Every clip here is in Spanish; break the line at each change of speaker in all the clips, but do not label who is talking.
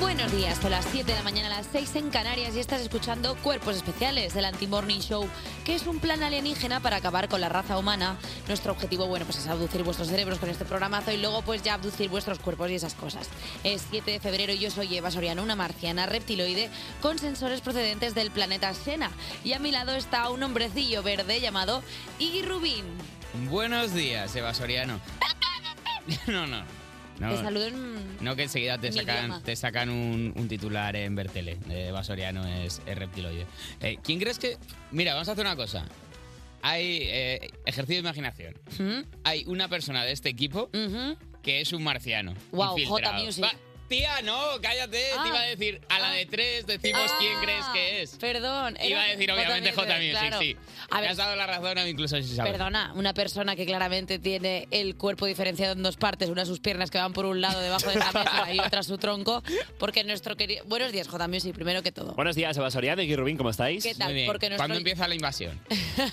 Buenos días, son las 7 de la mañana, a las 6 en Canarias y estás escuchando Cuerpos Especiales del Anti-Morning Show, que es un plan alienígena para acabar con la raza humana. Nuestro objetivo, bueno, pues es abducir vuestros cerebros con este programazo y luego pues ya abducir vuestros cuerpos y esas cosas. Es 7 de febrero y yo soy Eva Soriano, una marciana reptiloide con sensores procedentes del planeta Sena. Y a mi lado está un hombrecillo verde llamado Iggy Rubín.
Buenos días, Eva Soriano. No, no. no.
Te saludo en...
No que enseguida te
mi idioma.
sacan, te sacan un, un titular en Bertele. Eh, Eva Soriano es, es reptiloide. Eh, ¿Quién crees que...? Mira, vamos a hacer una cosa. Hay eh, ejercicio de imaginación.
¿Mm?
Hay una persona de este equipo que es un marciano.
Guau,
infiltrado.
J-Music.
Va, Tía, no, cállate,
Ah.
te iba a decir, a la de tres decimos
Ah,
quién crees que es.
Perdón.
Iba
era
a decir,
J
obviamente,
Music,
J Music,
claro.
sí.
A
Me
ver,
has dado la razón, incluso si sabes.
Perdona, una persona que claramente tiene el cuerpo diferenciado en dos partes, una sus piernas que van por un lado debajo de la mesa y otra su tronco, porque nuestro querido... Buenos días, J Music, primero que todo.
Buenos días, Eva Soriano y Rubín, ¿cómo estáis? Eh,
¿Qué tal? Muy bien. Porque nuestro- ¿Cuándo
empieza la invasión?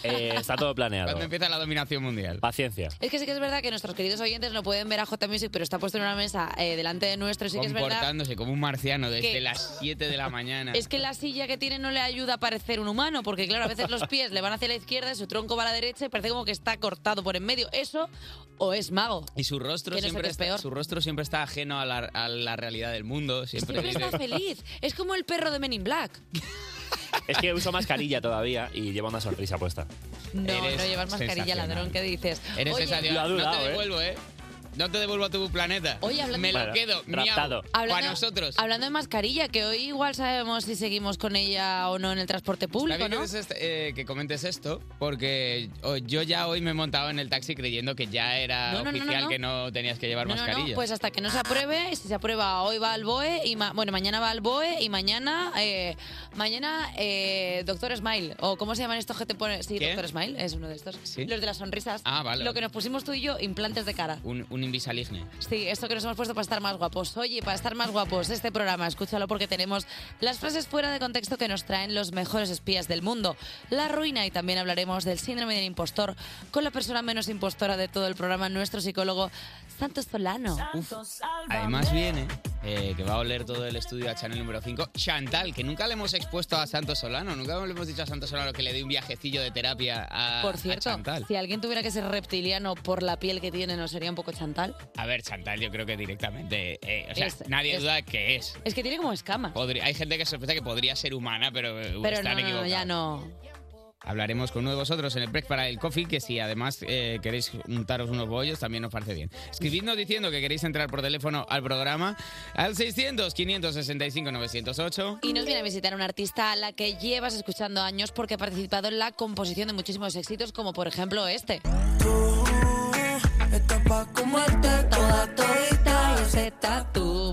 está todo planeado.
¿Cuándo empieza la dominación mundial?
Paciencia.
Es que sí que es verdad que nuestros queridos oyentes no pueden ver a J Music, pero está puesto en una mesa eh, delante de nuestro, y sí que es verdad...
Comportándose como un marciano desde
que-
las 7 de la mañana.
Es que la silla que tiene no le ayuda a parecer un humano, porque claro, a veces los pies le van hacia la izquierda y su tronco va a la derecha y parece como que está cortado por en medio. Eso o es mago.
Y su rostro,
Que no sé qué
siempre
es
está,
peor.
su rostro siempre está ajeno a la, a la realidad del mundo. Siempre,
Siempre está
vive-
feliz. Es como el perro de Men in Black.
Es que uso mascarilla todavía y llevo una sonrisa puesta.
No,
Eres
no llevas mascarilla,
sensacional.
ladrón, ¿qué dices?
Eres
Oye,
sensacional. no te devuelvo, ¿eh? No te devuelvo a tu planeta.
Oye, hablando-
Me lo
Bueno,
quedo.
raptado.
Miau. Para
Hablando-
nosotros.
Hablando de mascarilla, que hoy igual sabemos si seguimos con ella o no en el transporte público,
Está bien
¿no?
que, dices este- eh, que comentes esto, porque o- yo ya hoy me he montado en el taxi creyendo que ya era
No, no, no, no,
oficial
no.
que no tenías que llevar
No, no,
mascarilla.
no, pues hasta que no se apruebe, si se aprueba hoy va al BOE, y ma- bueno, mañana va al BOE y mañana, eh, mañana eh, Doctor Smile, o ¿cómo se llaman estos que te ponen? Sí,
¿Qué?
Doctor Smile es uno de estos. Los de las sonrisas.
Ah, vale,
Lo
vale.
que nos pusimos tú y yo, implantes de cara.
un, un invisibiligne.
Sí, esto que nos hemos puesto para estar más guapos. Oye, para estar más guapos, este programa, escúchalo porque tenemos las frases fuera de contexto que nos traen los mejores espías del mundo, la ruina y también hablaremos del síndrome del impostor con la persona menos impostora de todo el programa, nuestro psicólogo Santos Solano.
Además viene, eh, que va a oler todo el estudio a Chanel número 5, Chantal, que nunca le hemos expuesto a Santos Solano, nunca le hemos dicho a Santos Solano que le dé un viajecillo de terapia a,
Por
a
cierto,
Chantal.
si alguien tuviera que ser reptiliano por la piel que tiene, ¿no sería un poco chantal?
A ver, Chantal, yo creo que directamente, eh, o sea,
Es-
nadie
es-
duda que es.
Es que tiene como escamas.
Podri- hay gente que sospecha que podría ser humana, pero, eh,
Pero
están
no, no, no,
equivocados.
ya no.
Hablaremos con uno de vosotros en el break para el coffee, que si además eh, queréis untaros unos bollos, también nos parece bien. Escribidnos diciendo que queréis entrar por teléfono al programa al 600-565-908.
Y nos viene a visitar una artista a la que llevas escuchando años porque ha participado en la composición de muchísimos éxitos, como por ejemplo este.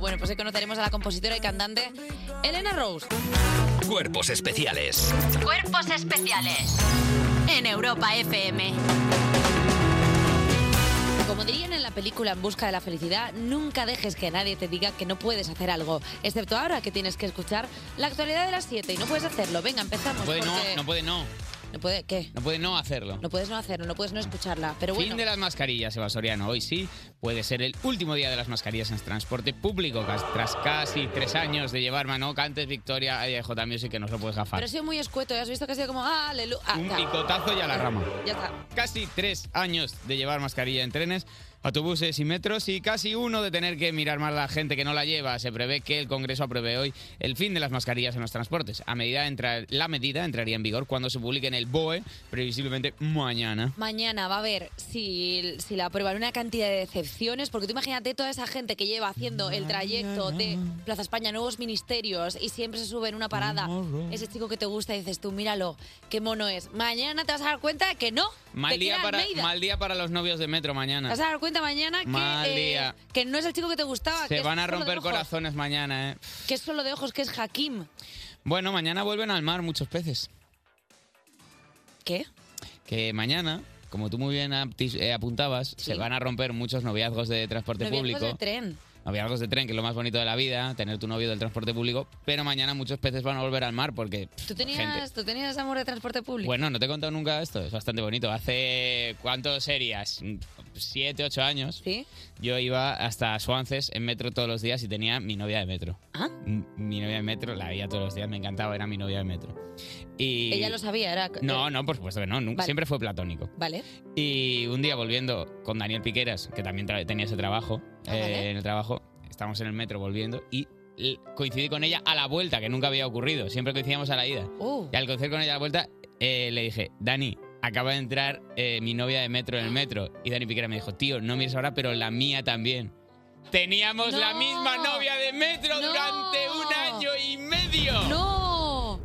Bueno, pues hoy conoceremos a la compositora y cantante Elena Rose.
Cuerpos especiales.
Cuerpos especiales en Europa FM. Como dirían en la película En busca de la felicidad, nunca dejes que nadie te diga que no puedes hacer algo, excepto ahora que tienes que escuchar la actualidad de las 7 y no puedes hacerlo. Venga, empezamos.
No puede no,
porque-
no puede no,
no puede- ¿Qué?
no puede no hacerlo.
No puedes no hacerlo, no puedes no escucharla. Pero bueno,
Fin de las mascarillas, Eva Soriano. Hoy sí puede ser el último día de las mascarillas en transporte público, cas- tras casi tres años de llevar mano. Cantes Victoria eh, J Music, que no se lo puedes gafar.
pero he sido muy escueto. ¿eh? Has visto que ha sido como, ah, alelu- ah,
Un
ya.
picotazo y a la rama.
Ya está.
Casi tres años de llevar mascarilla en trenes, autobuses y metros y casi uno de tener que mirar más a la gente que no la lleva. Se prevé que el Congreso apruebe hoy el fin de las mascarillas en los transportes. A medida entra, la medida entraría en vigor cuando se publique en el BOE, previsiblemente mañana.
Mañana va a haber, si, si la aprueban, una cantidad de decepciones, porque tú imagínate toda esa gente que lleva haciendo el trayecto de Plaza España, nuevos ministerios, y siempre se sube en una parada. Ese chico que te gusta y dices tú, míralo, qué mono es. Mañana te vas a dar cuenta de que no.
Mal
te
día,
quiere
para,
Almeida.
mal día para los novios de metro
Te
mañana.
vas a dar cuenta mañana
Mal
que, eh,
día.
que no es el chico que te gustaba. que
Se
es
van a
solo de
romper
ojos,
corazones mañana, ¿eh?
Que es solo de ojos, que es Hakim.
Bueno, mañana vuelven al mar muchos peces.
¿Qué?
Que mañana como tú muy bien apti- eh, apuntabas, se van a romper muchos noviazgos de transporte
Noviazgos
público.
de tren.
Noviazgos de tren, que es lo más bonito de la vida, tener tu novio del transporte público. Pero mañana muchos peces van a volver al mar porque. pff,
¿Tú
gente-
tenías, ¿Tú tenías amor de transporte público?
Bueno, no te he contado nunca esto, es bastante bonito. Hace. ¿Cuántos serías? Siete, ocho años.
Sí.
Yo iba hasta Suances en metro todos los días y tenía mi novia de metro.
¿Ah?
M- Mi novia de metro, la veía todos los días, me encantaba, era mi novia de metro. Y...
Ella lo sabía, era...
No, no, por supuesto que no, nunca,
Vale.
siempre fue platónico.
Vale.
Y un día volviendo con Daniel Piqueras, que también tra- tenía ese trabajo,
Ah,
eh, en el trabajo, estábamos en el metro volviendo y l- coincidí con ella a la vuelta, que nunca había ocurrido, siempre coincidíamos a la ida.
Uh.
Y al coincidir con ella a la vuelta, eh, le dije, Dani, acaba de entrar eh, mi novia de metro en el metro. Y Dani Piqueras me dijo, tío, no mires ahora, pero la mía también. Teníamos la misma novia de metro durante un año y medio.
¡No!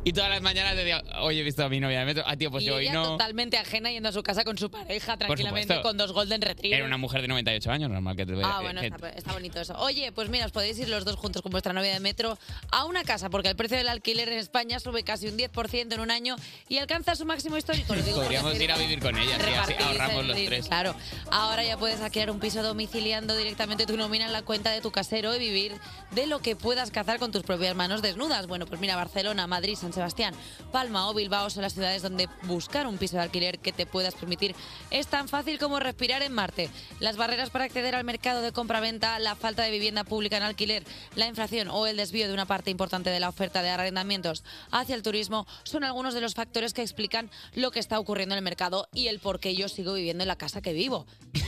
Y todas las mañanas decía, hoy he visto a mi novia de metro. Ah, tío, pues
y
yo hoy
ella
no.
totalmente ajena yendo a su casa con su pareja tranquilamente
supuesto.
con dos Golden Retrievers.
Era una mujer de 98 años, normal que te eh,
Ah, bueno,
que-
está, está bonito eso. Oye, pues mira, os podéis ir los dos juntos con vuestra novia de metro a una casa, porque el precio del alquiler en España sube casi un 10% en un año y alcanza su máximo histórico. Lo digo porque
Podríamos
así
ir a vivir con ella, sí, así
repartís
ahorramos
el
los
dinero,
tres.
Claro. Ahora ya puedes alquilar un piso domiciliando directamente tu nómina en la cuenta de tu casero y vivir de lo que puedas cazar con tus propias manos desnudas. Bueno, pues mira, Barcelona, Madrid, San Sebastián, Palma o Bilbao son las ciudades donde buscar un piso de alquiler que te puedas permitir es tan fácil como respirar en Marte. Las barreras para acceder al mercado de compraventa, la falta de vivienda pública en alquiler, la inflación o el desvío de una parte importante de la oferta de arrendamientos hacia el turismo son algunos de los factores que explican lo que está ocurriendo en el mercado y el por qué yo sigo viviendo en la casa que vivo.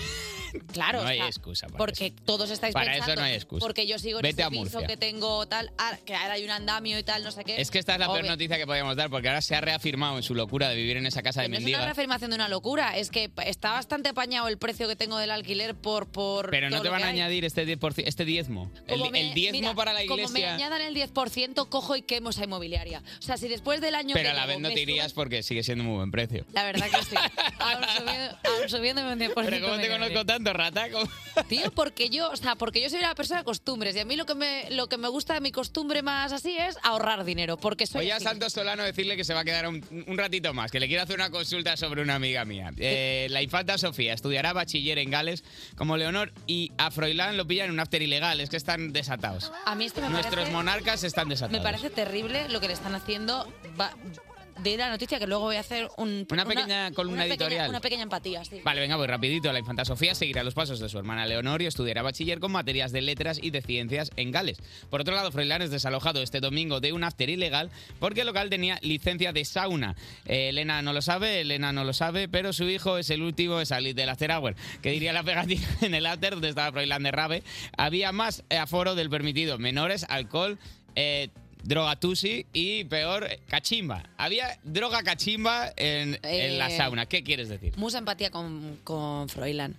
Claro,
no
o
hay
sea,
excusa. para
porque todos estáis
Para eso
pensando
no hay excusa.
porque yo sigo en
Vete
este
a
piso
Murcia.
que tengo tal, ah, que ahora hay un andamio y tal, no sé qué.
Es que esta es la peor
eh, Obvio.
noticia que podíamos dar, porque ahora se ha reafirmado en su locura de vivir en esa casa de
No es una
mendiga.
reafirmación de una locura, es que pa- está bastante apañado el precio que tengo del alquiler por... por
Pero no
todo
te
lo
van
que
a
hay.
añadir este, 10%, este diezmo. El,
Como me-
el diezmo
mira,
para la
Como me
iglesia.
añadan el 10%, cojo y quemo esa inmobiliaria. O sea, si después del año
pero
que
a la
llevo
vez no
me
te irías porque sigue siendo muy buen precio.
La verdad que sí. Aún, subiendo, aún subiéndome un 10%.
Pero ¿cómo
me
te
quedaré.
conozco tanto, rata? ¿Cómo-
Tío, porque yo, o sea, porque yo soy una persona de costumbres y a mí lo que me, lo que me gusta de mi costumbre más así es ahorrar dinero, porque soy
Oye a
así.
Santos Solano decirle que se va a quedar un, un ratito más, que le quiero hacer una consulta sobre una amiga mía. Eh, la infanta Sofía estudiará bachiller en Gales como Leonor y a Froilán lo pillan en un after ilegal, es que están desatados.
A mí esto Ah, me
Nuestros
parece,
monarcas están desatados.
me parece terrible lo que le están haciendo. Va- de la noticia que luego voy a hacer un-
Una pequeña columna
una pequeña-
editorial.
una pequeña empatía, sí.
Vale, venga, voy rapidito. La infanta Sofía seguirá los pasos de su hermana Leonor y estudiará bachiller con materias de letras y de ciencias en Gales. Por otro lado, Froilán es desalojado este domingo de un after ilegal porque el local tenía licencia de sauna. Eh, Elena no lo sabe, Elena no lo sabe, pero su hijo es el último de salir del after hour, que diría la pegatina en el after donde estaba Froilán de Rabe. Había más eh, aforo del permitido, menores, alcohol... eh, Drogatusi y peor, cachimba. Había droga cachimba en, en la
Eh,
sauna. ¿Qué quieres decir?
Mucha empatía con, con Froilán.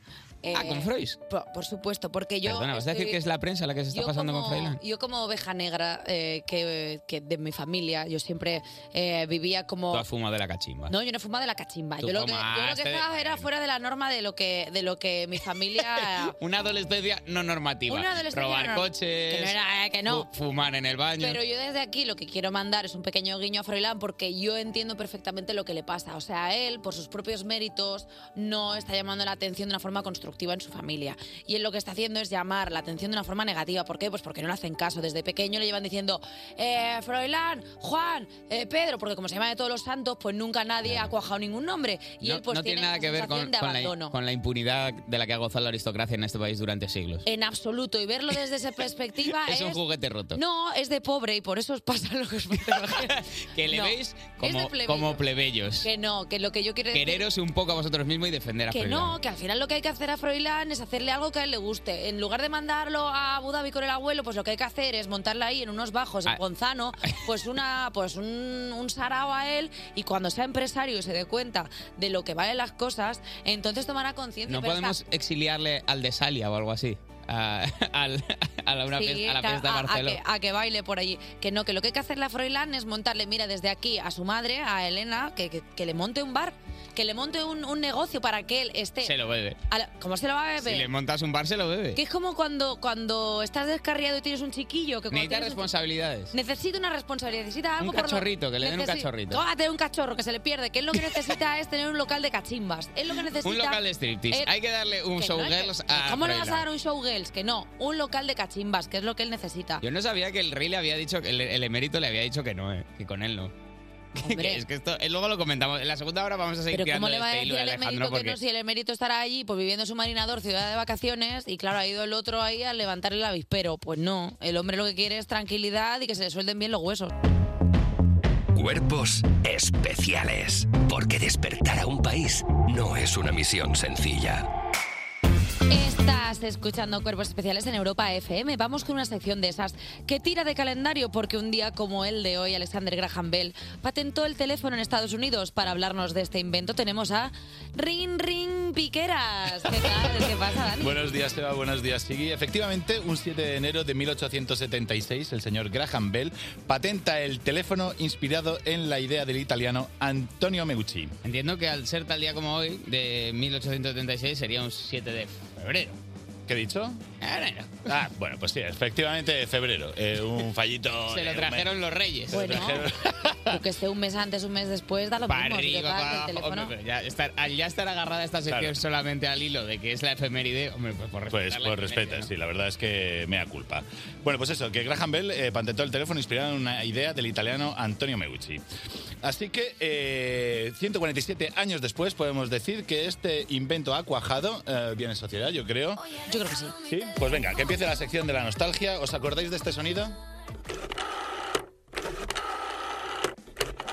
Ah,
Eh,
¿con Freud?
Por, por supuesto, porque yo.
Perdona, ¿vas a decir
estoy-
que es la prensa la que se está pasando
este, como,
con Froilán?
Yo como oveja negra eh, que, que de mi familia, yo siempre eh, vivía como...
Tú has fumado de la cachimba.
No, yo no fumaba de la cachimba.
Tú
Yo lo, que, yo lo que
fumaste de-
estaba era fuera de la norma de lo que, de lo que mi familia...
Una adolescencia no normativa.
Una adolescencia
Robar
no norm-
coches.
que no era, eh, que no.
fu- Fumar en el baño.
Pero yo desde aquí lo que quiero mandar es un pequeño guiño a Froilán porque yo entiendo perfectamente lo que le pasa. O sea, él, por sus propios méritos, no está llamando la atención de una forma constructiva en su familia. Y él lo que está haciendo es llamar la atención de una forma negativa. ¿Por qué? Pues porque no le hacen caso. Desde pequeño le llevan diciendo, eh, Froilán, Juan, eh, Pedro, porque como se llama de todos los santos, pues nunca nadie ha cuajado ningún nombre. Y
no,
él pues
no tiene
esa
nada que ver con,
sensación de
con la,
abandono.
con la impunidad de la que ha gozado la aristocracia en este país durante siglos.
En absoluto. Y verlo desde esa perspectiva
Es
es...
un juguete roto.
No, es de pobre y por eso os pasa lo que os pasa.
que le
no.
veis
Es de
como,
plebeyo.
como plebeyos.
Que no, que lo que yo quiero decir...
Quereros un poco a vosotros mismos y defender a
Que
Froilán.
no, que al final lo que hay que hacer a Froilán es hacerle algo que a él le guste. En lugar de mandarlo a Abu Dhabi con el abuelo, pues lo que hay que hacer es montarla ahí en unos bajos, en
Ah.
Ponzano, pues una, pues un, un sarao a él, y cuando sea empresario y se dé cuenta de lo que valen las cosas, entonces tomará conciencia.
No
pero
podemos
está-
exiliarle al de Salia o algo así. a, al- a la- una
Sí,
fiesta- a la
claro,
fiesta de
a- a
Barcelona.
que- A, que baile por allí. Que no, que lo que hay que hacer la Froilán es montarle, mira, desde aquí a su madre, a Elena, que, que- que le monte un bar, que le monte un, un negocio para que él esté.
Se lo bebe.
a la- ¿Cómo se lo va a beber?
Si le montas un bar, se lo bebe.
Que es como cuando, cuando estás descarriado y tienes un chiquillo. Que cuando
Necesitas
tienes un
responsabilidades.
chi- Necesita una responsabilidad, necesita algo
Un
por lo-
cachorrito, que le den un
necesi-
cachorrito.
Ah, tener un cachorro que se le pierde, que él lo que necesita es tener un local de cachimbas. Él lo que necesita
Un local de striptease.
Eh,
Hay que darle un
que no,
showgirls
que- que
a
¿Cómo le vas a
Froilán.
dar un showgirls? Que no, un local de cachimbas, que es lo que él necesita.
Yo no sabía que el rey le había dicho, que el, el emérito le había dicho que no, eh, que con él no.
Hombre.
es que esto, eh, luego lo comentamos. En la segunda hora vamos a seguir
Pero
tirando
¿cómo le
de
va a
este
decir
hilo de
al
Alejandro
emérito que
porque
no si el emérito estará allí pues viviendo su marinador, ciudad de vacaciones y claro, ha ido el otro ahí a levantarle el avispero? Pues no, el hombre lo que quiere es tranquilidad y que se le suelten bien los huesos.
Cuerpos especiales. Porque despertar a un país no es una misión sencilla.
Estás escuchando Cuerpos Especiales en Europa FM. Vamos con una sección de esas que tira de calendario porque un día como el de hoy, Alexander Graham Bell patentó el teléfono en Estados Unidos. Para hablarnos de este invento tenemos a Ring Ring Piqueras. ¿Qué tal? ¿Qué pasa, Dani?
Buenos días, Eva. Buenos días, Sigui. Efectivamente, un 7 de enero de 1876, el señor Graham Bell patenta el teléfono inspirado en la idea del italiano Antonio Meucci.
Entiendo que al ser tal día como hoy, de 1876, sería un 7 de febrero.
¿Qué he dicho? Ah, bueno, pues sí, efectivamente, febrero. Eh, un fallito.
Se lo
eh, un
trajeron
mes.
los reyes.
Se lo trajeron-
Tú que esté un mes antes, un mes después, da lo
Para
mismo. si le
arriba,
pagas
para
el
abajo.
teléfono.
Hombre, pero ya estar, al ya estar agarrada esta sección
Claro.
solamente al hilo de que es la efeméride, hombre, pues por respetar
Pues,
la
pues
efeméride,
respeta,
¿no?
sí, la verdad es que me da culpa. Bueno, pues eso, que Graham Bell eh, patentó el teléfono inspirado en una idea del italiano Antonio Meucci. Así que eh, 147 años después podemos decir que este invento ha cuajado eh, bien en sociedad, yo creo.
Yo creo que sí.
Sí, pues venga, que empiece la sección de la nostalgia. ¿Os acordáis de este sonido?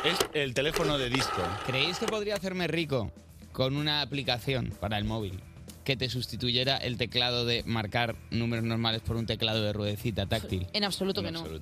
Es el teléfono de disco.
¿Creéis que podría hacerme rico con una aplicación para el móvil que te sustituyera el teclado de marcar números normales por un teclado de ruedecita táctil?
En absoluto que no.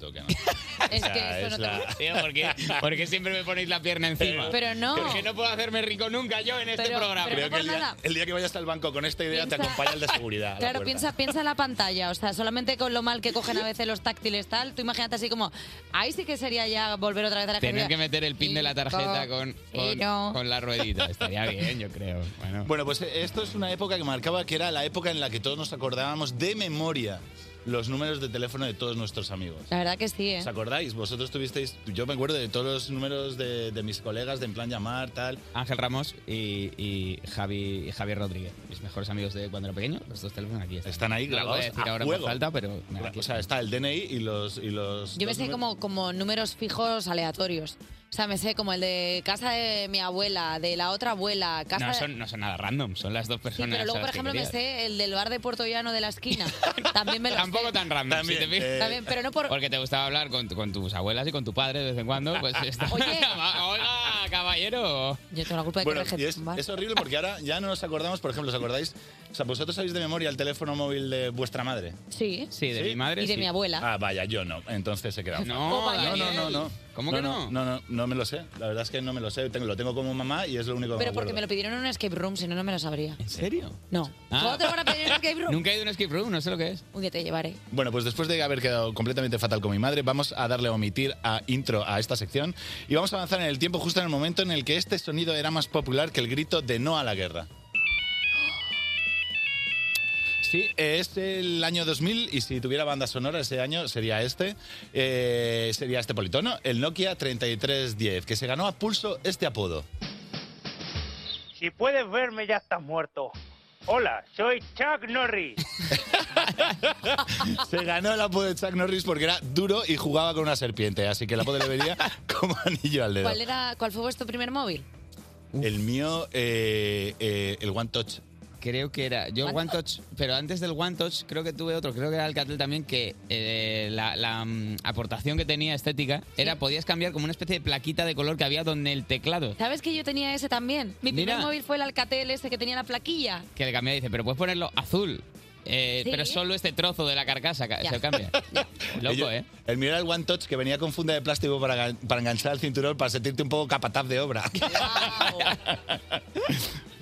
Es
O sea,
que eso
Ah, es
no te-
la- Tío, ¿por qué? ¿Por qué siempre me ponéis la pierna encima?
Pero no.
Porque no puedo hacerme rico nunca yo en este
Pero-
programa.
pero Creo no que por el día- nada.
El día que vayas al banco con esta idea te
Piensa-
acompaña el de seguridad. a la
Claro,
puerta.
piensa, piensa en la pantalla, o sea, solamente con lo mal que cogen a veces los táctiles tal, tú imagínate así como, ahí sí que sería ya volver otra vez a la
Tener
gente-
que meter el pin de la tarjeta con, con,
no.
con la ruedita. Estaría bien, yo creo. Bueno.
Bueno, pues eh, esto es una época que marcaba que era la época en la que todos nos acordábamos de memoria los números de teléfono de todos nuestros amigos.
La verdad que sí, ¿eh?
¿Os acordáis? Vosotros tuvisteis, yo me acuerdo de todos los números de, de mis colegas, de en plan llamar, tal.
Ángel Ramos y, y Javi, y Javier Rodríguez, mis mejores amigos de cuando era pequeño. Los dos teléfonos aquí están.
Están ahí
No los
grabados
voy a decir
a
ahora
fuego.
por falta, pero... nada, aquí
O sea, está el DNI y los... Y los
Yo me
los
sé
números.
como, como números fijos aleatorios. O sea, me sé como el de casa de mi abuela, de la otra abuela, casa
no,
de-
son, no son nada random, son las dos
Sí,
personas.
pero
a
luego, por
las que
ejemplo, me
querías.
sé el del bar de Puerto Llano de la esquina. También me lo sé.
Tampoco tan random,
También,
si te fijas.
eh,
También, pero no por-
Porque te gustaba hablar con, tu- con tus abuelas y con tu padre de vez en cuando. Pues está-
Oye.
Ah,
Oiga, caballero.
Yo tengo la culpa de
Bueno,
que la
y
gente-
es,
Vale.
es horrible porque ahora ya no nos acordamos, por ejemplo, ¿os acordáis? O sea, vosotros sabéis de memoria el teléfono móvil de vuestra madre.
Sí.
Sí, de
¿Sí?
mi madre.
Y de
sí.
mi abuela. Oh,
Ah, vaya, yo no. Entonces se queda.
No,
Opa,
No, no,
Daniel.
no, no.
¿Cómo que no?
No, no, no me lo sé. La verdad es que no me lo sé. Tengo- lo tengo como mamá y es lo único que
pero
me
porque me
acuerdo.
lo pidieron en un escape room, si no, no me lo sabría.
¿En serio?
No.
Ah.
¿Cómo te lo van a pedir en un escape room?
Nunca he ido a un escape room, no sé lo que es.
Un día te llevaré.
Bueno, pues después de haber quedado completamente fatal con mi madre, vamos a darle a omitir a intro a esta sección y vamos a avanzar en el tiempo justo en el momento en el que este sonido era más popular que el grito de no a la guerra. Sí, eh, es el año 2000 y si tuviera banda sonora ese año sería este, eh, sería este politono, el Nokia 3310, que se ganó a pulso este apodo.
Si puedes verme, ya estás muerto. Hola, soy Chuck Norris.
Se ganó el apodo de Chuck Norris porque era duro y jugaba con una serpiente, así que el apodo le venía como anillo al dedo.
¿Cuál, era, ¿Cuál fue vuestro primer móvil?
El mío, eh, eh, el One Touch.
Creo que era. Yo
¿One
One Touch, pero antes del One Touch creo que tuve otro. Creo que era Alcatel también, que eh, la, la, mm, aportación que tenía estética era podías cambiar como una especie de plaquita de color que había donde el teclado.
¿Sabes que yo tenía ese también? Mi
Mira.
primer móvil fue el Alcatel ese que tenía la plaquilla.
Que le cambiaba y dice, pero puedes ponerlo azul. eh,
Sí.
Pero solo este trozo de la carcasa ca-
Ya.
se cambia. Loco,
Ello-
¿eh?
El mío era el One Touch que venía con funda de plástico para, gan- para enganchar al cinturón para sentirte un poco capataz de obra.
¡Guau!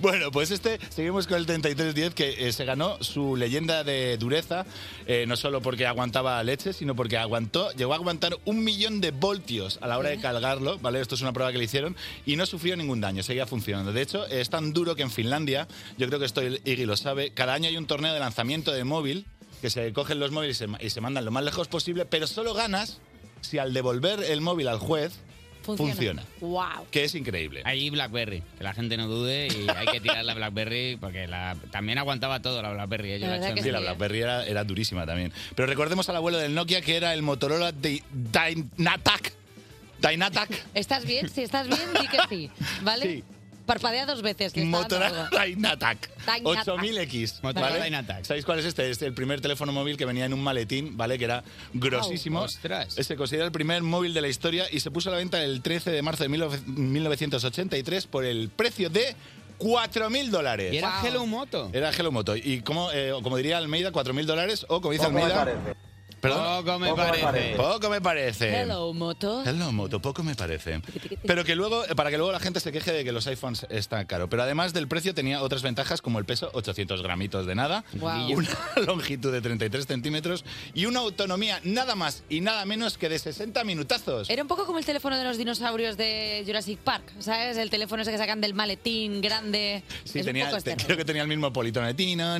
Bueno, pues este, seguimos con el 3310, que eh, se ganó su leyenda de dureza, eh, no solo porque aguantaba leche, sino porque aguantó, llegó a aguantar un millón de voltios a la hora de cargarlo, ¿vale? Esto es una prueba que le hicieron, y no sufrió ningún daño, seguía funcionando. De hecho, es tan duro que en Finlandia, yo creo que esto el Iggy lo sabe, cada año hay un torneo de lanzamiento de móvil, que se cogen los móviles y se, ma- y se mandan lo más lejos posible, pero solo ganas si al devolver el móvil al juez, Funciona.
Wow.
que es increíble.
Ahí BlackBerry, que la gente no dude y hay que tirar la BlackBerry porque la, también aguantaba todo la BlackBerry. ellos la echaron.
Sí, la BlackBerry era, era durísima también. Pero recordemos al abuelo del Nokia que era el Motorola Dy- Dynatac. Dynatac.
¿Estás bien? Si estás bien, di que sí. ¿Vale? Parpadea dos veces. que está dando
Motorola
algo.
Dynatac.
Dynatac.
8000X.
Motorola
¿vale?
Dynatac.
¿Sabéis cuál es este? Es el primer teléfono móvil que venía en un maletín, ¿vale? Que era grosísimo.
Au, Oh, ostras.
Se considera el primer móvil de la historia y se puso a la venta el 13 de marzo de 19- 1983 por el precio de 4.000 dólares.
Y era Hello Moto.
Era Hello Moto. Y como, eh, como diría Almeida, 4.000 dólares o como dice Almeida... Perdón.
Poco me parece.
Poco me parece.
Hello, moto.
Hello, moto, poco me parece. Pero que luego, para que luego la gente se queje de que los iPhones están caros. Pero además del precio tenía otras ventajas como el peso, 800 gramitos de nada,
Guau.
una longitud de 33 centímetros y una autonomía nada más y nada menos que de 60 minutazos.
Era un poco como el teléfono de los dinosaurios de Jurassic Park, ¿sabes? El teléfono ese que sacan del maletín grande.
Sí,
es
tenía,
un poco este
te- creo que tenía el mismo politono de Tino,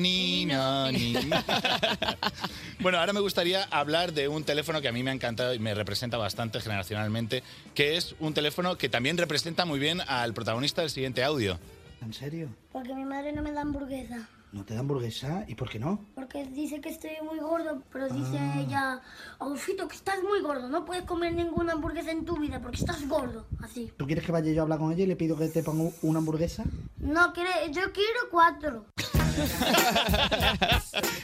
Nino, Nino. bueno, ahora me gustaría hablar de un teléfono que a mí me ha encantado y me representa bastante generacionalmente, que es un teléfono que también representa muy bien al protagonista del siguiente audio.
¿En serio?
Porque mi madre no me da hamburguesa.
¿No te da hamburguesa? ¿Y por qué no?
Porque dice que estoy muy gordo, pero dice ella, Agusito, que estás muy gordo. No puedes comer ninguna hamburguesa en tu vida porque estás gordo. Así.
¿Tú quieres que vaya yo a hablar con ella y le pido que te ponga una hamburguesa?
No, quiere- yo quiero cuatro.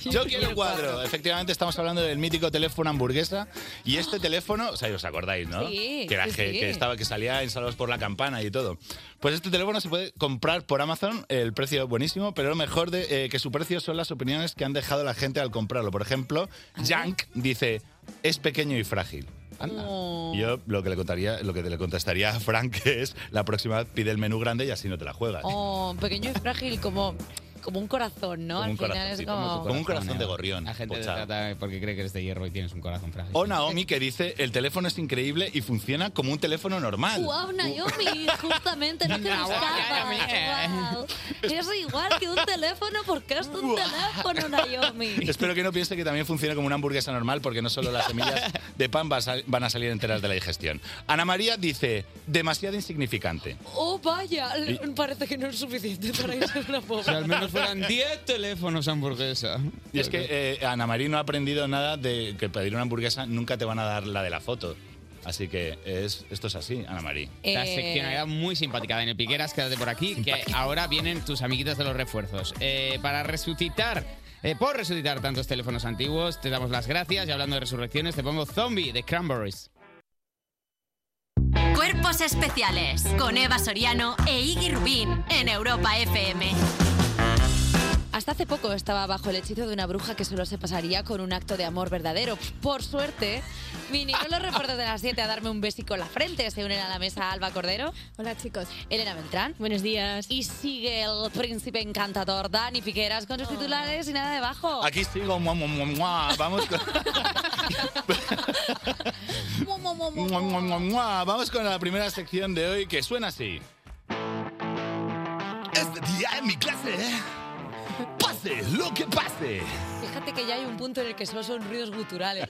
Yo quiero cuadro. Efectivamente, estamos hablando del mítico teléfono hamburguesa. Y este teléfono, o sea, os acordáis, ¿no?
Ah. Sí,
que, era
sí,
que-
sí.
que estaba, que salía en Salvados por la Campana y todo. Pues este teléfono se puede comprar por Amazon, el precio es buenísimo, pero lo mejor de eh, que su precio son las opiniones que han dejado la gente al comprarlo. Por ejemplo, Jank dice, es pequeño y frágil. Anda.
Oh.
Yo lo que le contaría, lo que le contestaría a Frank es la próxima vez pide el menú grande y así no te la juegas.
Oh, pequeño y frágil como, como un corazón, ¿no?
Como
Al
un
final
corazón,
es
sí,
como...
como un corazón de gorrión.
La gente te
pochado.
trata porque cree que eres de hierro y tienes un corazón frágil.
O Naomi que dice, el teléfono es increíble y funciona como un teléfono normal.
¡Wow, Naomi! Justamente, no te lo
Guau,
escapas.
Naomi.
Guau. Es igual que un teléfono porque es un teléfono, Naomi.
Espero que no piense que también funciona como una hamburguesa normal porque no solo las semillas de pan va a sal- van a salir enteras de la digestión. Ana María dice, demasiado insignificante.
Oh, vaya, le- parece que no es suficiente para que sea una
Si al
pobre.
menos fueran 10 teléfonos hamburguesa.
Y es que eh, Ana María no ha aprendido nada de que pedir una hamburguesa nunca te van a dar la de la foto. Así que es, esto es así, Ana María.
La
Eh,
seccionalidad muy simpática. Daniel Piqueras, quédate por aquí, que ahora vienen tus amiguitas de los refuerzos. Eh, para resucitar, eh, por resucitar tantos teléfonos antiguos, te damos las gracias. Y hablando de resurrecciones, te pongo Zombie de Cranberries.
Cuerpos especiales con Eva Soriano e Iggy Rubín en Europa FM.
Hasta hace poco estaba bajo el hechizo de una bruja que solo se pasaría con un acto de amor verdadero. Por suerte, vinieron los reportes de las 7 a darme un besico en la frente. Se unen a la mesa Alba Cordero.
Hola chicos.
Elena Beltrán.
Buenos días.
Y sigue el príncipe encantador Dani Piqueras con sus titulares y nada debajo.
Aquí sigo, mua, mua, mua, mua. Vamos, con,
Mu, mu, mu, mu,
mua,
mu.
mua, mua, mua. Vamos con la primera sección de hoy que suena así. Este día en mi clase, ¿eh? pase lo que pase.
Fíjate que ya hay un punto en el que solo son ruidos guturales.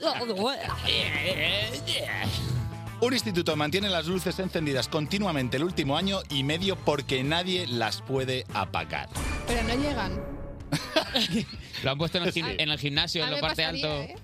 Un instituto mantiene las luces encendidas continuamente el último año y medio porque nadie las puede apagar.
Pero no llegan.
Lo han puesto en el, gim- en el gimnasio,
A
en
mí
la
me
parte
pasaría,
alto.
¿eh?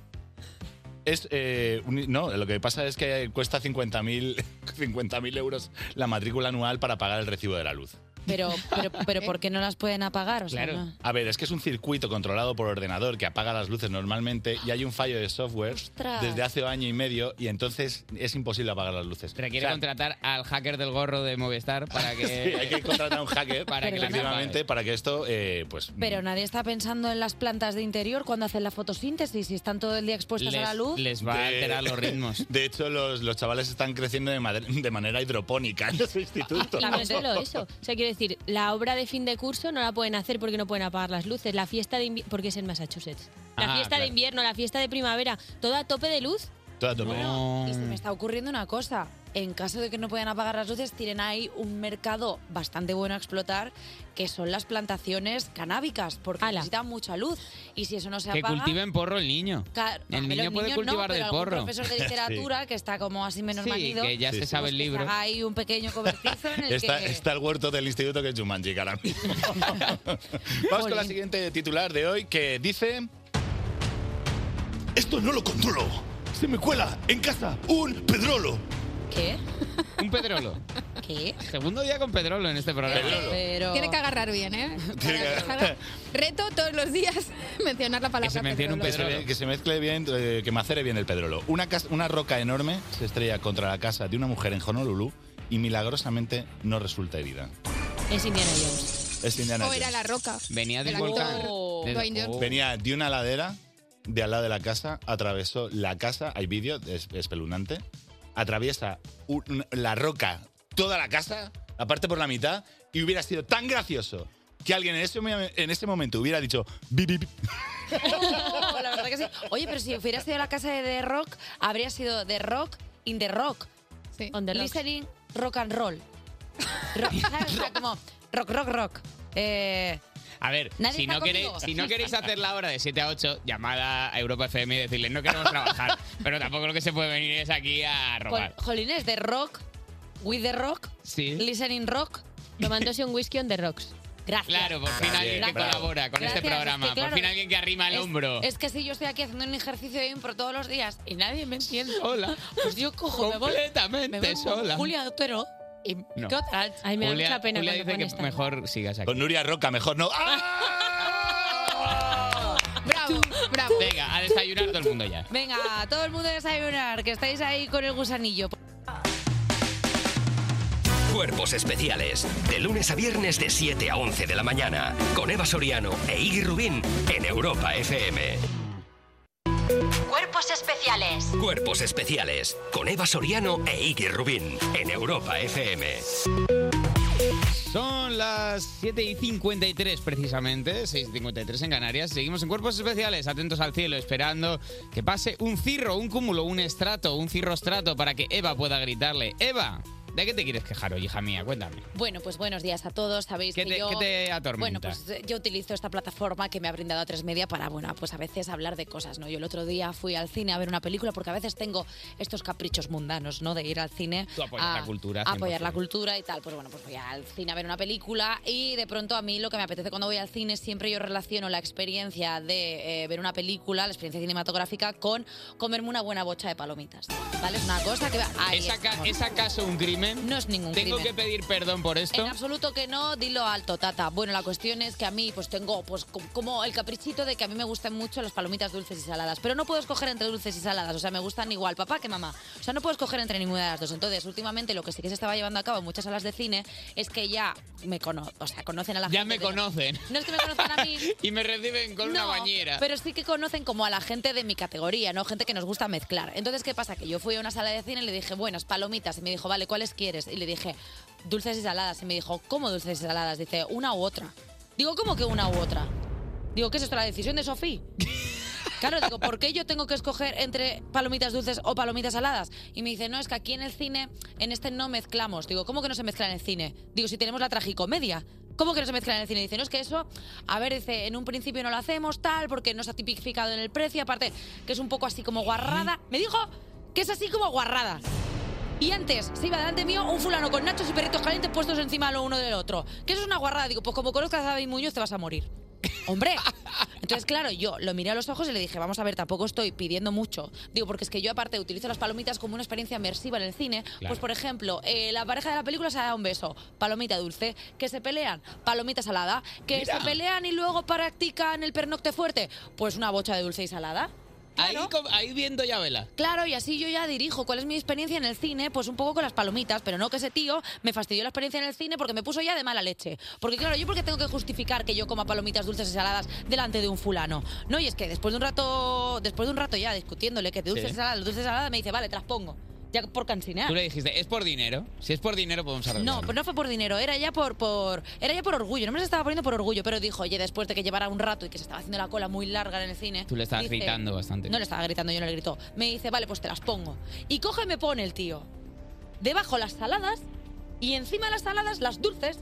Es, eh, un- no, lo que pasa es que cuesta 50.000 50.000 euros la matrícula anual para pagar el recibo de la luz.
Pero, pero, pero ¿por qué no las pueden apagar? O sea,
Claro.
no.
A ver, es que es un circuito controlado por ordenador que apaga las luces normalmente y hay un fallo de software
¡Ostras!
desde hace año y medio y entonces es imposible apagar las luces.
Requiere
O sea,
contratar al hacker del gorro de Movistar para que.
sí, hay que contratar a un hacker
Para
para
que
que,
lo apague.
efectivamente, para que esto eh, pues,
Pero nadie está pensando en las plantas de interior cuando hacen la fotosíntesis y están todo el día expuestas a la luz.
les va a
De-
alterar los ritmos.
De hecho, los, los chavales están creciendo de, made- de manera hidropónica en los institutos.
Y no solo
eso. O sea, quiero decir, la obra de fin de curso no la pueden hacer porque no pueden apagar las luces. La fiesta de invi- porque es en Massachusetts. La
Ah,
fiesta
claro.
de invierno, la fiesta de primavera, toda a tope de luz.
Toda tu
Y se me está ocurriendo una cosa. En caso de que no puedan apagar las luces, tienen ahí un mercado bastante bueno a explotar, que son las plantaciones canábicas, porque necesitan mucha luz. Y si eso no se
Que
apaga...
cultiven porro el niño.
Claro, a
el
ver,
niño
los
puede
niños no,
cultivar
pero
del
algún
porro.
profesor de literatura que está como así menos
Sí,
manido.
que ya se
pues
sabe el
que
libro.
haga ahí un pequeño cobertizo en el
Está,
que...
está el huerto del instituto que es Jumanji que ahora mismo. Vamos con la siguiente titular de hoy que dice... Esto no lo controlo. Se me cuela en casa un pedrolo.
¿Qué?
Un pedrolo.
¿Qué?
Segundo día con pedrolo en este programa.
Eh,
Tiene que agarrar bien, ¿eh?
Tiene que-
Reto todos los días mencionar la palabra.
Que
pedrolo.
se ve- Que se mezcle bien, eh, que macere bien el pedrolo. Una, cas- una roca enorme se estrella contra la casa de una mujer en Honolulu y milagrosamente no resulta herida.
Es Indiana Jones.
Es Indiana
O era
Jones.
la roca.
Venía
de El un volcán. actor Desde- Dwayne Johnson.
Venía de una ladera de al lado de la casa, atravesó la casa, hay vídeo, es espeluznante, atraviesa un- la roca, toda la casa, aparte por la mitad, y hubiera sido tan gracioso que alguien en ese, mo- en ese momento hubiera dicho, "Bip, bip".
Oh, la verdad que sí. Oye, pero si hubiera sido la casa de The Rock, habría sido The Rock in the Rock.
Sí.
Listening rock and roll. Rock, ¿sabes? O sea, como rock, rock, rock. Eh,
A ver,
Nadie
si
está
no, queréis,
conmigo.
si no queréis hacer la hora de 7 a 8, llamada a Europa FM y decirles no queremos trabajar. pero tampoco lo que se puede venir es aquí a robar.
jol- jolines, The Rock, With the Rock,
Sí.
Listening Rock, tomándose un whisky on the rocks. Gracias.
Claro, por fin
Gracias.
alguien que
Gracias.
colabora con
Gracias,
este programa.
es que, claro,
por fin alguien que arrima el
es-
hombro.
Es que si yo estoy aquí haciendo un ejercicio de impro todos los días y nadie me entiende.
Hola.
Pues yo cojo, me voy,
Completamente
me voy como
sola.
Julia Otero y
No.
¿qué otra?
Julia- Julia dice que mejor sigas aquí. Con
Nuria Roca, mejor no. ¡Ah!
Bravo, bravo.
Venga, a desayunar todo el mundo ya.
Venga, todo el mundo a desayunar, que estáis ahí con el gusanillo.
Cuerpos especiales. De lunes a viernes de 7 a 11 de la mañana. Con Eva Soriano e Iggy Rubín en Europa FM.
Cuerpos especiales
Cuerpos especiales. Con Eva Soriano e Iggy Rubín en Europa FM.
Son las 7 y 53 precisamente, 6 y 53 en Canarias. Seguimos en cuerpos especiales, atentos al cielo, esperando que pase un cirro, un cúmulo, un estrato, un cirrostrato para que Eva pueda gritarle. Eva, ¿de qué te quieres quejar hoy, hija mía? Cuéntame.
Bueno, pues buenos días a todos. Sabéis
¿Qué
que
te-
yo.
qué te atormenta?
Bueno, pues eh, yo utilizo esta plataforma que me ha brindado a tres media para, bueno, pues a veces hablar de cosas, ¿no? Yo el otro día fui al cine a ver una película porque a veces tengo estos caprichos mundanos, ¿no? De ir al cine.
Tú apoyas
a-
la cultura,
a apoyar
100%.
la cultura y tal. Pues bueno, pues voy al cine a ver una película y de pronto a mí lo que me apetece cuando voy al cine siempre yo relaciono la experiencia de eh, ver una película, la experiencia cinematográfica, con comerme una buena bocha de palomitas. ¿Vale? Es una cosa que. Ahí
¿Es, aca-
estamos.
es acaso un crimen?
No es ningún
¿Tengo
crimen.
que pedir perdón por esto?
En absoluto que no, dilo alto, tata. Bueno, la cuestión es que a mí pues tengo pues co- como el caprichito de que a mí me gustan mucho las palomitas dulces y saladas, pero no puedo escoger entre dulces y saladas, o sea, me gustan igual papá que mamá. O sea, no puedo escoger entre ninguna de las dos. Entonces, últimamente lo que sí que se estaba llevando a cabo en muchas salas de cine es que ya me cono o sea, conocen a la
ya
gente.
me
de-
conocen.
No es que me conozcan a mí.
y me reciben con una
No,
bañera.
Pero sí que conocen como a la gente de mi categoría, ¿no? Gente que nos gusta mezclar. Entonces, ¿qué pasa? Que yo fui a una sala de cine y le dije, buenas palomitas. Y me dijo, vale, ¿cuáles quieres? Y le dije, dulces y saladas. Y me dijo, ¿cómo dulces y saladas? Dice, una u otra. Digo, ¿cómo que una u otra? Digo, ¿qué es esto? La decisión de Sofía. Claro, digo, ¿por qué yo tengo que escoger entre palomitas dulces o palomitas saladas? Y me dice, no, es que aquí en el cine, en este no mezclamos. Digo, ¿cómo que no se mezcla en el cine? Digo, si tenemos la tragicomedia. ¿Cómo que no se mezcla en el cine? Dice, no, es que eso, a ver, dice, en un principio no lo hacemos tal, porque no está tipificado en el precio, aparte que es un poco así como guarrada. Me dijo que es así como guarrada. Y antes se iba delante mío un fulano con nachos y perritos calientes puestos encima lo uno del otro. Que eso es una guarrada. Digo, pues como conozcas a David Muñoz te vas a morir. Hombre, entonces claro, yo lo miré a los ojos y le dije, vamos a ver, tampoco estoy pidiendo mucho. Digo, porque es que yo aparte utilizo las palomitas como una experiencia inmersiva en el cine.
Claro.
Pues por ejemplo, eh, la pareja de la película se da un beso, palomita dulce, que se pelean, palomita salada, que
Mira.
se pelean y luego practican el pernocte fuerte, pues una bocha de dulce y salada.
ahí, co- ahí viendo ya vela.
Claro, y así yo ya dirijo cuál es mi experiencia en el cine, pues un poco con las palomitas, pero no que ese tío me fastidió la experiencia en el cine porque me puso ya de mala leche. Porque claro, yo porque tengo que justificar que yo coma palomitas dulces y saladas delante de un fulano. No, y es que después de un rato, después de un rato ya discutiéndole que de dulces
Sí.
y saladas, dulces y saladas, me dice, vale, te las pongo. Ya por cansinar.
Tú le dijiste, es por dinero. Si es por dinero, podemos arreglar.
No, pues no fue por dinero, era ya por, por era ya por orgullo. No me se estaba poniendo por orgullo, pero dijo, oye, después de que llevara un rato y que se estaba haciendo la cola muy larga en el cine.
Tú le estabas
dice-
gritando bastante.
No le estaba gritando, yo no le gritó. Me dice, vale, pues te las pongo. Y coge y me pone el tío. Debajo las saladas y encima las saladas las dulces.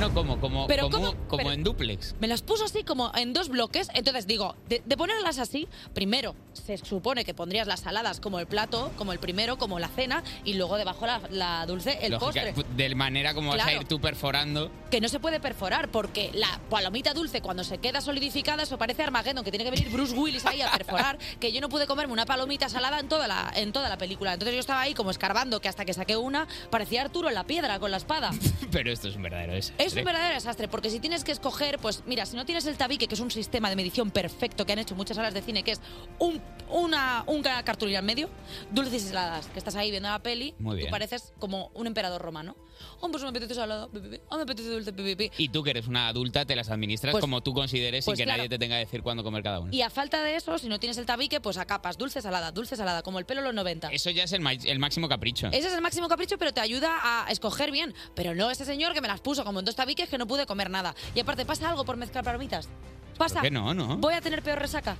No, como, como,
Pero
como,
¿cómo?
como
Pero-
en duplex.
Me las puso así como en dos bloques. Entonces digo, de, de ponerlas así, primero se supone que pondrías las saladas como el plato, como el primero, como la cena, y luego debajo la, la dulce, el
Lógica-
postre.
De manera como vas a
Claro.
ir tú perforando.
que no se puede perforar porque la palomita dulce cuando se queda solidificada eso parece Armageddon que tiene que venir Bruce Willis ahí a perforar que yo no pude comerme una palomita salada en toda la en toda la película entonces yo estaba ahí como escarbando que hasta que saqué una parecía Arturo en la piedra con la espada
Pero esto es un verdadero desastre.
es un verdadero desastre, porque si tienes que escoger, pues mira, si no tienes el tabique, que es un sistema de medición perfecto que han hecho muchas salas de cine, que es un, una, una cartulina en medio, dulces y saladas, que estás ahí viendo la peli,
Muy bien.
tú pareces como un emperador romano. Oh, pues me apetece salada, pi, pi, pi. Oh, me apetece dulce, pi, pi, pi.
Y tú que eres una adulta, te las administras
Pues-
como tú consideres
pues
sin que
claro.
nadie te tenga que decir cuándo comer cada uno.
Y a falta de eso, si no tienes el tabique, pues a capas, dulce, salada, dulce, salada, como el pelo los 90.
Eso ya es el, ma- el máximo capricho.
Ese es el máximo capricho, pero te ayuda a escoger bien. Pero no ese señor que me las puso como en dos tabiques que no pude comer nada. Y aparte, ¿pasa algo por mezclar palomitas? ¿Pasa?
¿Por qué no, no?
Voy a tener peor resaca.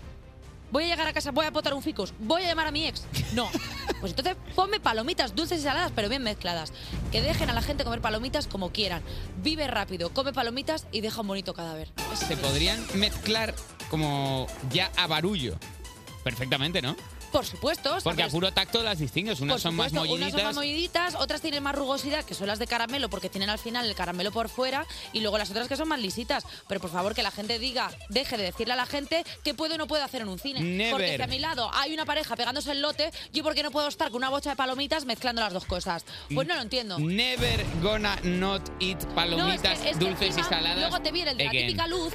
Voy a llegar a casa, voy a botar un ficus, voy a llamar a mi ex. No. Pues entonces ponme palomitas dulces y saladas, pero bien mezcladas. Que dejen a la gente comer palomitas como quieran. Vive rápido, come palomitas y deja un bonito cadáver.
Se podrían mezclar como ya a barullo. Perfectamente, ¿no?
Por supuesto. o sea,
Porque
pero
a puro tacto las distingues. Unas
pues Por
son más
supuesto, unas son más
molliditas.
molliditas, otras tienen más rugosidad, que son las de caramelo, porque tienen al final el caramelo por fuera, y luego las otras que son más lisitas. Pero por favor, que la gente diga, deje de decirle a la gente que puede o no puede hacer en un cine.
Never.
Porque si a mi lado hay una pareja pegándose el lote, yo porque no puedo estar con una bocha de palomitas mezclando las dos cosas. Pues no lo entiendo.
Never gonna not eat
No, es
palomitas
que- es que
dulces y
encima
saladas.
Luego te viene el de la
again.
típica luz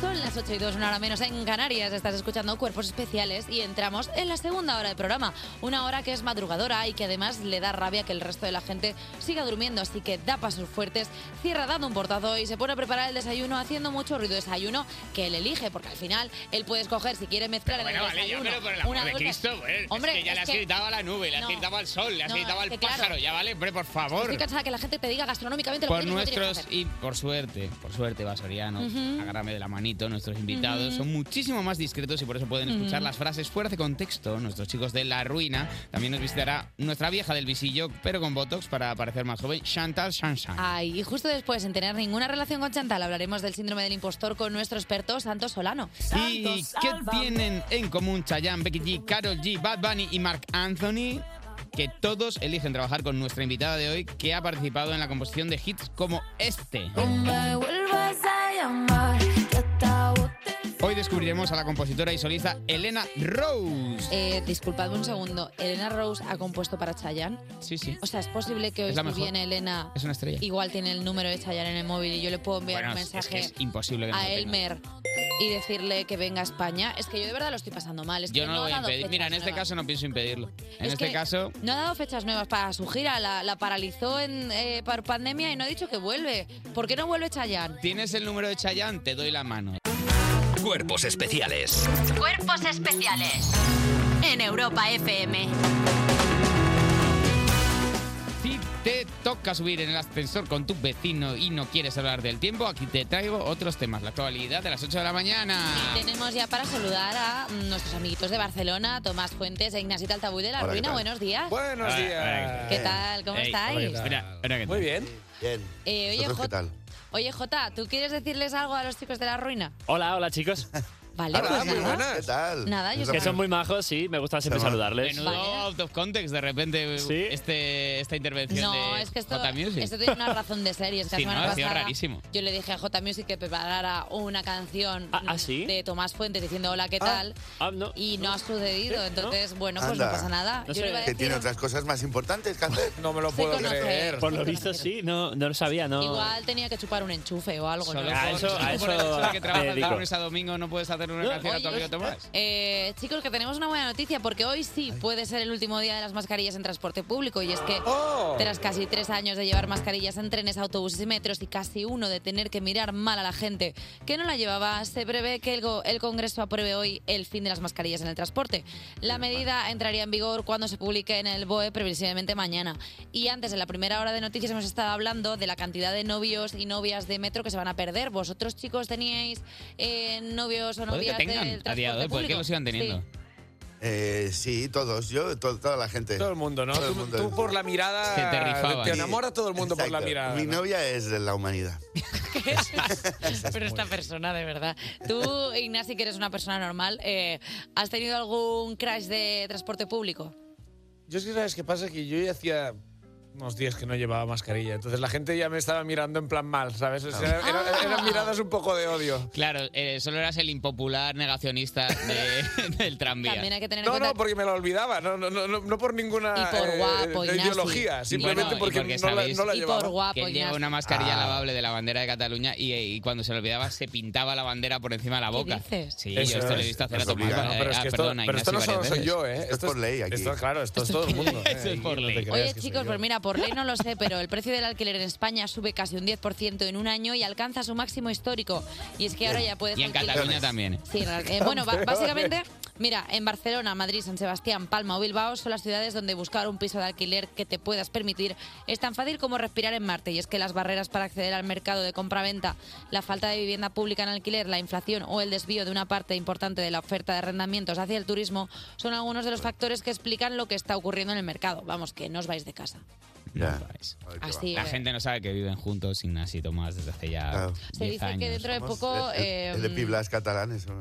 Son las 8 y 2, una hora menos en Canarias. Estás escuchando Cuerpos Especiales y entramos en la segunda hora del programa. Una hora que es madrugadora y que además le da rabia que el resto de la gente siga durmiendo. Así que da pasos fuertes, cierra dando un portazo y se pone a preparar el desayuno haciendo mucho ruido de desayuno que él elige, porque al final él puede escoger si quiere mezclar en
Bueno,
el
vale, ya,
desayuno.
pero por el amor
una
de
dulce-
Cristo, pues,
Hombre,
es que ya
es
le has
que-
gritado a la nube, le has
No.
gritado al sol, le has
No,
gritado
es
al
que
pájaro,
claro.
ya vale, hombre, por favor.
Estoy cansada que la gente te diga gastronómicamente lo
Por
que tienes y no tienes que
nuestros,
hacer.
y por suerte, por suerte, Vasoriano,
Ujú.
agárrame de la manito, nuestros invitados
Ujú.
son muchísimo más discretos y por eso pueden escuchar
Ujú.
las frases fuera de contexto. Nuestros chicos de La Ruina también nos visitará nuestra vieja del visillo, pero con Botox para parecer más joven, Chantal Shanshan.
Ay, y justo después, sin tener ninguna relación con Chantal, hablaremos del síndrome del impostor con nuestro experto Santos Solano.
¿Y qué tienen en común Chayanne, Becky G, Carol G, Bad Bunny y Mark Anthony? Que todos eligen trabajar con nuestra invitada de hoy, que ha participado en la composición de hits como este. Hoy descubriremos a la compositora y solista Elena Rose.
Eh, disculpadme un segundo. ¿Elena Rose ha compuesto para Chayanne?
Sí, sí.
O sea, ¿es posible que hoy
Es la
si
mejor.
viene Elena
Es una estrella.
igual tiene el número de Chayanne en el móvil y yo le puedo enviar
Bueno,
un
es, es
mensaje
que es imposible que no lo
a
tenga.
Elmer y decirle que venga a España? Es que yo de verdad lo estoy pasando mal. Es
Yo
que
no lo
ha
voy a
dado
impedir.
fechas
Mira, en este
nuevas.
caso no pienso impedirlo. En
Es
este
que
caso,
No ha dado fechas nuevas para su gira, la, la paralizó en, eh, por pandemia y no ha dicho que vuelve. ¿Por qué no vuelve Chayanne?
tienes el número de Chayanne, te doy la mano.
Cuerpos especiales.
Cuerpos especiales en Europa FM.
Si te toca subir en el ascensor con tu vecino y no quieres hablar del tiempo, aquí te traigo otros temas. La actualidad de las 8 de la mañana.
Tenemos ya para saludar a mm, nuestros amiguitos de Barcelona, Tomás Fuentes e Ignacio Taltabuy de La
Hola, ¿qué
Ruina.
tal?
Buenos días.
Buenos días.
¿Qué tal? ¿Cómo estáis?
Muy bien. Bien.
Eh, oye,
¿Vosotros
J,
qué tal?
oye, Jota, ¿tú quieres decirles algo a los chicos de La Ruina?
Hola, hola chicos.
Vale, Hola, pues muy nada. buenas.
¿Qué tal? Pues
Nada, yo
Que
soy-
son muy majos, sí, me gusta siempre saludarles.
Menudo out of context de repente uh, este, esta intervención
No,
de
es que esto,
J Music.
esto tiene una razón de ser y es que
Sí,
la
¿no?
semana
Ha sido
pasada
rarísimo.
yo le dije a J Music que preparara una canción de Tomás Fuentes diciendo hola, ¿qué tal? y Ah, no, ha sucedido, entonces, bueno, pues no
Anda.
pasa nada. yo le iba a
que
decir,
tiene otras cosas más importantes que hacer. No me lo
puedo conocer, creer.
Por lo visto, sí, no, no lo sabía, no.
igual tenía que chupar un enchufe o algo. ¿no?
a eso,
Por
a eso
el hecho de que
me
trabajas de
dedico.
lunes a domingo no puedes hacer hacer una canción a tu amigo Tomás?
Eh, chicos, que tenemos una buena noticia porque hoy sí puede ser el último día de las mascarillas en transporte público y es que tras casi tres años de llevar mascarillas en trenes, autobuses y metros y casi uno de tener que mirar mal a la gente que no la llevaba, se prevé que el, go- el Congreso apruebe hoy el fin de las mascarillas en el transporte. La medida entraría en vigor cuando se publique en el BOE previsiblemente mañana. Y antes, en la primera hora de noticias hemos estado hablando de la cantidad de novios y novias de metro que se van a perder. ¿Vosotros chicos teníais eh, novios o
Puede que
novias del
tengan,
transporte
a día de hoy, puede que
público?
lo sigan teniendo.
Sí.
Eh, sí, todos, yo, to- toda la gente. Todo el mundo, ¿no? tú, por la mirada.
Se te rifaba. te
enamora todo el mundo
por la mirada,
Mi
¿no?
novia es de la humanidad.
Pero esta persona, de verdad. Tú, Ignasi, que eres una persona normal, eh, ¿has tenido algún crash de transporte público?
Yo es que, ¿sabes qué pasa? Que yo ya hacía unos días que no llevaba mascarilla. Entonces la gente ya me estaba mirando en plan mal, ¿sabes? O sea, era- era-
Ah.
eran miradas un poco de odio.
Claro, eh, solo eras el impopular negacionista de- del tranvía.
También hay que tener en
No,
cuenta
no, porque me la olvidaba. No, no, no, no- no por ninguna
Y por
eh,
guapo, Ignasi.
ideología.
Y
Simplemente
bueno, y
porque, no, la,
sabéis
no la llevaba. Ah.
que él lleva una mascarilla lavable de la bandera de Cataluña y, eh, y cuando se lo olvidaba se pintaba la bandera por encima de la boca.
dices?
Sí,
Eso
yo esto lo he
es.
visto hacer a
Nos
Tomás.
obligan.
eh,
No, pero es
ah,
que esto-
perdona,
pero esto
Ignasi,
no solo
varias
soy
veces.
yo, ¿eh? Esto es Esto por es- ley aquí. esto, claro, esto es todo el mundo,
Esto
¿eh?
es por
No te
ley.
creas
Oye, chicos, pues mira, por ley no lo sé, pero el precio del alquiler en España sube casi un 10% en un año y alcanza su máximo histórico. Y es que ahora ya puedes
Y en
alquilar-
Cataluña también.
Sí, en la- eh, bueno, ba- básicamente, mira, en Barcelona, Madrid, San Sebastián, Palma o Bilbao son las ciudades donde buscar un piso de alquiler que te puedas permitir es tan fácil como respirar en Marte. Y es que las barreras para acceder al mercado de compraventa, la falta de vivienda pública en alquiler, la inflación o el desvío de una parte importante de la oferta de arrendamientos hacia el turismo son algunos de los factores que explican lo que está ocurriendo en el mercado. Vamos, que no os vais de casa. Así
la
es.
gente no sabe que viven juntos Ignasi y Tomás desde hace ya 10
Se dice que
años.
dentro de poco... eh,
Es de piblas catalanes. ¿o no?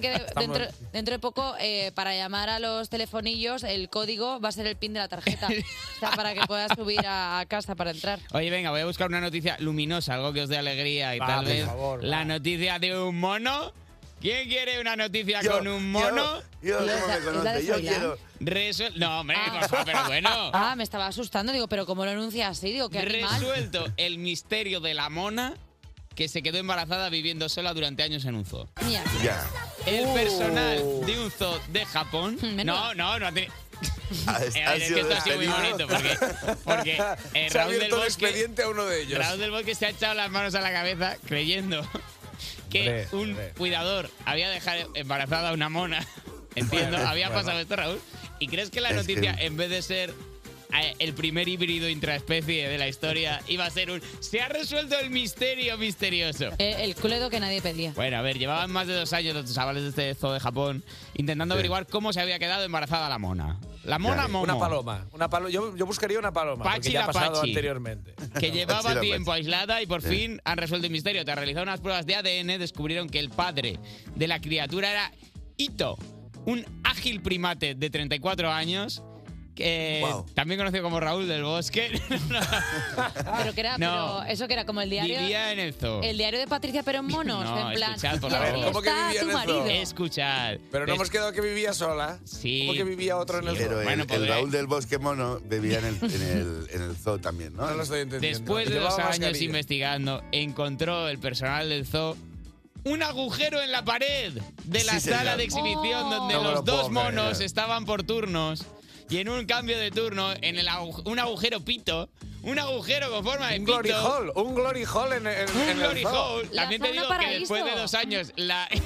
que de-
Estamos-
dentro, dentro de poco, eh, para llamar a los telefonillos, el código va a ser el pin de la tarjeta. O sea, para que puedas subir a, a casa para entrar.
Oye, venga, voy a buscar una noticia luminosa, algo que os dé alegría y
Va,
tal
por
vez
favor,
la noticia de un mono. ¿Quién quiere una noticia
Yo,
con un mono?
yo, ¿cómo
me ¿Es la- es la de conoce? Yo Froilán? quiero-
Resol- No, hombre, por favor, pero bueno.
Ah, me estaba asustando. Digo, pero ¿cómo lo enuncia así? Digo, qué animal.
Resuelto el misterio de la mona que se quedó embarazada viviendo sola durante años en un zoo.
Mía.
Ya.
Uh.
El personal de un zoo de Japón.
menuda.
No, no, no. ha tenido-
Ha-
Eh,
ha
es que
sido
esto ha sido muy bonito
despedido.
porque, porque eh,
Se ha
Raúl del
abierto el
Bosque
expediente a uno de ellos.
Raúl del Bosque se ha echado las manos a la cabeza creyendo que
Hombre,
un
hombre.
cuidador había dejado embarazada a una mona. Entiendo,
Bueno,
había
bueno.
pasado esto, Raúl. ¿Y crees que la noticia, en vez de ser eh, el primer híbrido intraespecie de la historia, iba a ser un se ha resuelto el misterio misterioso?
Eh, el cluedo que nadie pedía.
Bueno, a ver, llevaban más de dos años los chavales de este zoo de Japón intentando averiguar cómo se había quedado embarazada la mona. La mona mono.
Una paloma. Una palo- yo, yo buscaría una paloma,
Pachi
porque ya ha
la
pasado
Pachi.
anteriormente.
que llevaba
la
tiempo aislada y por
Sí.
fin han resuelto el misterio. Tras realizar unas pruebas de ADN, descubrieron que el padre de la criatura era Ito, un ágil primate de 34 años. Que
Guau.
también conocido como Raúl del Bosque,
Pero que era,
No.
pero eso que era como el diario.
vivía en el zoo.
El diario de Patricia Perón Monos.
No,
en plan.
escuchad, por
y así
favor. ¿Cómo que
está
vivía en
tu
el zoo?
marido.
Escuchad.
Pero no hemos quedado que vivía sola.
Ah, Sí.
¿Cómo que vivía otro en el zoo?
Pero el, el Raúl del Bosque Mono bebía en el, en el, en el zoo también, ¿no?
No lo estoy entendiendo.
Después de
Llevaba
dos años
mascarilla.
investigando, encontró el personal del zoo un agujero en la pared de la
Sí,
sala
señor.
de exhibición donde
No me
los
lo puedo
dos monos
creer.
estaban por turnos. Y en un cambio de turno, en el agu- un agujero pito, un agujero con forma de
Un
pito.
glory hole, un glory hole en, en-
un
en
glory
el zoo.
hole. También te digo que después de dos años, la.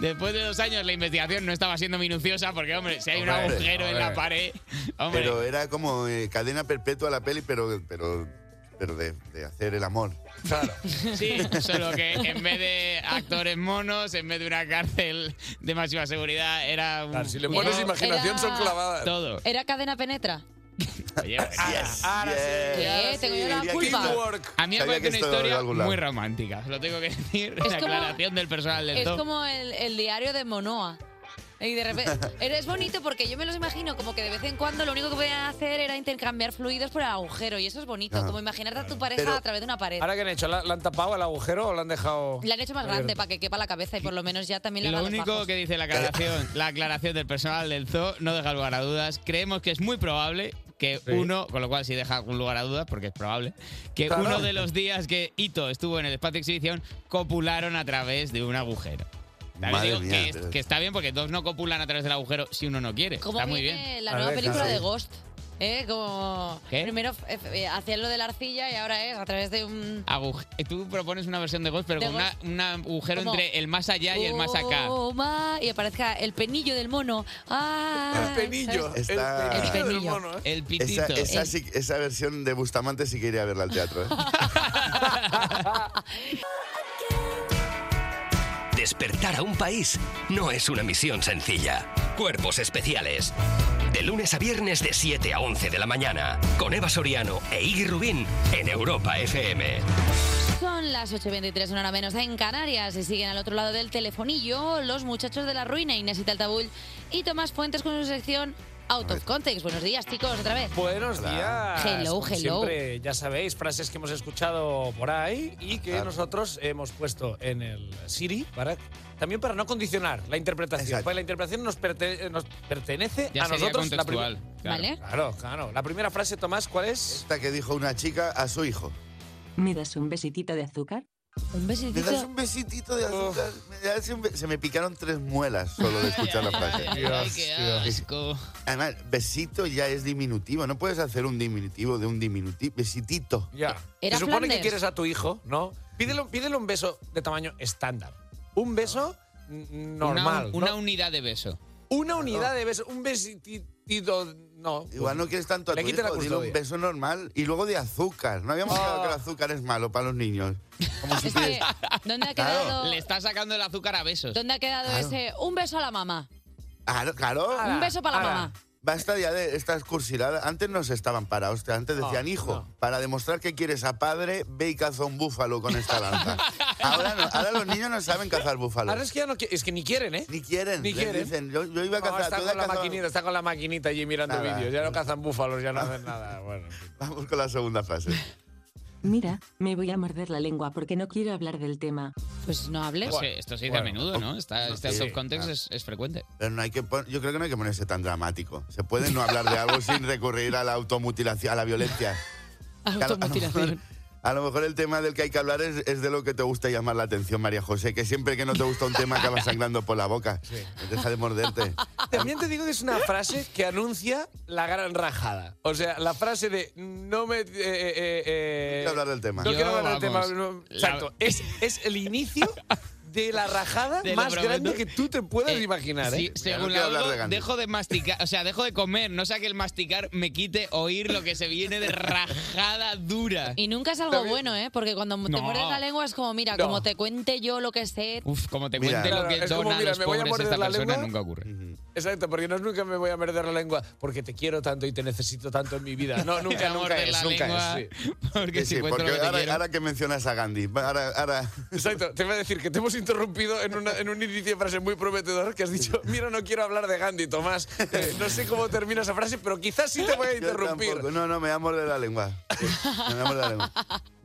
Después de dos años la investigación no estaba siendo minuciosa porque, hombre, si hay un
Hombre,
agujero en la
hombre.
pared... Hombre,
Pero era como eh, cadena perpetua la peli, pero, pero, pero de, de hacer el amor.
Claro.
Sí, solo que en vez de actores monos, en vez de una cárcel de máxima seguridad, era un.
si le pones
Era-
imaginación, son
era-
clavadas.
Todo.
Era cadena penetra.
Oye, ahora
sí, ahora Tengo sí. yo la culpa.
A mí me
Sabía
parece
que
una
esto iba a
historia
algún lado.
muy romántica, lo tengo que decir.
Es
la
como-
aclaración del personal del
Es
top.
como el, el diario de Monoa. Y de repente. Es bonito porque yo me los imagino como que de vez en cuando lo único que podían hacer era intercambiar fluidos por el agujero. Y eso es bonito,
Ah,
como imaginarte a tu pareja
Pero-
a través de una pared.
¿Ahora qué han hecho? ¿La, la han tapado el agujero o la han dejado...?
La han hecho más grande
abierta?
para que quepa la cabeza y por lo menos ya también la
Lo
hagan los
único
bajos.
que dice la aclaración, la aclaración del personal del zoo no deja lugar a dudas. Creemos que es muy probable que uno, con lo cual sí deja algún lugar a dudas, porque es probable, que
Claro.
uno de los días que Ito estuvo en el espacio de exhibición copularon a través de un agujero. También
Madre
digo
mía.
que, es- que está bien porque dos no copulan a través del agujero si uno no quiere.
Como
está muy
viene
bien.
la nueva película de Ghost. ¿Eh? Como
¿Qué?
primero eh, eh, hacían lo de la arcilla y ahora es a través de un...
Aguj- eh, Tú propones una versión de Ghost, pero
De
con una- un agujero
Como-
entre el más allá y el más acá.
Oh, ma- y aparezca el penillo del mono. Ah, ¿sabes?
Está-
El penillo.
El
¿eh? Esa,
pitito.
esa
Eh.
El-
sí- esa versión de Bustamante sí que iría a verla al teatro. ¿eh?
Despertar a un país no es una misión sencilla. Cuerpos especiales. De lunes a viernes de 7 a 11 de la mañana. Con Eva Soriano e Iggy Rubín en Europa FM.
Son las 8.23, una hora menos en Canarias y siguen al otro lado del telefonillo los muchachos de la ruina, Inés y Taltabull y Tomás Fuentes con su sección Out of Context. Buenos días, chicos, otra vez.
Buenos días.
Hello,
Como
hello.
Siempre, ya sabéis, frases que hemos escuchado por ahí y que
Claro.
nosotros hemos puesto en el Siri para también para no condicionar la interpretación. Pues la interpretación nos, perte- eh, nos pertenece
Ya sería
a nosotros. la
contextual,
prim-
claro. Vale.
Claro, claro. La primera frase, Tomás, ¿cuál es?
Esta que dijo una chica a su hijo.
¿Me das un besitito de azúcar?
¿Un
¿Me das un besitito de azúcar? Me das un be- Se me picaron tres muelas solo de escuchar la frase.
ay, ay, qué asco.
Además, besito ya es diminutivo. No puedes hacer un diminutivo de un diminutivo. Besitito.
Ya.
E-, Era
Se supone
Flanders.
que quieres a tu hijo, ¿no? Pídele, pídele un beso de tamaño estándar. Un beso n- normal.
Una, una
¿no?
unidad de beso.
Una unidad de beso, un besitito, no.
Igual no quieres tanto a
Le
tu
quita la
hijo, dile un
custodia.
beso normal y luego de azúcar. No
Oh.
habíamos quedado que el azúcar es malo para los niños. Como si quieres-
¿Dónde ha
Claro.
quedado,
Le está sacando el azúcar a besos.
¿dónde ha quedado
Claro.
ese un beso a la mamá?
Claro, Ah, claro.
Un beso para la Ala. mamá.
Basta ya de estas cursiladas. Antes no se estaban parados. Antes decían, hijo, para demostrar que quieres a padre, ve y caza un búfalo con esta lanza. ahora, no- ahora los niños no saben cazar búfalos.
Ahora es que ya Ah, no qui- es que ni quieren, ¿eh?
Ni quieren.
Ni
les
quieren.
dicen, yo, yo iba a
No,
cazar.
está
tú
con
ya
la
cazabas.
maquinita, está con la maquinita allí mirando
Nada.
vídeos. Ya no cazan búfalos, ya no hacen nada. Bueno.
Vamos con la segunda frase.
Mira, me voy a morder la lengua porque no quiero hablar del tema.
Pues no hables.
No sé, esto se dice a menudo, ¿no? Está, este subcontext es, es frecuente.
Ah. Pero no hay que pon- yo creo que no hay que ponerse tan dramático. Se puede no hablar de algo sin recurrir a la automutilación, a la violencia.
Automutilación.
A lo mejor el tema del que hay que hablar es, es de lo que te gusta llamar la atención, María José, que siempre que no te gusta un tema acabas sangrando por la boca. Deja de morderte.
También te digo que es una frase que anuncia la gran rajada. O sea, la frase de no me. eh, eh, eh, eh,
No quiero hablar del tema.
No
Yo,
quiero hablar del tema.
vamos,
no,
la-
exacto. Es, es el inicio de la rajada
Te lo
más
prometo.
grande que tú te puedas
Eh,
imaginar.
sí,
¿eh?
según la Olgo, dejo de masticar, o sea, dejo de comer, no sea que el masticar me quite oír lo que se viene de rajada dura.
Y nunca es algo bueno, ¿eh? Porque cuando te
No.
muerdes la lengua es como, mira,
No.
como te cuente yo lo que sé.
Uf, como te
Mira.
cuente lo
Claro,
que
es como,
dona a
mira,
los
me voy a
pobres
morder
esta
la
persona,
lengua.
nunca ocurre.
Exacto, porque no, nunca me voy a morder la lengua porque te quiero tanto y te necesito tanto en mi vida. No,
Te
nunca,
voy a
nunca
morder
es,
la
nunca
lengua
es. sí.
Porque si encuentro
porque
lo que
ahora,
quiero.
ahora que mencionas a Gandhi, va, ahora, ahora
Exacto, te voy a decir que te hemos interrumpido en, una- en un inicio de frase muy prometedor que has dicho, mira, no quiero hablar de Gandhi, Tomás. Eh, no sé cómo termina esa frase, pero quizás sí te voy a
Yo
interrumpir.
tampoco. No, no, me voy a morder la lengua. Me voy a morder la lengua.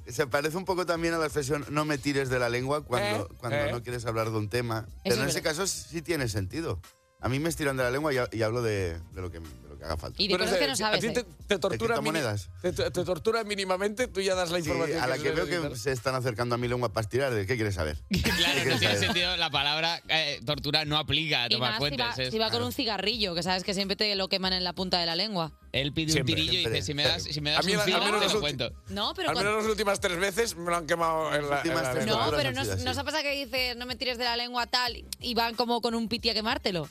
Se parece un poco también a la expresión no me tires de la lengua cuando,
Eh,
cuando
eh.
no quieres hablar de un tema.
es
Pero en ese caso sí tiene sentido. A mí me estiran de la lengua y, ha- y hablo de, de lo que, de lo que haga falta.
Y de cosas que no sabes.
A ti te,
¿eh?
te tortura
¿De
mini-
criptomonedas?
te, te tortura mínimamente, tú ya das la
Sí,
información.
a la que
se
veo que
necesita.
se están acercando a mi lengua para tirar, ¿de qué quieres saber?
Claro, no tiene sentido, la palabra eh, tortura no aplica a
Y
Tomás
más si
Fuentes.
va,
es-
si va con un cigarrillo, que sabes que siempre te lo queman en la punta de la lengua.
Él pide
Siempre,
un tirillo
siempre,
y dice, si me das, si me
A
das
mí
un
al
cigarro,
menos
te
los
lo
ulti-
cuento.
No, pero
Al
cuando-
menos las últimas tres veces me lo han quemado en la. en la
tres
lengua.
No, pero no, no os ha pasado que dices, no me tires de la lengua tal, y van como con un piti a quemártelo.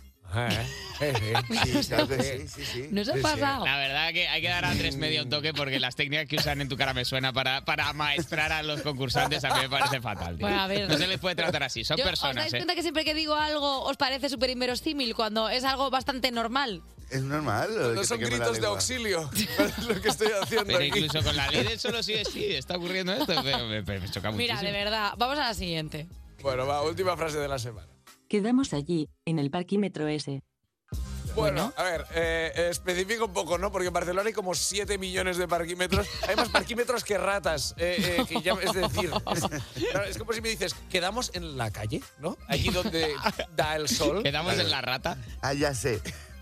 Sí, claro que sí, sí, sí.
Nos ha pasado.
La verdad que hay que dar a tres media un toque porque las técnicas que usan en tu cara me suena para, para amaestrar a los concursantes a mí me parece fatal. tío.
Bueno, a ver.
No se les puede tratar así, son
Yo- ¿Os
personas.
dais
¿eh?
cuenta que siempre que digo algo os parece súper inverosímil cuando es algo bastante normal?
Es normal. lo de
No
que
son
te queme la
gritos de
lengua.
auxilio. es lo que estoy haciendo
Pero
aquí.
incluso con la ley del solo sí es sí, está ocurriendo esto, pero me, me- me choca muchísimo.
Mira, de verdad, vamos a la siguiente.
Bueno, va, última frase de la semana.
Quedamos allí, en el parquímetro ese.
Bueno, a ver, eh, especifico un poco, ¿no? Porque en Barcelona hay como 7 millones de parquímetros. Hay más parquímetros que ratas. eh, eh, que ya- es decir, es, claro, es como si me dices, quedamos en la calle, ¿no? Allí donde da el sol.
Quedamos en la rata.
Ah, ya sé.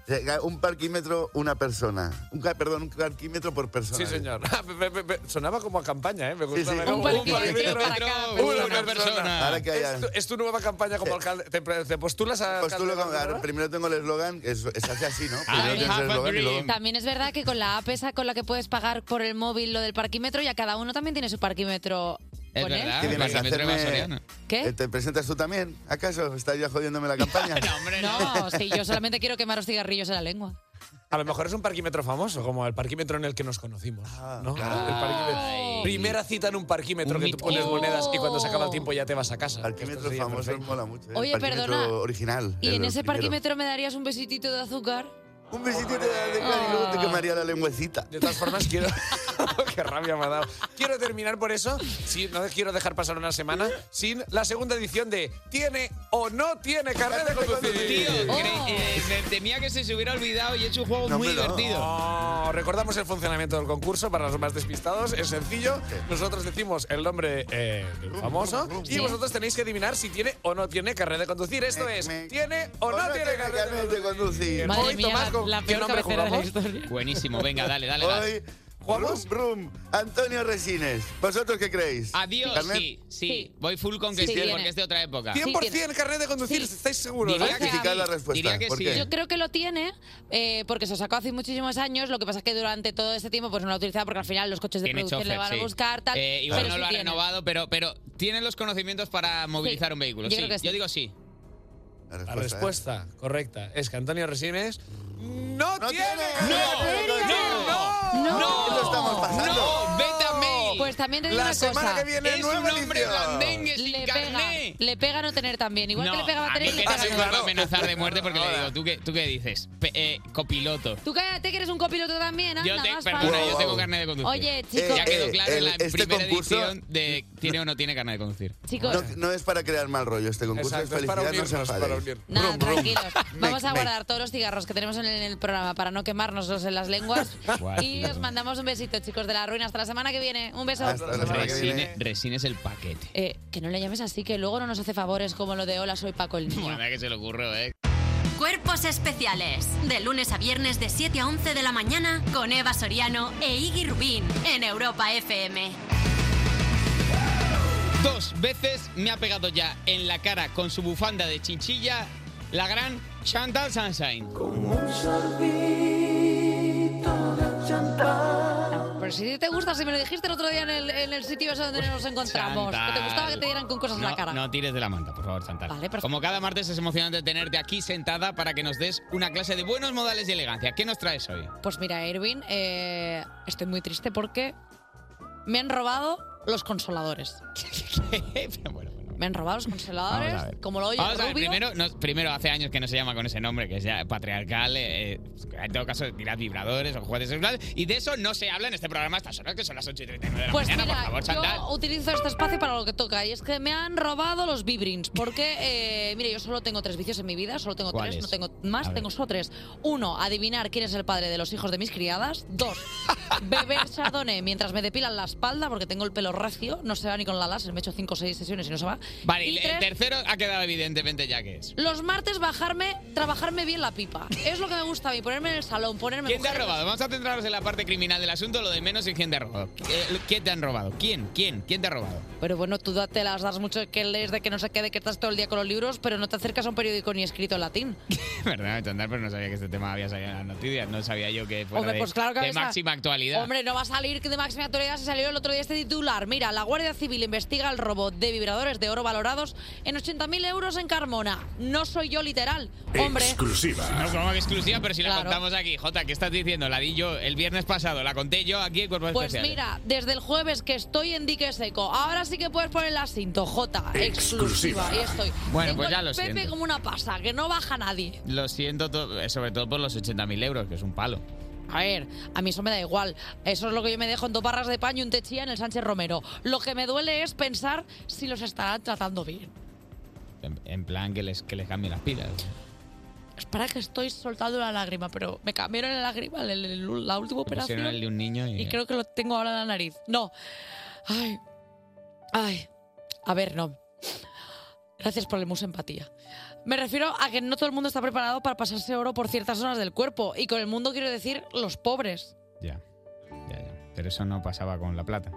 Eh, Un parquímetro, una persona. Un, ca- perdón, un parquímetro por persona. eh.
Sí, señor. Ah, Pe- pe- pe- Sonaba como a campaña, ¿eh? Me gustaba.
sí. Un
Como
parquímetro para cada persona.
una persona.
Ahora que haya- Eh,
¿Es, tu, es tu nueva campaña como alcalde. ¿Te, pre- te postulas a
Postulo
alcalde de
con- ahora,
Barcelona?
primero tengo el eslogan, que es, es así así, ¿no? Primero
I
ah, pues
tienes el
have a
eslogan y luego-
Eh, También es verdad que con la app esa con la que puedes pagar por el móvil lo del parquímetro, ya cada uno también tiene su parquímetro.
¿Qué
con él.
verdad,
vienes
el
a
parquímetro
hacerme-
vasoriano.
Eh, ¿Te presentas tú también? ¿Acaso estás ya jodiéndome la campaña?
No, sí, yo solamente quiero quemaros cigarrillos en la lengua.
A lo mejor es un parquímetro famoso, como el parquímetro en el que nos conocimos.
Ah,
¿no? El parquímetro- Primera cita en un parquímetro que tú pones monedas y cuando se acaba el tiempo ya te vas a casa. Parquímetro
famoso mola mucho.
¿eh? Oye,
parquímetro
perdona.
original.
¿Y
el
en ese
primero.
parquímetro me darías un besitito de azúcar? Ah.
Un besitito de azúcar y luego te quemaría la lengüecita.
De todas formas, quiero. Qué rabia me ha dado. Quiero terminar por eso. Sí, no quiero dejar pasar una semana sin la segunda edición de ¿Tiene o no tiene carnet de conducir?
Tío,
Oh.
cre- eh, me temía que se se hubiera olvidado y he hecho un juego muy divertido.
No, oh, recordamos el funcionamiento del concurso para los más despistados. Es sencillo. Nosotros decimos el nombre eh, de un famoso y
Sí.
vosotros tenéis que adivinar si tiene o no tiene carnet de conducir. Esto es, ¿tiene o no, tiene carnet de conducir?
conducir?
Madre Hoy, mía, Tomás, la- ¿con la qué peor nombre cabecera de la jugamos?
Buenísimo, venga, dale, dale. dale.
Hoy, ¿Jugamos? Brum, brum. Antonio Resines. ¿Vosotros qué creéis?
Adiós,
¿Carnet?
sí, sí, Voy full con que
Sí,
sí,
tiene.
porque es de otra época.
100% carnet de conducir, ¿estáis seguros?
Diría que Justificad sí. la respuesta, Diría que ¿por sí. qué?
Yo creo que lo tiene eh, porque se lo sacó hace muchísimos años. Lo que pasa es que durante todo este tiempo pues no lo ha utilizado porque al final los coches de
Tiene
producción le
chofer,
van
sí.
a buscar, tal.
Eh, igual
pero
no
sí
lo ha
tiene.
renovado, pero, pero tiene los conocimientos para movilizar un vehículo.
Yo
sí,
creo que sí.
yo digo sí.
La respuesta correcta es que Antonio Resines no, tiene.
¡No! ¡No!
lo estamos pasando.
¡No! ¡Vete a mail!
Pues también te digo
La
una
semana
cosa.
que viene, Es nueva un hombre edición. blandengue sin
le pega,
carné.
le pega no tener también. Igual
no,
que le pegaba
a
a
mí
tener,
que
le
no
pega
me
no
va
tener.
a amenazar de muerte porque le digo, ¿tú qué, tú qué dices? Pe- eh, copiloto.
Tú cállate que eres un copiloto también, anda,
Yo, te-
más
perdona,
para.
yo tengo carnet de conducir.
Oye, chicos.
ya quedó
eh,
claro en la
el- este
primera
concurso-
edición de tiene o no tiene carnet de conducir.
Chicos.
No, no es para crear mal rollo este concurso,
Exacto,
es
es para
felicidad, no se
unirnos, para
enfadéis.
Nada, tranquilos. Vamos a
Mec, mec.
guardar todos los cigarros que tenemos en el, en el programa para no quemárnoslos en las lenguas.
Guau,
y
tío.
os mandamos un besito, chicos, de la ruina. Hasta la semana que viene. Un beso.
Resine, resine es el paquete.
Eh, que no le llames así, que luego no nos hace favores como lo de hola, soy Paco el niño.
Bueno, mira que se le ocurrió, ¿eh?
Cuerpos especiales. De lunes a viernes de 7 a 11 de la mañana con Eva Soriano e Iggy Rubín en Europa FM.
Dos veces me ha pegado ya en la cara con su bufanda de chinchilla la gran Chantal Sunshine.
Pero si te gusta, si me lo dijiste el otro día en el, en el sitio ese donde nos encontramos, que te gustaba que te dieran con cosas en
No,
la cara.
No tires de la manta, por favor, Chantal. Como cada martes es emocionante tenerte aquí sentada para que nos des una clase de buenos modales y elegancia. ¿Qué nos traes hoy?
Pues mira, Irving, eh, estoy muy triste porque me han robado los consoladores. Me han robado los consoladores,
Vamos a ver.
como lo oye
Vamos a ver,
Rubio.
primero, no- primero, hace años que no se llama con ese nombre, que es ya patriarcal. eh, eh, en todo caso, tirad vibradores o juguetes sexuales. Y de eso no se habla en este programa a estas horas, que son las 8 y 39 de la
Pues
mañana.
mira,
por favor, Chantal.
yo utilizo este espacio para lo que toca y es que me han robado los bibrins porque, eh, mire, yo solo tengo tres vicios en mi vida, solo tengo tres,
¿Cuáles?
no tengo más,
ver.
tengo solo tres. Uno, adivinar quién es el padre de los hijos de mis criadas. Dos, beber chardonnay mientras me depilan la espalda porque tengo el pelo recio, no se va ni con la láser, me he hecho cinco o seis sesiones y no se va.
Vale,
y
y el
tres,
tercero ha quedado evidentemente ya que es.
los martes bajarme, trabajarme bien la pipa. Es lo que me gusta a mí, ponerme en el salón, ponerme...
¿Quién te ha
mujer-
robado? Vamos a centrarnos en la parte criminal del asunto, lo de menos y quién te ha robado. Eh, ¿Quién te han robado? ¿Quién? ¿Quién? ¿Quién te ha robado?
Pero bueno, tú da- te las das mucho que lees de que no se quede que estás todo el día con los libros, pero no te acercas a un periódico ni escrito en latín.
Perdóname, Chantal, pero no sabía que este tema había salido en las noticias. No sabía yo que fuera
Hombre,
de,
pues claro que
de
habéis-
máxima actualidad.
Hombre, no va a salir que de máxima actualidad se salió el otro día este titular. Mira, la Guardia Civil investiga el robo de vibradores de oro valorados en 80.000 euros en Carmona. No soy yo literal. Hombre,
Exclusiva.
No, como que exclusiva, pero si la
Claro.
contamos aquí. Jota, ¿qué estás diciendo? La di yo el viernes pasado, la conté yo aquí en Cuerpos
pues
Especiales.
mira, desde el jueves que estoy en dique seco, ahora sí que puedes poner el asiento, J, exclusiva.
Exclusiva.
Y estoy.
Bueno,
Tengo
pues ya
el
lo
Pepe
siento.
como una pasa, que no baja nadie.
Lo siento, to- eh, sobre todo por los 80.000 euros, que es un palo.
A ver, a mí eso me da igual. Eso es lo que yo me dejo en dos barras de paño y un techía en el Sánchez Romero. Lo que me duele es pensar si los estarán tratando bien.
En, en plan, que les, que les cambien las pilas.
Es para que estoy soltando una lágrima, pero me cambiaron la lágrima en el- en la última operación
Pusieron el de un niño y...
y creo que lo tengo ahora en la nariz. No. Ay. Ay. A ver, no. Gracias por el mus empatía. Me refiero a que no todo el mundo está preparado para pasarse oro por ciertas zonas del cuerpo. Y con el mundo quiero decir los pobres.
Ya, ya, ya. Pero eso no pasaba con la plata.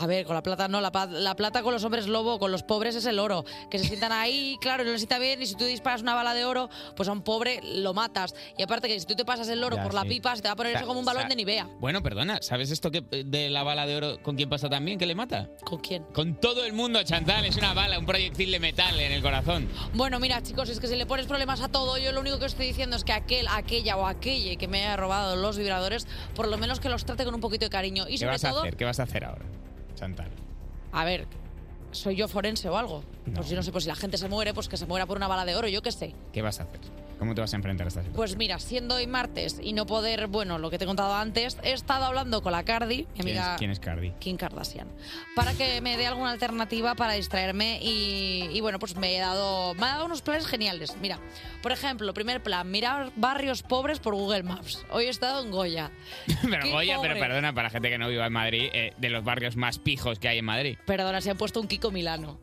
A ver, con la plata no, la, pa- la plata con los hombres lobo, con los pobres es el oro. Que se sientan ahí, claro, y no les sienta bien, y si tú disparas una bala de oro, pues a un pobre lo matas. Y aparte que si tú te pasas el oro
Ya,
por la
sí.
pipa, se te va a poner
Sa-
eso como un balón
sa-
de Nivea.
Bueno, perdona, ¿sabes esto que, de la bala de oro con quién pasa también? ¿Que le mata?
¿Con quién?
Con todo el mundo, Chantal. Es una bala, un proyectil de metal en el corazón.
Bueno, mira, chicos, es que si le pones problemas a todo, yo lo único que estoy diciendo es que aquel, aquella o aquelle que me haya robado los vibradores, por lo menos que los trate con un poquito de cariño. Y
¿Qué
sobre
vas a
todo,
hacer? ¿Qué vas a hacer ahora, Chantal?
a ver, ¿soy yo forense o algo? Pues yo no sé, pues si la gente se muere, pues que se muera por una bala de oro, yo qué sé.
¿Qué vas a hacer? ¿Cómo te vas a enfrentar a esta situación?
Pues mira, siendo hoy martes y no poder, bueno, lo que te he contado antes, he estado hablando con la Cardi, mi
¿Quién es,
amiga
quién es Cardi?
Kim Kardashian, para que me dé alguna alternativa para distraerme y, y, bueno, pues me he dado, me ha dado unos planes geniales. Mira, por ejemplo, primer plan, mirar barrios pobres por Google Maps. Hoy he estado en Goya.
Pero
Qué
Goya, pero
pobre.
perdona, para la gente que no viva en Madrid, eh, de los barrios más pijos que hay en Madrid.
Perdona, se han puesto un Kiko Milano.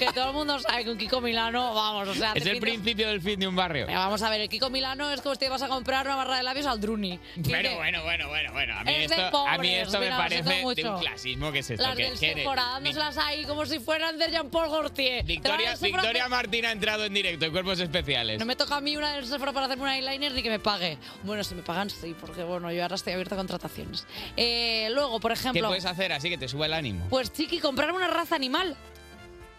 que todo el mundo sabe que un Kiko Milano, vamos, o sea...
es
te
el
pintas-
principio del fin de un barrio.
Mira, Vamos a ver, el Kiko Milano es como si te vas a comprar una barra de labios al Druni.
Pero bueno, bueno, bueno, bueno. A mí
Es de
esto, a mí
pobres,
esto me
mira, lo siento
parece de un
mucho.
clasismo que es esto.
Las
que-
del
que eres-
Sephora, dándoselas ahí como si fueran de Jean-Paul Gaultier.
Victoria,
Traes un frac-
Victoria Martín ha entrado en directo en Cuerpos Especiales.
No me toca a mí una del Sephora para hacerme un eyeliner ni que me pague. Bueno, si me pagan, sí, porque bueno, yo ahora estoy abierta a contrataciones. Eh, luego, por
¿Qué
ejemplo,
puedes hacer así que te suba el ánimo?
pues chiqui, comprarme una raza animal.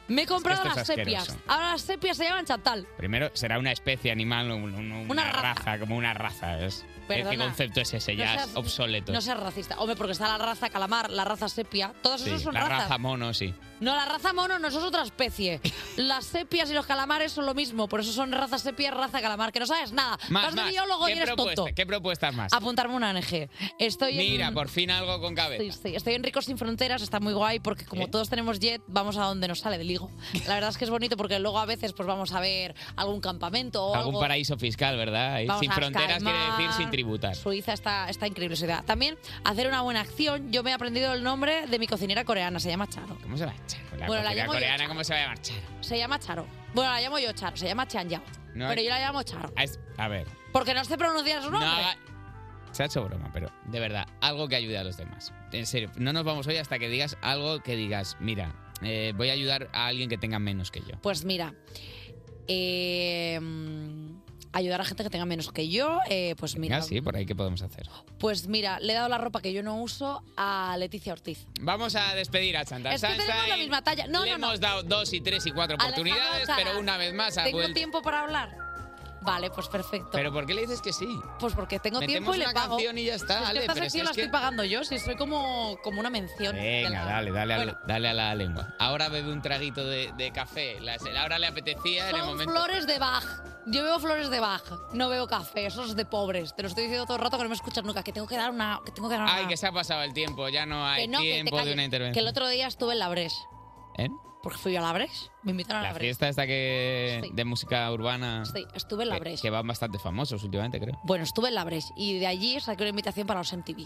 Me he comprado
esto es
las sepias.
asqueroso.
Ahora las sepias se llaman chatal.
Primero, será una especie animal, un- un- una, raza. como una raza. ¿ves? ¿Qué,
Perdona.
qué concepto es ese?
No
Ya
seas-
es obsoleto.
No seas racista. Hombre, porque está la raza calamar, la raza sepia. Todas
Sí,
esas son
la
razas.
raza mono, sí.
No, la raza mono no, eso es otra especie. Las sepias y los calamares son lo mismo, por eso son raza sepia, raza calamar, que no sabes nada.
Más,
Vas de
más.
biólogo y
¿Qué,
eres
propuesta-
tonto. Ah, pues,
¿Qué propuestas más?
Apuntarme a una ONG. Estoy
Mira,
en...
por fin algo con cabeza.
Sí, sí, Estoy en Ricos Sin Fronteras, está muy guay porque como todos tenemos jet, vamos a donde nos sale del higo. La verdad es que es bonito porque luego a veces pues vamos a ver algún campamento o
Algún
algo.
paraíso fiscal, ¿verdad? Ahí,
Vamos
sin
a
fronteras quiere decir
calmar.
sin tributar.
Suiza está, está increíble su ciudad. También hacer una buena acción. Yo me he aprendido el nombre de mi cocinera coreana, se llama Charo.
¿Cómo se va a echar? La
Bueno,
cocina
la llamo yo
coreana,
Charo.
¿cómo se va a llamar? Charo.
Se llama Charo. Bueno, la llamo yo Charo, se llama Chan Yao.
No,
pero
es-
yo la llamo Charo.
Ah, es- A ver,
Porque no sé pronunciar su
No
nombre.
haga- se ha hecho broma, pero de verdad, algo que ayude a los demás. En serio, no nos vamos hoy hasta que digas algo que digas, mira, eh, voy a ayudar a alguien que tenga menos que yo.
Pues mira, eh, mm, ayudar a gente que tenga menos que yo, eh, pues mira.
Venga, sí, por ahí qué podemos hacer.
Pues mira, le he dado la ropa que yo no uso a Leticia Ortiz.
Vamos a despedir a Chantal
Es que tenemos
Sunshine.
la misma talla. No,
Le
no, no.
hemos dado dos y tres y cuatro
Alejandro
oportunidades,
Caras.
pero una vez más ha
¿Tengo
vuelto.
tiempo para hablar? Vale, pues perfecto.
¿Pero por qué le dices que sí?
Pues porque tengo
Metemos
tiempo y le
una
pago.
canción y ya está,
Si es que
Ale,
esta
pero si
sección
es
la
que-
estoy pagando yo, si soy como, como una mención. de
Venga,
la-
dale, dale, a la-
Bueno,
dale a la lengua. Ahora bebe un traguito de, de café. Las- ahora le apetecía en el
Son
momento.
flores de Bach. Yo bebo flores de Bach, no bebo café, eso es de pobres. Te lo estoy diciendo todo el rato que no me escuchas nunca, que tengo que dar una... Que tengo que dar una-
Ay, que se ha pasado el tiempo, ya no hay
Que no, que te
tiempo de
calles,
una intervención.
Que el otro día estuve en la Breche,
¿En?
porque fui a la Breche, me invitaron a
La
la Breche.
fiesta esta que
Sí.
de música urbana
Sí, estuve en la
que-
Breche.
que van bastante famosos últimamente, creo.
Bueno, estuve en la Breche y de allí saqué una invitación para los MTV.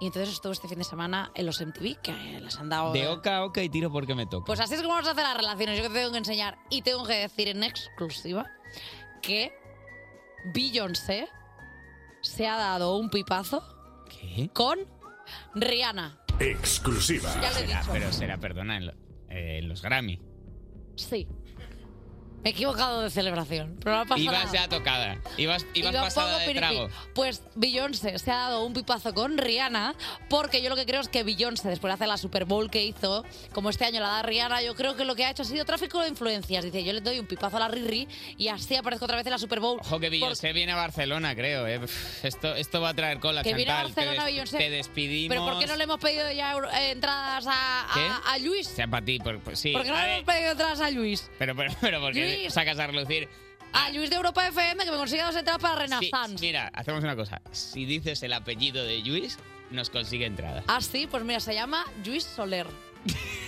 Y entonces estuve este fin de semana en los MTV, que les han dado...
De oca a oca y tiro porque me toca.
Pues así es como vamos a hacer las relaciones. Yo te tengo que enseñar y tengo que decir en exclusiva que Beyoncé se ha dado un pipazo con Rihanna.
Exclusiva.
Ya lo he
será,
dicho.
pero será, perdona, en, lo- eh, en los Grammy.
Sí. Me he equivocado de celebración, pero no pasa
Ibas
nada.
ya tocada. Ibas, ibas
Iba un
pasada
poco
de
piripí.
trago.
Pues Beyoncé se ha dado un pipazo con Rihanna, porque yo lo que creo es que Beyoncé, después de hacer la Super Bowl que hizo, como este año la da Rihanna, yo creo que lo que ha hecho ha sido tráfico de influencias. Dice, yo le doy un pipazo a la Riri y así aparezco otra vez en la Super Bowl.
Ojo que Beyoncé viene a Barcelona, creo. eh. Pff, Esto, esto va a traer cola,
Que viene a
Chantal. Te,
Barcelona
des-
Beyoncé.
te despedimos.
¿Pero por qué no le hemos pedido ya euro- eh, entradas a, a-
¿Qué?
a Luis?
O sea, para ti, por- por- sí.
¿Por qué no
A
le
ver,
hemos pedido entradas a Luis?
pero, pero, pero porque
Luis.
sacas a relucir.
A Luis de Europa FM que me consiga dos entradas para
Ah. Sí,
Renaissance.
mira, hacemos una cosa. Si dices el apellido de Luis, nos consigue entrada.
Ah, sí, pues mira, se llama Luis Soler.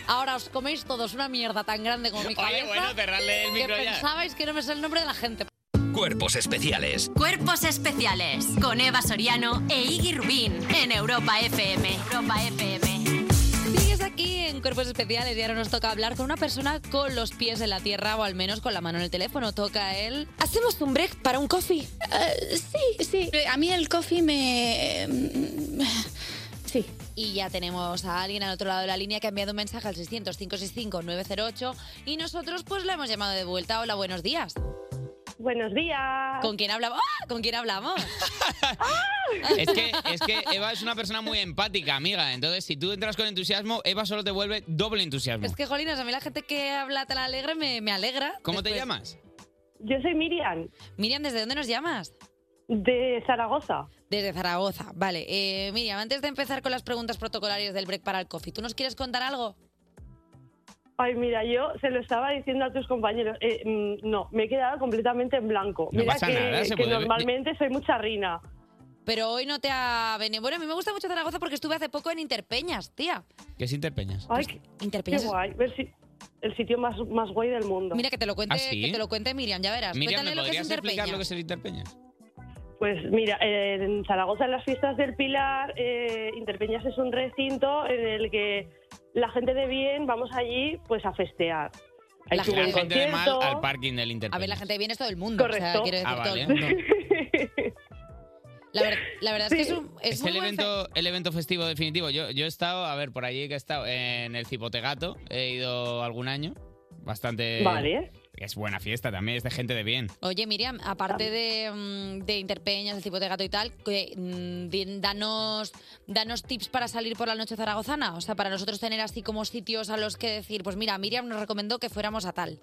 Ahora os coméis todos una mierda tan grande como mi
Oye,
cabeza.
bueno, cerradle el micro
que
ya.
pensabais que no me sé el nombre de la gente.
Cuerpos especiales
Cuerpos especiales con Eva Soriano e Iggy Rubín en Europa FM. Europa FM.
Sigues aquí en en Cuerpos Especiales y ahora nos toca hablar con una persona con los pies en la tierra o al menos con la mano en el teléfono. Toca él.
¿Hacemos un break para un coffee?
Eh,
sí, sí.
Eh,
A mí el coffee me... Sí.
mm, Y ya tenemos a alguien al otro lado de la línea que ha enviado un mensaje al 600-565-908 y nosotros pues lo hemos llamado de vuelta. Hola, buenos días.
Buenos días.
¿Con quién hablamos? ¡Ah! ¿Con quién hablamos?
Es que, es que Eva es una persona muy empática, amiga. Entonces, si tú entras con entusiasmo, Eva solo te vuelve doble entusiasmo.
Es que, jolinas, a mí la gente que habla tan alegre me, me alegra.
¿Cómo te
Después-
llamas?
Yo soy Miriam.
Miriam, ¿desde dónde nos llamas?
De Zaragoza.
Desde Zaragoza, vale. Eh, Miriam, antes de empezar con las preguntas protocolarias del break para el coffee, ¿tú nos quieres contar algo?
Ay, mira, yo se lo estaba diciendo a tus compañeros. Eh, mm, no, me he quedado completamente en blanco.
No
mira
pasa
que,
nada, se
que
puede ver.
normalmente soy mucha rina.
Pero hoy no te ha venido. Bueno, a mí me gusta mucho Zaragoza porque estuve hace poco en Interpeñas, tía. Pues,
Que es Interpeñas.
Ay, qué,
Interpeñas
qué
es-
guay. Ver si- el sitio más, más guay del mundo.
Mira, que te lo cuente,
¿Ah, sí?
que te lo cuente Miriam, ya verás.
Miriam, ¿me
Cuéntale lo que es
podrías explicar
Interpeñas.
lo que es el Interpeñas?
Pues mira, eh, en Zaragoza, en las fiestas del Pilar, eh, Interpeñas es un recinto en el que la gente de bien vamos allí pues a festear. Ahí
la
tuvo un
gente de mal
concierto.
al parking del Interpeñas.
A ver, la gente viene es todo el mundo. o sea,
Correcto.
quiero decir,
Ah,
todo el
vale.
mundo. La, ver- la verdad es que es, un, es
Es
muy
el
buen fe-
evento, el evento festivo definitivo. Yo, yo he estado, a ver, por allí que he estado en el Cipotegato. He ido algún año. Bastante.
Vale.
Es buena fiesta también, es de gente de bien.
Oye, Miriam, aparte de, mm, de Interpeñas, de Cipote Gato y tal, que, mm, di- danos, danos tips para salir por la noche zaragozana. O sea, para nosotros tener así como sitios a los que decir, pues mira, Miriam nos recomendó que fuéramos a tal.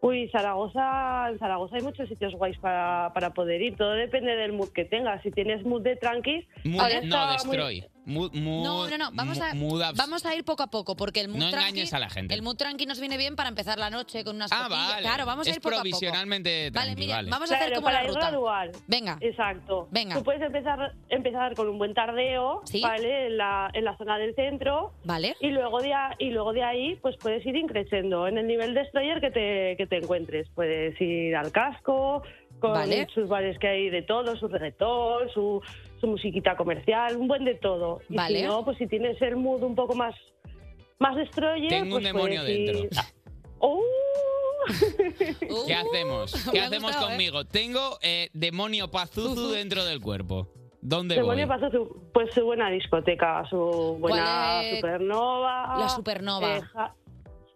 Uy, Zaragoza, en Zaragoza hay muchos sitios guays para, para poder ir. Todo depende del mood que tengas. Si tienes mood de tranquis,
Mood-
ahora
no,
está muy-
destroy. Mood- mood-
No, no, no, vamos
mu-
a,
mood abs-
vamos a ir poco a poco, porque el mood
No
tranqui,
engañes a la gente.
El mood tranqui nos viene bien para empezar la noche con unas
Ah,
cotillas.
vale.
Pues Claro, vamos a
Es
ir poco a poco.
provisionalmente
Vale,
tranqui,
Miriam,
vale.
vamos a hacer
Claro,
como
para
la
ir
ruta.
gradual.
Venga.
Exacto.
Venga.
Tú puedes empezar, empezar con un buen tardeo, ¿vale? En la, en la zona del centro.
Vale.
Y luego de, a- y luego de ahí, pues puedes ir increciendo en el nivel de destroyer que te, que te encuentres. Puedes ir al casco, con
Vale.
sus bares que hay de todo, su reggaetón, su, su musiquita comercial, un buen de todo. Y
Vale.
si no, pues si tienes el mood un poco más, más destroyer,
Tengo un
pues
demonio
puedes ir-
dentro.
¡Oh!
Uh,
¿Qué hacemos?
me
¿Qué
ha
hacemos
gustado, ¿eh?
conmigo? Tengo eh, demonio pazuzu dentro del cuerpo. ¿Dónde
Demonio
voy?
pasó su, pues su buena discoteca, su buena
¿Cuál es?
supernova.
Pues, La Supernova.
Eh, Ja-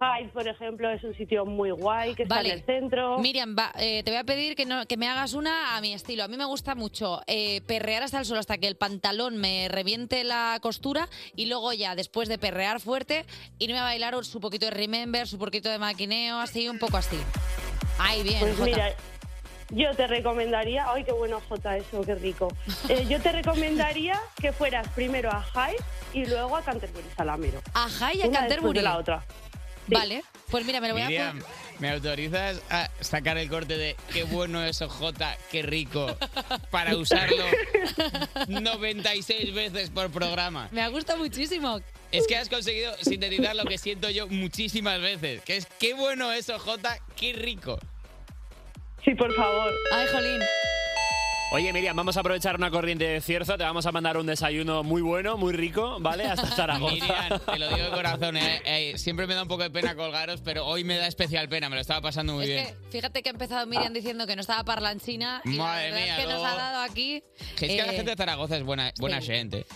Hyde, por ejemplo, es un sitio muy guay que
Vale.
está en el centro.
Miriam, va, eh, te voy a pedir que, no- que me hagas una a mi estilo. A mí me gusta mucho eh, perrear hasta el suelo, hasta que el pantalón me reviente la costura y luego ya, después de perrear fuerte, irme a bailar su poquito de Remember, su poquito de maquineo, así, un poco así. Ahí bien,
pues
Jota.
mira, yo te recomendaría, ay, qué bueno Jota eso, qué rico. Eh, yo te recomendaría que fueras primero a Hyde y luego a Canterbury Salamero.
A Hyde y a
Una después
Canterbury.
de la otra.
Vale, pues mira, me lo voy a...
Miriam, ¿me autorizas a sacar el corte de qué bueno eso, J, qué rico, para usarlo 96 veces por programa?
Me ha gustado muchísimo.
Es que has conseguido sintetizar lo que siento yo muchísimas veces, que es qué bueno eso, J, qué rico.
Sí, por favor.
Ay, Jolín.
Oye, Miriam, vamos a aprovechar una corriente de cierzo. Te vamos a mandar un desayuno muy bueno, muy rico, ¿vale? Hasta Zaragoza.
Miriam, te lo digo de corazón, eh, eh, siempre me da un poco de pena colgaros, pero hoy me da especial pena, me lo estaba pasando muy bien. Ah.
Fíjate que ha empezado Miriam diciendo que no estaba parlanchina y
Madre
la verdad
mía,
es que nos
luego-
ha dado aquí...
Que es que la
eh,
gente de Zaragoza es buena, buena
sí.
gente.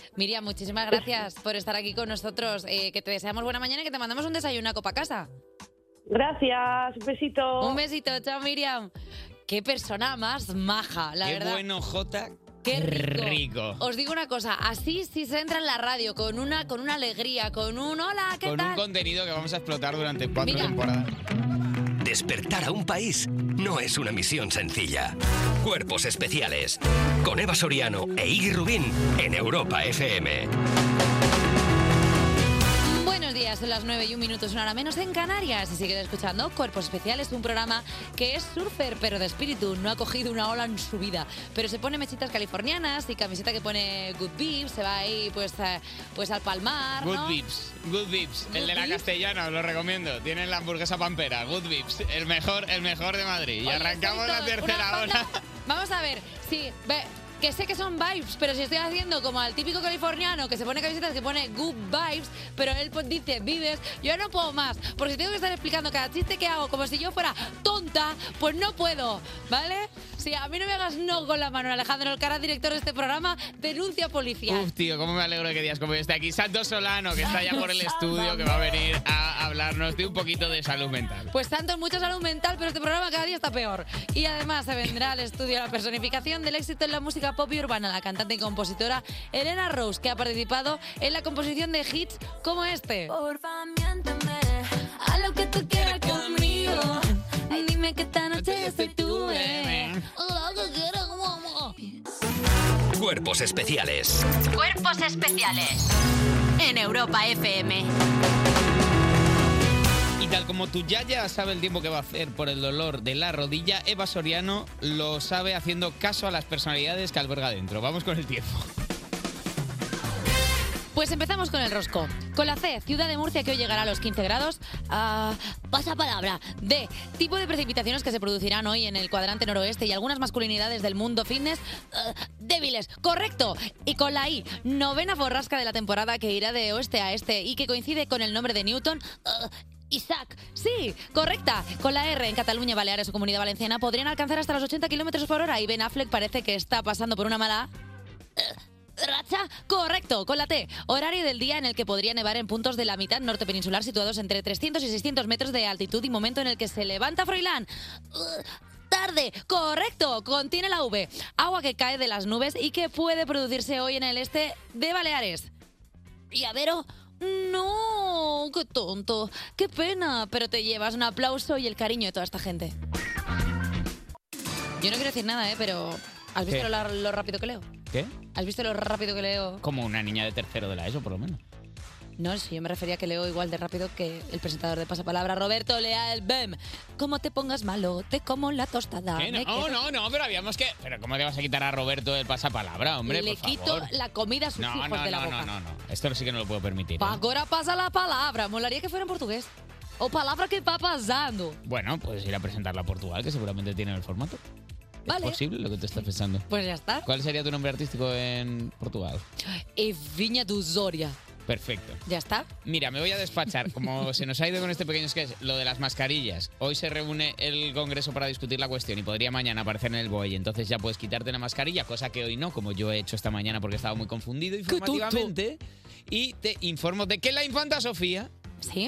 Miriam, muchísimas gracias por estar aquí con nosotros. Eh, que te deseamos buena mañana y que te mandamos un desayuno a copa casa.
Gracias, un besito.
Un besito, chao Miriam. Qué persona más maja, la
qué
verdad.
bueno, J,
Qué rico.
rico.
Os digo una cosa, así si se entra en la radio con una con una alegría, con un hola, ¿qué
Con un
tal?
contenido que vamos a explotar durante cuatro
Mira.
temporadas.
Despertar a un país no es una misión sencilla. Cuerpos especiales. Con Eva Soriano e Iggy Rubín en Europa FM.
Buenos días, son las 9 y un minuto, es una hora menos en Canarias. Y siguen escuchando Cuerpos Especiales, un programa que es surfer, pero de espíritu. No ha cogido una ola en su vida, pero se pone mechitas californianas y camiseta que pone Good Beef, se va ahí pues, eh, pues al palmar,
Good
¿no?
Vips, Good Vips, el de la castellana, os lo recomiendo. Tienen la hamburguesa pampera, Good Vips, el mejor, el mejor de Madrid. Y
Oye,
arrancamos
soy
la
todo- una
tercera hora.
Vamos a ver, sí, ve- que sé que son vibes, pero si estoy haciendo como al típico californiano que se pone camisetas que pone good vibes, pero él pues dice vives, yo no puedo más, porque si tengo que estar explicando cada chiste que hago como si yo fuera tonta, pues no puedo, ¿vale? Si a mí no me hagas no con la mano, Alejandro Alcaraz, director de este programa, denuncia policial.
Uf, tío, cómo me alegro de que días como hoy esté aquí. Santos Solano, que está ya por el estudio, que va a venir a hablarnos de un poquito de salud mental.
Pues tanto, mucha salud mental, pero este programa cada día está peor. Y además se vendrá al estudio la personificación del éxito en la música pop y urbana, la cantante y compositora Elena Rose, que ha participado en la composición de hits como este.
A lo que tú quieras conmigo. Ay, dime que esta noche soy tú, eh. Lo que quieras, como
Cuerpos especiales.
Cuerpos especiales. En Europa FM.
Y tal como tu yaya sabe el tiempo que va a hacer por el dolor de la rodilla, Eva Soriano lo sabe haciendo caso a las personalidades que alberga dentro. Vamos con el tiempo.
Pues empezamos con el rosco. Con la C, ciudad de Murcia que hoy llegará a los 15 grados. Ah, pasa palabra. D, tipo de precipitaciones que se producirán hoy en el cuadrante noroeste y algunas masculinidades del mundo fitness ah, débiles. Correcto. Y con la I, novena borrasca de la temporada que irá de oeste a este y que coincide con el nombre de Newton. Ah, Isaac, sí, correcta. Con la R en Cataluña, Baleares o Comunidad Valenciana podrían alcanzar hasta los 80 kilómetros por hora y Ben Affleck parece que está pasando por una mala Racha, correcto, con la T. Horario del día en el que podría nevar en puntos de la mitad norte peninsular situados entre 300 y 600 metros de altitud y momento en el que se levanta Froilán. Ugh, Tarde, correcto, contiene la V. Agua que cae de las nubes y que puede producirse hoy en el este de Baleares. ¿Llavero? No, qué tonto, qué pena, pero te llevas un aplauso y el cariño de toda esta gente. Yo no quiero decir nada, ¿eh? pero ¿has visto
¿Qué?
lo lar- lo rápido que leo?
¿Qué?
¿Has visto lo rápido que leo?
Como una niña de tercero de la ESO, por lo menos.
No, si yo me refería que leo igual de rápido que el presentador de Pasapalabra, Roberto Lea el BEM. Como E te pongas malo, te como la tostada.
Eh,
me
No,
quedo-
no, no, pero habíamos que... Pero ¿cómo te vas a quitar a Roberto el pasapalabra, hombre?
Le
por
quito
favor?
la comida a sus
No,
hijos
no,
de la
no, no,
boca.
no, no. Esto sí que no lo puedo permitir. ¿eh?
Pa' Ahora pasa la palabra. Molaría que fuera en portugués. O palabra que va pasando.
Bueno, puedes ir a presentarla a Portugal, que seguramente tienen el formato.
Vale.
¿Es posible lo que te estás pensando?
Pues ya está.
¿Cuál sería tu nombre artístico en Portugal?
Y Viña du Zoria.
Perfecto.
Ya está.
Mira, me voy a despachar. Como se nos ha ido con este pequeño sketch, lo de las mascarillas. Hoy se reúne el Congreso para discutir la cuestión y podría mañana aparecer en el BOE. Entonces ya puedes quitarte la mascarilla, cosa que hoy no, como yo he hecho esta mañana porque estaba muy confundido informativamente. Y te informo de que la infanta Sofía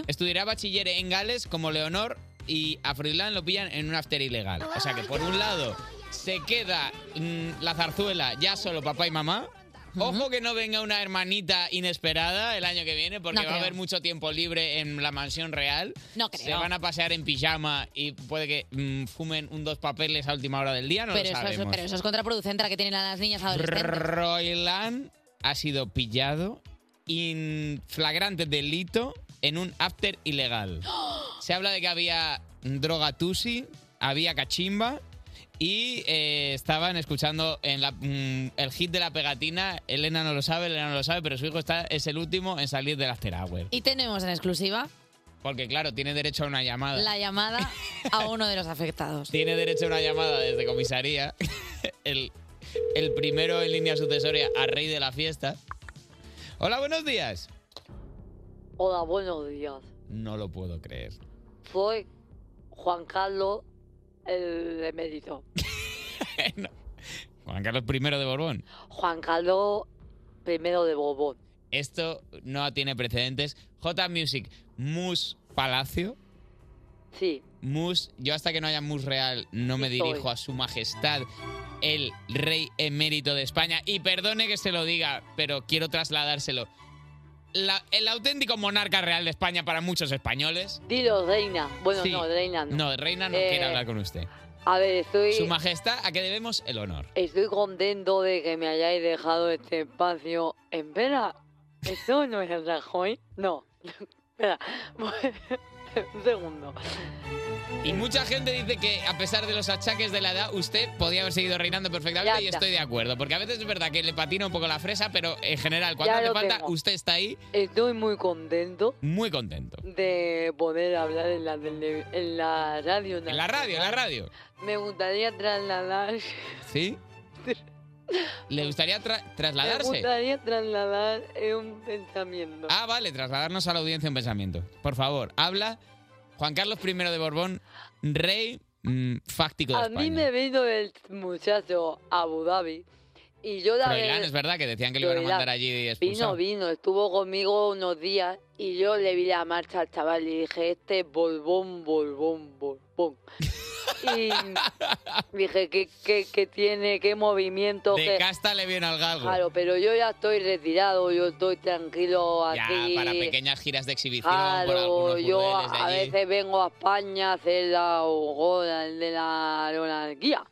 estudiará bachiller en Gales como Leonor y a Froilán lo pillan en un after ilegal. O sea que por un lado se queda mm, la zarzuela ya solo papá y mamá. Ojo que no venga una hermanita inesperada el año que viene, porque
No
va a
creo.
haber mucho tiempo libre en la mansión real.
No creo.
Se van a pasear en pijama y puede que mm, fumen un dos papeles a última hora del día, no
pero,
lo
eso es,
sabemos.
pero eso es contraproducente la que tienen a las niñas adolescentes.
Froilán ha sido pillado en flagrante delito en un after ilegal. Se habla de que había droga tusi, había cachimba y eh, estaban escuchando en la- mm, el hit de la pegatina. Elena no lo sabe, Elena no lo sabe, pero su hijo está, es el último en salir del after hour.
Y tenemos en exclusiva
Porque claro, tiene derecho a una llamada.
la llamada a uno de los afectados.
Tiene derecho a una llamada desde comisaría. El, el primero en línea sucesoria a rey de la fiesta. Hola, buenos días.
Hola, buenos días.
No lo puedo creer.
Soy Juan Carlos, el emérito.
Juan Carlos I de Borbón.
Juan Carlos primero de Borbón.
Esto no tiene precedentes. J Music, Mus Palacio.
Sí.
Mus, yo hasta que no haya Mus Real no me
Estoy.
dirijo a su majestad, el rey emérito de España. Y perdone que se lo diga, pero quiero trasladárselo. La- el auténtico monarca real de España para muchos españoles.
Dilo, reina. Bueno,
Sí.
no, reina no.
No, reina no
Eh,
quiere hablar con usted.
A ver, estoy,
Su majestad, ¿a qué debemos el honor?
estoy contento de que me hayáis dejado este espacio. Espera, ¿esto no es el Rajoy? No. Espera, un segundo.
Y mucha gente dice que a pesar de los achaques de la edad, usted podía haber seguido reinando perfectamente
Ya
y
está.
estoy de acuerdo. Porque a veces es verdad que le patina un poco la fresa, pero en general, cuando
Ya
hace
lo
falta,
tengo.
usted está ahí
Estoy muy contento
muy contento.
de poder hablar en la, tele- en la radio.
En la radio, en la radio.
Me gustaría trasladar
¿Sí? ¿Le gustaría tra-
Me
trasladarse?
gustaría trasladar eh, un pensamiento.
Ah, vale, trasladarnos a la audiencia un pensamiento. Por favor, habla Juan Carlos I de Borbón, rey mm, fáctico de
A
España.
mí me vino el muchacho a Abu Dhabi y yo la
Froilán, es verdad que decían que lo iban a
Froilán.
mandar allí y
Vino,
expulsado.
vino, estuvo conmigo unos días y yo le vi la marcha al chaval y dije, este bolbón, bolbón, bolbón. y dije, ¿qué, qué, qué tiene? ¿Qué movimiento?
De
qué-".
casta le viene al galgo.
Claro, pero yo ya estoy retirado, yo estoy tranquilo
Ya,
aquí.
para pequeñas giras de exhibición por
Claro,
algunos
yo
burdeles de
a, a
allí.
veces vengo a España a hacer la gola de la monarquía.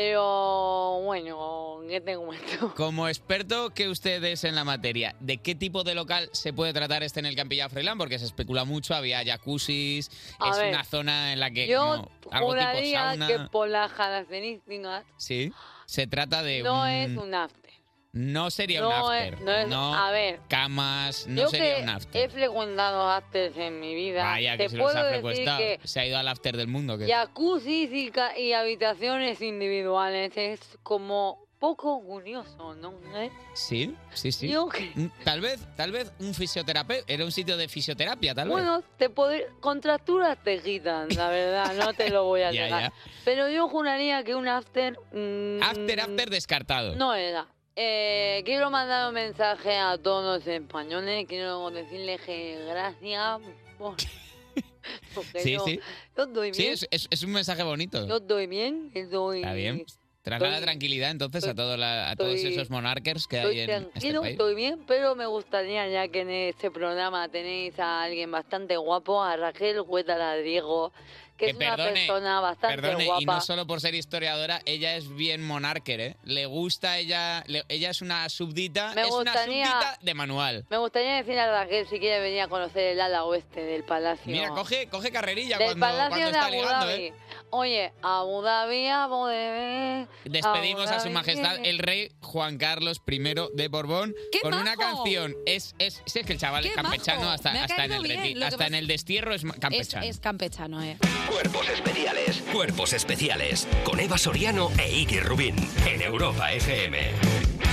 Pero bueno, ¿qué te cuento?
Como experto que usted es en la materia, ¿de qué tipo de local se puede tratar este en el Campilla Freilán? Porque se especula mucho, había jacuzzis,
A
es
ver,
una zona en la que
Yo
no, algo tipo
juraría
sauna.
que por las características
Sí, se trata de
no
un-
es un after.
no sería un
no es-
after,
no es- a ver,
camas, no
yo
sería
que
un after.
he frecuentado afters en mi vida,
Vaya, que
te
se los
puedo
ha
decir
frecuentado,
que
se ha ido al after del mundo. que-
jacuzzis y, ca- y habitaciones individuales es como poco curioso, ¿no? ¿Eh?
Sí, sí, sí.
Yo que-
Mm, Tal vez, tal vez un fisioterapeuta, era un sitio de fisioterapia, tal vez.
Bueno, te poder, contracturas te quitan, la verdad, no te lo voy a
Ya,
negar.
ya.
Pero yo juraría que un after... mm,
After, after descartado.
No era. Eh, quiero mandar un mensaje a todos los españoles. Quiero decirles que gracias por. Porque
Sí,
yo,
sí.
yo estoy
Sí,
bien.
es, es- es un mensaje bonito.
Yo estoy bien. Estoy,
Está bien. Traslada
Estoy-
tranquilidad entonces a, todo la- a todos
estoy-
esos monarchers que hay
estoy
en este
tranquilo,
país.
estoy bien. Pero me gustaría, ya que en este programa tenéis a alguien bastante guapo, a Raquel Huetara Diego, que,
Que
es una
perdone,
persona bastante
Perdone,
guapa.
y no solo por ser historiadora, ella es bien monarquer, ¿eh? Le gusta, ella le- ella es una subdita,
Me
es
gustaría-
una subdita de manual.
Me gustaría decir a Raquel si quiere venir a conocer el ala oeste del palacio.
Mira, coge, coge carrerilla
Del
cuando,
Palacio
cuando
de
está
Abu
ligando,
Dhabi.
¿eh?
Oye, Abu Dhabi, Abu Dhabi.
Despedimos
Abu
a su
Dhabi.
majestad el rey Juan Carlos I de Borbón
¡Qué
con una
majo!
canción. Es, es, sí, es que el chaval
¡Qué
es campechano
majo!
hasta,
Me ha
hasta en
caído
el
bien,
reti-
lo que
hasta en
pasa-
el destierro es ma-
Es,
campechano.
es campechano, ¿eh?
Cuerpos especiales. Cuerpos especiales. Con Eva Soriano e Iggy Rubín. En Europa FM.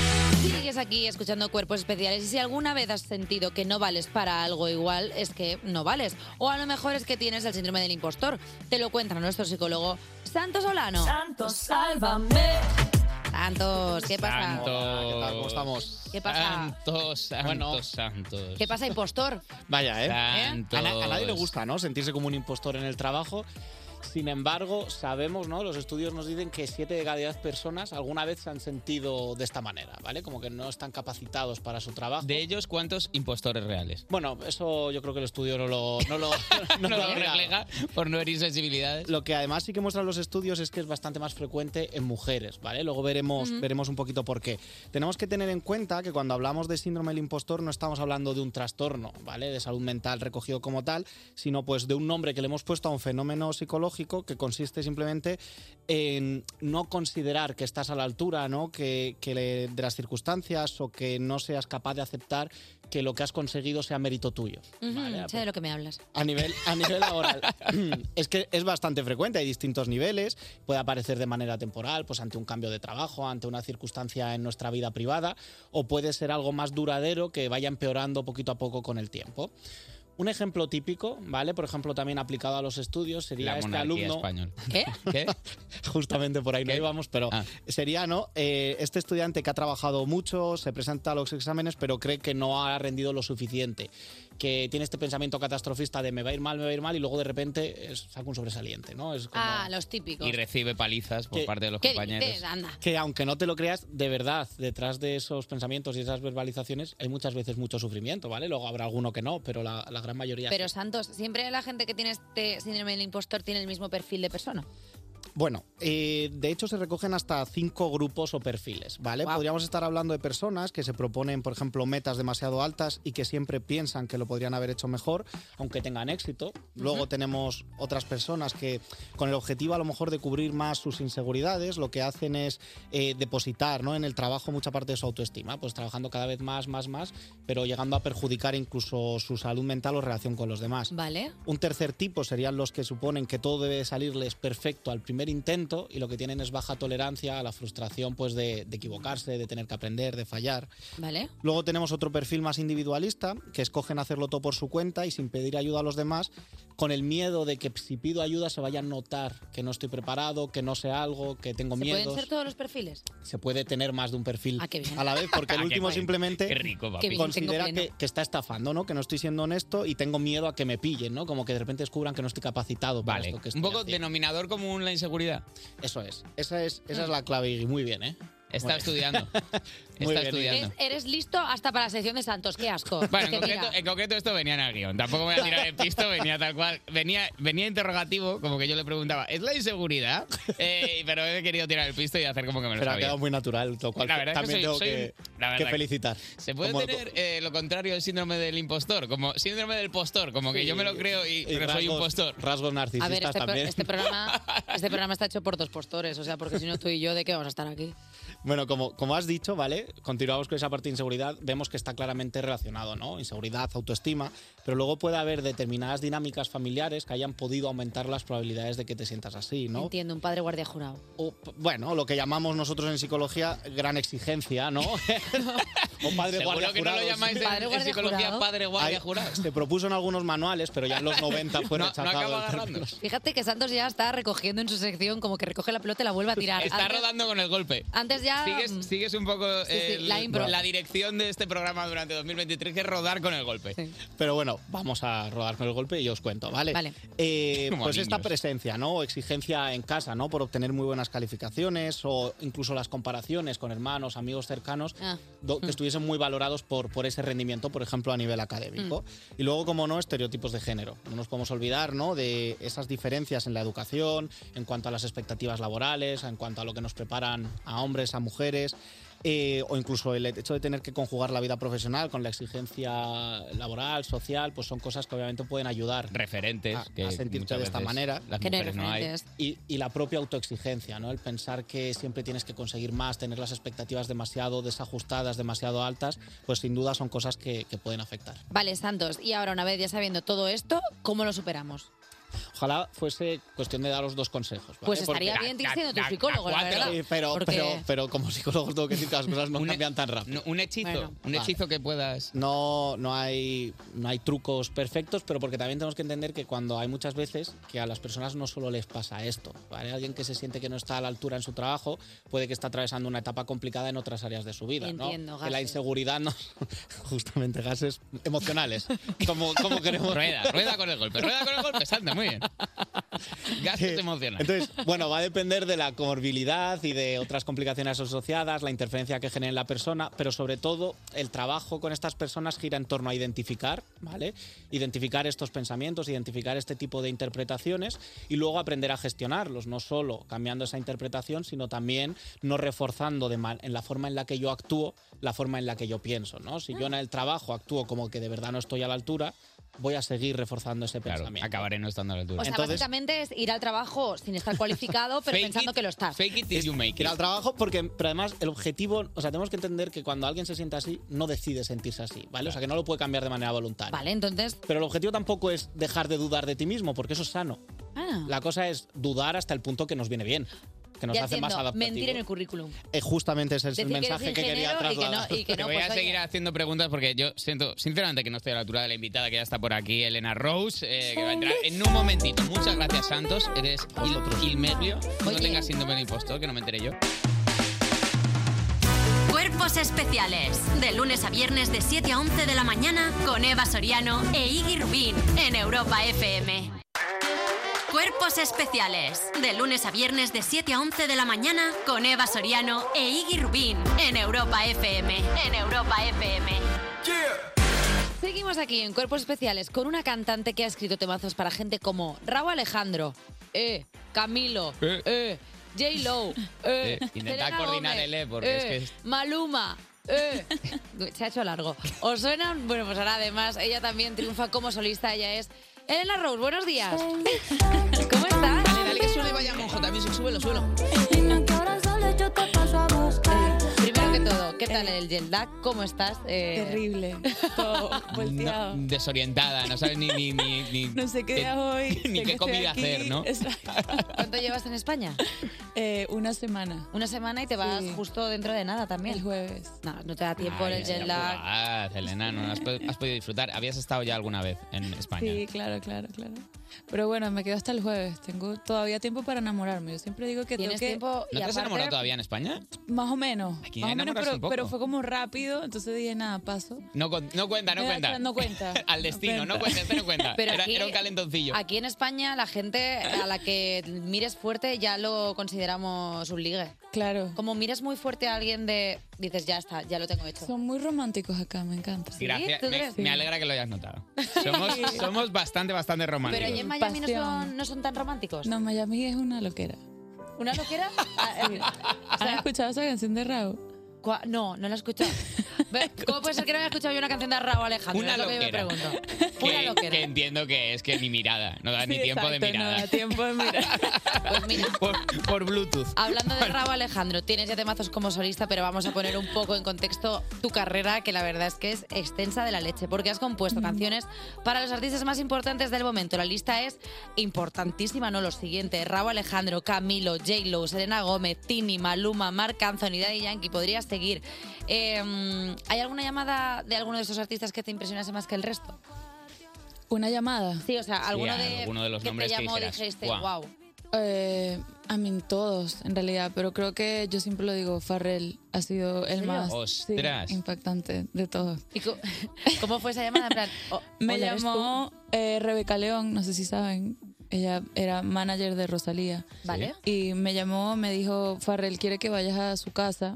Sigues aquí escuchando Cuerpos Especiales y si alguna vez has sentido que no vales para algo igual, es que no vales. O a lo mejor es que tienes el síndrome del impostor. Te lo cuenta nuestro psicólogo Santos Solano. Santos, sálvame. Santos, ¿qué pasa?
Santos.
¿Qué tal? ¿Cómo estamos?
¿Qué pasa?
Santos, santos,
Bueno.
santos.
¿Qué pasa, impostor?
Vaya, ¿eh?
Santos.
A, na- a nadie le gusta, ¿no? Sentirse como un impostor en el trabajo. Sin embargo, sabemos, ¿no? Los estudios nos dicen que 7 de cada 10 personas alguna vez se han sentido de esta manera, ¿vale? Como que no están capacitados para su trabajo.
De ellos, ¿cuántos impostores reales?
Bueno, eso yo creo que el estudio no lo, no lo,
No
no lo
lo
agrega.
refleja por no herir sensibilidades.
Lo que además sí que muestran los estudios es que es bastante más frecuente en mujeres, ¿vale? Luego veremos,
Ujú.
veremos un poquito por qué. Tenemos que tener en cuenta que cuando hablamos de síndrome del impostor no estamos hablando de un trastorno, ¿vale? De salud mental recogido como tal, sino pues de un nombre que le hemos puesto a un fenómeno psicológico que consiste simplemente en no considerar que estás a la altura, ¿no? Que, que le- de las circunstancias o que no seas capaz de aceptar que lo que has conseguido sea mérito tuyo.
Ujú,
ah,
sé
pues
de lo que me hablas.
A nivel, a nivel laboral. es que es bastante frecuente, hay distintos niveles. Puede aparecer de manera temporal, pues ante un cambio de trabajo, ante una circunstancia en nuestra vida privada, o puede ser algo más duradero que vaya empeorando poquito a poco con el tiempo. Un ejemplo típico, ¿vale? Por ejemplo, también aplicado a los estudios,
La
sería este
monarquía
alumno.
española.
¿Qué?
Justamente por ahí no íbamos, pero
Ah.
sería, ¿no? Eh, este estudiante que ha trabajado mucho, se presenta a los exámenes, pero cree que no ha rendido lo suficiente. Que tiene este pensamiento catastrofista de me va a ir mal, me va a ir mal, y luego de repente eh, saca un sobresaliente, ¿no? Es como-
Ah, los típicos.
Y
Y recibe palizas por
¿Qué-
parte de los
¿Qué
compañeros.
dices? Anda.
que aunque no te lo creas, de verdad, detrás de esos pensamientos y esas verbalizaciones hay muchas veces mucho sufrimiento, ¿vale? Luego habrá alguno que no, pero la, la gran mayoría sí.
Pero Santos, siempre la gente que tiene este síndrome del impostor tiene el mismo perfil de persona.
Bueno, eh, de hecho se recogen hasta cinco grupos o perfiles, ¿vale? Podríamos estar hablando de personas que se proponen, por ejemplo, metas demasiado altas y que siempre piensan que lo podrían haber hecho mejor, aunque tengan éxito. Luego tenemos otras personas que con el objetivo a lo mejor de cubrir más sus inseguridades, lo que hacen es eh, depositar ¿no? en el trabajo mucha parte de su autoestima, pues trabajando cada vez más, más, más, pero llegando a perjudicar incluso su salud mental o relación con los demás.
Vale.
Un tercer tipo serían los que suponen que todo debe salirles perfecto al primer primer intento y lo que tienen es baja tolerancia a la frustración pues de, de equivocarse, de tener que aprender, de fallar.
¿Vale?
Luego tenemos otro perfil más individualista, que escogen hacerlo todo por su cuenta y sin pedir ayuda a los demás, con el miedo de que si pido ayuda se vaya a notar que no estoy preparado, que no sé algo, que tengo
¿Se
miedos.
pueden ser todos los perfiles?
Se puede tener más de un perfil
bien.
a la vez, porque el
Ah, qué
último
guay.
simplemente
Qué rico, papi. Qué bien,
considera
tengo pleno.
que, que está estafando, ¿no? Que no estoy siendo honesto y tengo miedo a que me pillen, ¿no? Como que de repente descubran que no estoy capacitado para esto que
Un
estoy
poco
haciendo.
denominador común la inseguridad.
Eso es. Esa es, esa es la clave y muy bien, ¿eh?
Está estudiando.
Muy
Está
bien,
estudiando.
Es- eres listo hasta para la sección de Santos, qué asco.
Bueno,
Es que
en concreto,
mira,
en concreto esto venía en el guión. Tampoco me voy a tirar el pisto, venía tal cual. Venía, venía interrogativo, como que yo le preguntaba, ¿es la inseguridad? Eh, pero he querido tirar el pisto y hacer como que me lo
Pero ha
sabía.
quedado muy natural, lo cual
La verdad es que
también
soy-
tengo
soy
que,
un- la
que
verdad que-
felicitar.
Se puede
Como-
tener eh, lo contrario del síndrome del impostor, como síndrome del postor, como que
Sí.
yo me lo creo y,
Y
pero soy
rasgos-
un postor.
Rasgos
a ver,
narcisistas
este, pro-
también.
este programa, este programa está hecho por dos postores, o sea, porque si no tú y yo, ¿de qué vamos a estar aquí?
Bueno, como, como has dicho, ¿vale? Continuamos con esa parte de inseguridad, vemos que está claramente relacionado, ¿no? Inseguridad, autoestima, pero luego puede haber determinadas dinámicas familiares que hayan podido aumentar las probabilidades de que te sientas así, ¿no? Oh.
Entiendo, un padre guardia jurado.
O, p- bueno, lo que llamamos nosotros en psicología gran exigencia, ¿no? o padre
Seguro
guardia
que no lo
jurado.
llamáis en- Padre en guardia psicología jurado. padre guardia
Ahí
jurado.
Se propuso en algunos manuales, pero ya en los 90 fue
No- no
rechazado.
acaba
el término.
Fíjate que Santos ya está recogiendo en su sección, como que recoge la pelota y la vuelve a tirar.
Está
Ah, Antes-
rodando con el golpe.
Antes ya- mm.
Sigues, sigues un poco
Sí, sí,
el-
la impro.
dirección de este programa durante 2023, que es rodar con el golpe.
Pero bueno, vamos a rodar con el golpe y os cuento, ¿vale?
Vale.
Eh,
Como
pues
niños.
esta presencia, ¿no? O Exigencia en casa, ¿no? Por obtener muy buenas calificaciones o incluso las comparaciones con hermanos, amigos cercanos,
Ah.
do- que
Mm.
estuviesen muy valorados por, por ese rendimiento, por ejemplo, a nivel académico. Y luego, como no, estereotipos de género. No nos podemos olvidar, ¿no? De esas diferencias en la educación, en cuanto a las expectativas laborales, en cuanto a lo que nos preparan a hombres, a mujeres. eh, o incluso el hecho de tener que conjugar la vida profesional con la exigencia laboral, social, pues son cosas que obviamente pueden ayudar Ah,
Referentes.
a,
que
a sentirte
muchas
de esta
veces
manera.
las Que no hay mujeres no hay. referentes.
Y, y la propia autoexigencia, ¿no? El pensar que siempre tienes que conseguir más, tener las expectativas demasiado desajustadas, demasiado altas, pues sin duda son cosas que, que pueden afectar.
Vale, Santos, y ahora una vez ya sabiendo todo esto, ¿cómo lo superamos?
Ojalá fuese cuestión de daros dos consejos. ¿vale?
Pues estaría bien irse a tu psicólogo, la verdad.
Sí, pero,
Porque-
pero, pero como psicólogo tengo que decir que las cosas no cambian tan rápido.
un hechizo, Bueno. un hechizo que puedas...
No, no, hay, no hay trucos perfectos, pero porque también tenemos que entender que cuando hay muchas veces que a las personas no solo les pasa esto, ¿vale? Alguien que se siente que no está a la altura en su trabajo puede que está atravesando una etapa complicada en otras áreas de su vida, ¿no?
Entiendo,
Que la
gases.
inseguridad no... Justamente gases emocionales, como, como queremos.
Rueda, rueda con el golpe, rueda con el golpe, Santa, muy bien. Gastos emocionales.
Entonces, bueno, va a depender de la comorbilidad y de otras complicaciones asociadas, la interferencia que genere en la persona, pero sobre todo el trabajo con estas personas gira en torno a identificar, ¿vale? Identificar estos pensamientos, identificar este tipo de interpretaciones y luego aprender a gestionarlos, no solo cambiando esa interpretación, sino también no reforzando de mal, en la forma en la que yo actúo, la forma en la que yo pienso, ¿no? Si yo en el trabajo actúo como que de verdad no estoy a la altura, voy a seguir reforzando ese pensamiento.
Acabaré no estando a la altura.
O sea, básicamente es ir al trabajo sin estar cualificado, pero
Fake
pensando que lo estás.
Es ir al trabajo porque, pero además, el objetivo, o sea, tenemos que entender que cuando alguien se sienta así, no decide sentirse así, ¿vale? O sea, que no lo puede cambiar de manera voluntaria.
Vale, entonces.
Pero el objetivo tampoco es dejar de dudar de ti mismo, porque eso es sano.
Ah,
La cosa es dudar hasta el punto que nos viene bien, que nos
ya
hace más
entiendo,
adaptativos.
mentir en el currículum.
Eh, justamente ese es el
Decir que eres
mensaje que, quería
ingeniero y que no-
trasladar.
y que no,
Te voy
pues,
a
oye.
seguir haciendo preguntas porque yo siento sinceramente que no estoy a la altura de la invitada que ya está por aquí, Elena Rose, eh, que va a entrar en un momentito. Muchas gracias, Santos. Eres il, ilmerio. No tengas síndrome del impostor, que no me enteré yo.
Cuerpos especiales. De lunes a viernes de 7 a 11 de la mañana con Eva Soriano e Iggy Rubín en Europa FM. Cuerpos especiales. De lunes a viernes de 7 a 11 de la mañana con Eva Soriano e Iggy Rubín en Europa FM. En Europa FM.
Seguimos aquí en Cuerpos Especiales con una cantante que ha escrito temazos para gente como Raúl Alejandro, eh, Camilo, eh, J Lo, eh,
Eh, intentad
Selena
coordinar
Gómez,
el E, porque es
eh,
que es-
Maluma. eh. Se ha hecho largo. ¿Os suenan? Bueno, pues ahora además ella también triunfa como solista. Ella es Elena Rose. Buenos días. ¿Cómo estás? Dale, dale que suene y vaya monjo. También suelo, suelo.
Primero
Eh, que todo, ¿qué tal el jet lag? ¿Cómo estás? Eh,
Eh. Terrible. Todo volteado.
No, desorientada, no sabes ni, ni, ni, ni-
No sé qué día hoy. sé
ni qué
que estoy
comida
aquí.
hacer, ¿no?
Exacto.
¿Cuánto llevas en España?
Eh,
una semana.
Una semana y te vas justo dentro de nada también. El
jueves.
No, no te da tiempo
Ay,
el jet
ya
lag.
podrás, Elena, no has, pod- has podido disfrutar. Habías estado ya alguna vez en España.
Sí, claro, claro, claro. Pero bueno, me quedo hasta el jueves. Tengo todavía tiempo para enamorarme. Yo siempre digo que tengo
¿Tienes
que...
tiempo
¿No te has enamorado todavía en España?
Más o menos.
Aquí
más o menos,
enamorarse un
pero,
poco.
pero fue como rápido, entonces dije, nada, paso.
No, con- no cuenta, no
Me da-
cuenta.
No cuenta.
Al destino, no cuenta, este no cuenta.
Pero
era,
aquí-
era un calentoncillo.
Aquí en España la gente a la que mires fuerte ya lo consideramos un ligue.
Claro.
Como miras muy fuerte a alguien de... Dices, ya está, ya lo tengo hecho.
Son muy románticos acá, me encanta.
Gracias,
¿Tú
me,
crees?
me alegra que lo hayas notado. Somos, somos bastante, bastante
Pero
románticos.
allí en Miami no
Pasión.
son, no son tan románticos.
No, Miami es una loquera.
¿Una loquera? Ah, eh,
¿Has escuchado esa canción de Raúl?
cua- No, no la he escuchado. Ve, ¿Cómo puede ser que no haya escuchado yo una canción de Raúl Alejandro?
Una
Es lo que yo me
loquera.
pregunto.
que, que entiendo que es que ni mirada, no da ni tiempo de mirada.
tiempo de mirar.
Pues
Por, por Bluetooth.
Hablando de Rabo Alejandro, tienes ya temazos como solista, pero vamos a poner un poco en contexto tu carrera, que la verdad es que es extensa de la leche, porque has compuesto canciones para los artistas más importantes del momento. La lista es importantísima, ¿no? Lo siguiente, Rabo Alejandro, Camilo, J-Lo, Selena Gómez, Tini, Maluma, Marc Anthony, Daddy Yankee, podrías seguir. Eh, ¿Hay alguna llamada de alguno de estos artistas que te impresionase más que el resto?
¿Una llamada?
Sí, o sea, alguno, de,
alguno de los
que
nombres que
te llamó
dijeras,
dijiste,
"Guau".
wow.
Eh, I mean, todos, en realidad, pero creo que yo siempre lo digo, Farrell ha sido el
serio?
más sí,
Ostras.
impactante de todos.
¿Y co- cómo fue esa llamada? En plan, "Oh,
Me
hola, ¿eres tú?".
llamó eh, Rebeca León, no sé si saben. Ella era manager de Rosalía.
Vale.
Y me llamó, me dijo, Farrell quiere que vayas a su casa.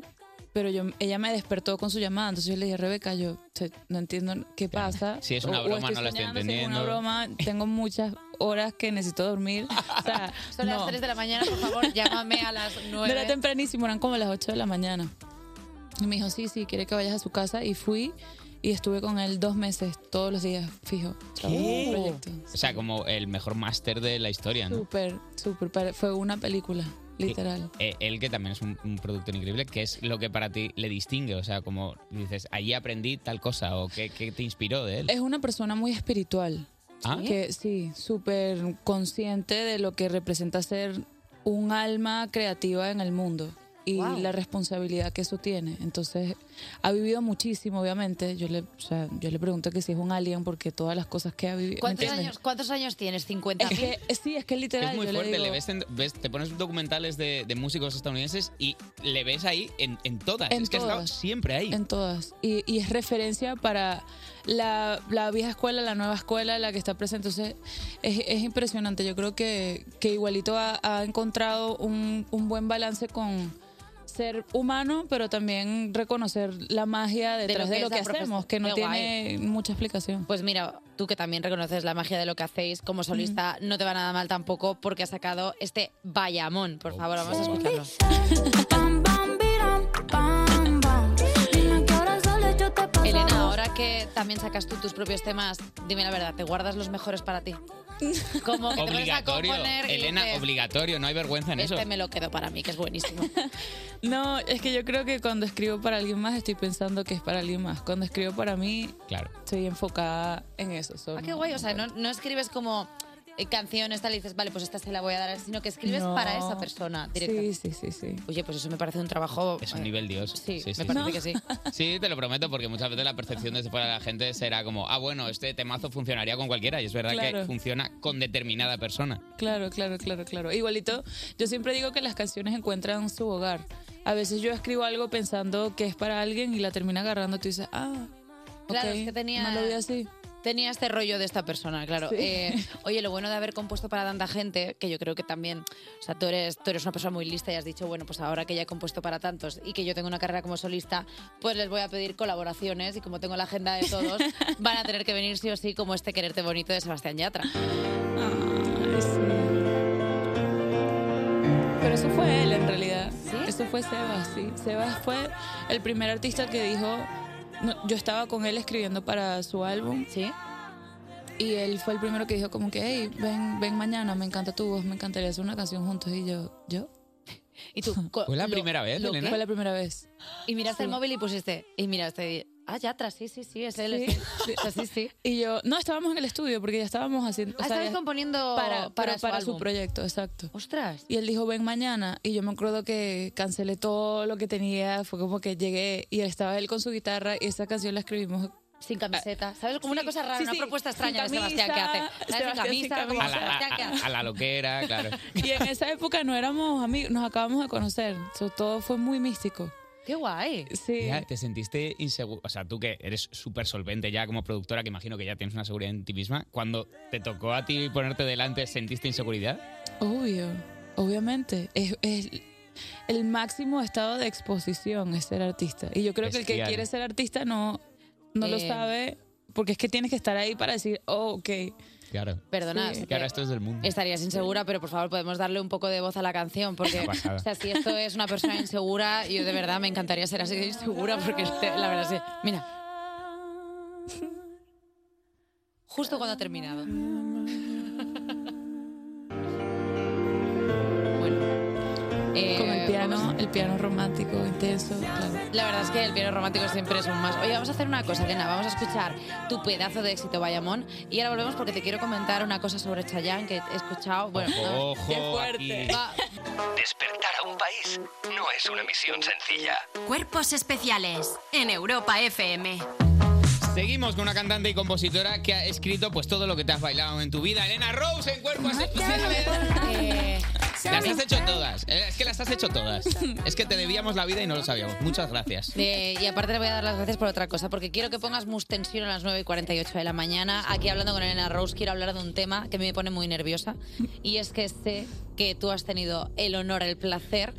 Pero yo, ella me despertó con su llamada, entonces yo le dije, Rebeca, yo te- no entiendo qué pasa.
Si es una
O- o
broma,
estoy
no la estoy
soñando, si es una
entendiendo.
broma, tengo muchas horas que necesito dormir. O sea,
Son las
no.
3 de la mañana, por favor, llámame a las
No
9.
era tempranísimo, eran como las 8 de la mañana. Y me dijo, sí, sí, quiere que vayas a su casa. Y fui y estuve con él dos meses, todos los días, fijo. trabajando en el proyecto.
O sea, como el mejor máster de la historia, ¿no?
Súper, súper. pare- Fue una película, literal.
Eh, él que también es un, un productor increíble, que es lo que para ti le distingue? O sea, como dices, allí aprendí tal cosa o qué, qué te inspiró de él.
Es una persona muy espiritual.
Ah.
Que sí, súper consciente de lo que representa ser un alma creativa en el mundo y
Wow.
la responsabilidad que eso tiene. Entonces, ha vivido muchísimo, obviamente. Yo le, o sea, yo le pregunto que si es un alien porque todas las cosas que ha vivido... ¿me
¿Cuántos
entiendes?
años, ¿Cuántos años tienes? 50.
Es que- sí, es que literal
Es muy
yo
fuerte,
le
le,
digo,
ves, en- ves- te pones documentales de, de músicos estadounidenses y le ves ahí en, en todas.
En
es que ha estado
todas.
siempre ahí.
En todas. Y, y es referencia para la, la vieja escuela, la nueva escuela, la que está presente. Entonces, es, es impresionante. Yo creo que, que igualito ha, ha encontrado un, un buen balance con ser humano, pero también reconocer la magia detrás de lo que,
es la
hacemos,
profesión.
que no
Qué
tiene
guay. Este
mucha explicación.
Pues mira, tú que también reconoces la magia de lo que hacéis como solista,
Mm.
no te va nada mal tampoco porque has sacado este Bayamón.
Oh,
Por favor, vamos a escucharlo. Elena, ahora que también sacas tú tus propios temas, dime la verdad, ¿te guardas los mejores para ti? Como que te pones a
obligatorio,
componer y
Elena,
dices,
obligatorio, no hay vergüenza en
este
eso.
me lo quedo para mí, que es buenísimo.
No, es que yo creo que cuando escribo para alguien más estoy pensando que es para alguien más. Cuando escribo para mí,
Claro.
estoy enfocada en eso. solo.
Ah, qué guay, o sea, no, no escribes como eh, canciones tal y dices, vale, pues esta se la voy a dar, sino que escribes
No.
para esa persona
Sí,
directamente.
sí, sí, sí.
Oye, pues eso me parece un trabajo.
Es un nivel dios.
Sí, me parece que sí.
Sí, te lo prometo, porque muchas veces la percepción desde fuera de la gente será como, ah, bueno, este temazo funcionaría con cualquiera, y es verdad que
Claro.
funciona con determinada persona.
Claro, claro, claro, claro. Igualito, yo siempre digo que las canciones encuentran su hogar. A veces yo escribo algo pensando que es para alguien y la termina agarrando. Tú dices, ah,
Claro,
ok,
es que tenía.
no lo vi así.
Tenía este rollo de esta persona, claro.
Sí.
Eh, oye, lo bueno de haber compuesto para tanta gente, que yo creo que también, o sea, tú eres, tú eres una persona muy lista y has dicho, bueno, pues ahora que ya he compuesto para tantos y que yo tengo una carrera como solista, pues les voy a pedir colaboraciones y como tengo la agenda de todos, van a tener que venir sí o sí como este Quererte Bonito de Sebastián Yatra.
Pero eso fue él en realidad. Eso fue Sebas, sí. Sebas fue el primer artista que dijo. no, yo estaba con él escribiendo para su álbum.
Sí.
Y él fue el primero que dijo como que, hey, ven, ven mañana, me encanta tu voz, me encantaría hacer una canción juntos. Y yo, ¿yo?
Y tú, co-
¿Fue la
lo-
primera vez,
lo
Elena?
que-
Fue la primera vez.
Y miraste el
Sí.
móvil y pusiste, y miraste, ah, ya atrás, sí, sí, sí, es él. es
Sí,
él". O sea, sí, sí.
Y yo, no, estábamos en el estudio porque ya estábamos haciendo.
Ah, estabais
ya-
componiendo
para,
para
pero
su
para
álbum.
su proyecto, exacto.
Ostras.
Y él dijo, ven mañana. Y yo me acuerdo que cancelé todo lo que tenía. Fue como que llegué y estaba él con su guitarra y esa canción la escribimos. Ah,
Sin camiseta, ¿sabes? Como una cosa rara, una propuesta
sin
extraña de Sebastián que
camisa,
hace. ¿Sabes? Sin
Sebastián
camisa, como
A la, a-
Sebastián que hace.
a- a la loquera, claro.
Y en esa época no éramos amigos, nos acabamos de conocer. So, todo fue muy místico.
¡Qué guay!
Sí.
Ya, ¿Te sentiste inseguro? O sea, tú que eres súper solvente ya como productora, que imagino que ya tienes una seguridad en ti misma, cuando te tocó a ti ponerte delante, ¿sentiste inseguridad?
Obvio, obviamente. Es, es el máximo estado de exposición es ser artista. Y yo creo que el que
Bestial.
quiere ser artista no, no lo
Eh.
sabe, porque es que tienes que estar ahí para decir, oh, ok.
Claro.
Perdona, Sí.
Que ahora esto es del mundo.
Estarías insegura, pero por favor podemos darle un poco de voz a la canción, porque
Una pasada.
o sea, si esto es una persona insegura, yo de verdad me encantaría ser así de insegura, porque este- la verdad sí. Mira. Justo cuando ha terminado. Eh,
Con el piano, el piano romántico, intenso. claro.
La verdad es que el piano romántico siempre es un más. Oye, vamos a hacer una cosa, Elena. Vamos a escuchar tu pedazo de éxito, Bayamón. Y ahora volvemos porque te quiero comentar una cosa sobre Chayanne que he escuchado. Bueno, no,
Ojo,
qué fuerte.
aquí.
Va,
Despertar a un país no es una misión sencilla.
Cuerpos especiales en Europa FM.
Seguimos con una cantante y compositora que ha escrito pues todo lo que te has bailado en tu vida. Elena Rose en cuerpos especiales.
eh,
Las has hecho todas. Eh, Es que las has hecho todas. Es que te debíamos la vida y no lo sabíamos. Muchas gracias.
Eh, y aparte le voy a dar las gracias por otra cosa, porque quiero que pongas Mustensión a las 9 y 48 de la mañana. Aquí hablando con Elena Rose, quiero hablar de un tema que me pone muy nerviosa. Y es que sé que tú has tenido el honor, el placer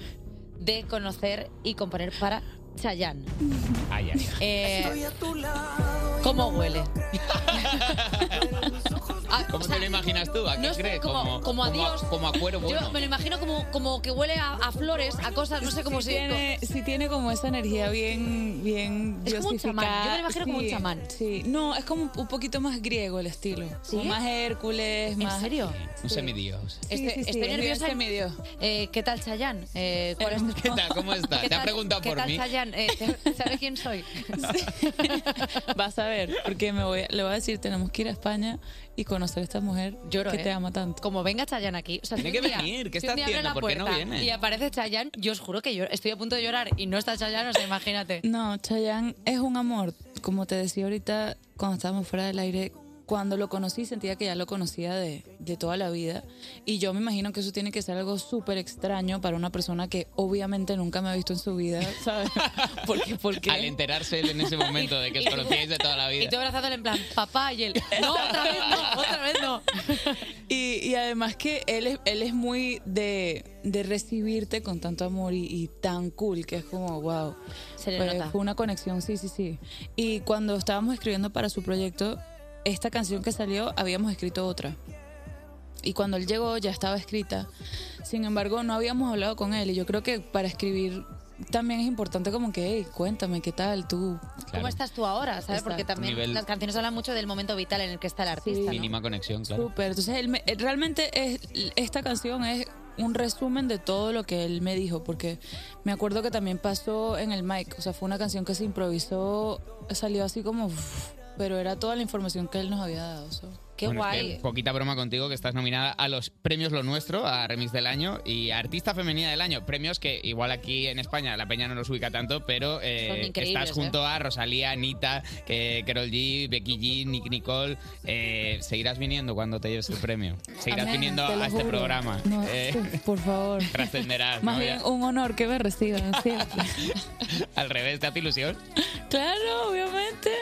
de conocer y componer para Chayanne.
Ay, ay.
Eh, ¿Cómo huele? Ah,
¿Cómo te lo imaginas tú? ¿A qué
no sé,
crees?
como- como a Dios.
Como a cuero bueno.
Yo me lo imagino como, como que huele a, a flores, a cosas, no sé cómo
si
se...
tiene, sí tiene como esa energía bien bien
Es como un chamán,
diosificada.
yo me lo imagino como un
Sí,
chamán.
Sí, no, es como un, un poquito más griego el estilo. Como más Hércules, más ¿En
serio?
Un semidios.
Estoy,
sí, sí,
estoy
es
nerviosa.
este medio.
Eh, ¿Qué tal, Chayanne? Eh, ¿cuál es tu-
¿Qué tal? ¿Cómo está?
¿Qué
Te ha
tal-
preguntado
¿Qué
por
tal,
mí.
Chayanne? Eh, ¿Sabe quién soy?
Vas a ver, porque me voy, le voy a decir, tenemos que ir a España y conocer a esta mujer
Lloro,
que
¿eh?
te ama tanto.
Como venga Chayanne aquí. O sea,
Tiene
si un
que
día-
venir, ¿qué
si un
está
día abre
haciendo?
la
¿Por qué no
puerta
viene?
Y aparece Chayanne, yo os juro que yo estoy a punto de llorar y no está Chayanne, o sea, imagínate.
No, Chayanne es un amor. Como te decía ahorita, cuando estábamos fuera del aire, cuando lo conocí sentía que ya lo conocía de, de toda la vida. Y yo me imagino que eso tiene que ser algo súper extraño para una persona que obviamente nunca me ha visto en su vida, ¿sabes? Porque, porque...
Al enterarse él en ese momento de que os conocíais de toda la vida.
Y tú abrazándole en plan, papá y él, no, otra vez no, otra vez no.
Y, y además que él es, él es muy de, de recibirte con tanto amor y, y tan cool, que es como, wow.
Se le
fue,
nota.
fue una conexión, sí, sí, sí. Y cuando estábamos escribiendo para su proyecto, esta canción que salió, habíamos escrito otra. Y cuando él llegó ya estaba escrita. Sin embargo, no habíamos hablado con él. Y yo creo que para escribir también es importante como que, hey, cuéntame, ¿qué tal tú?
¿Cómo estás tú ahora? ¿Sabes? Porque
Exacto.
también
Nivel-
las canciones hablan mucho del momento vital en el que está el artista. ¿no?
Mínima conexión, claro.
Súper. Entonces, él me- él realmente es, esta canción es un resumen de todo lo que él me dijo, porque me acuerdo que también pasó en el mic. O sea, fue una canción que se improvisó, salió así como. uf, pero era toda la información que él nos había dado. so.
Bueno, es que poquita broma contigo que estás nominada a los premios Lo Nuestro, a Remix del Año y a Artista Femenina del Año. Premios que igual aquí en España la peña no los ubica tanto, pero eh,
Son increíbles,
estás junto a Rosalía, Anita, eh, Carol G, Becky G, Nick Nicole. Eh, seguirás viniendo cuando te lleves el premio. Seguirás
Amén,
viniendo
te lo
a este
juro.
programa.
No,
Eh,
sí, por favor.
trascenderás.
Más
¿no?
bien oh. un honor que me reciban siempre.
Al revés, ¿te hace ilusión?
claro, obviamente.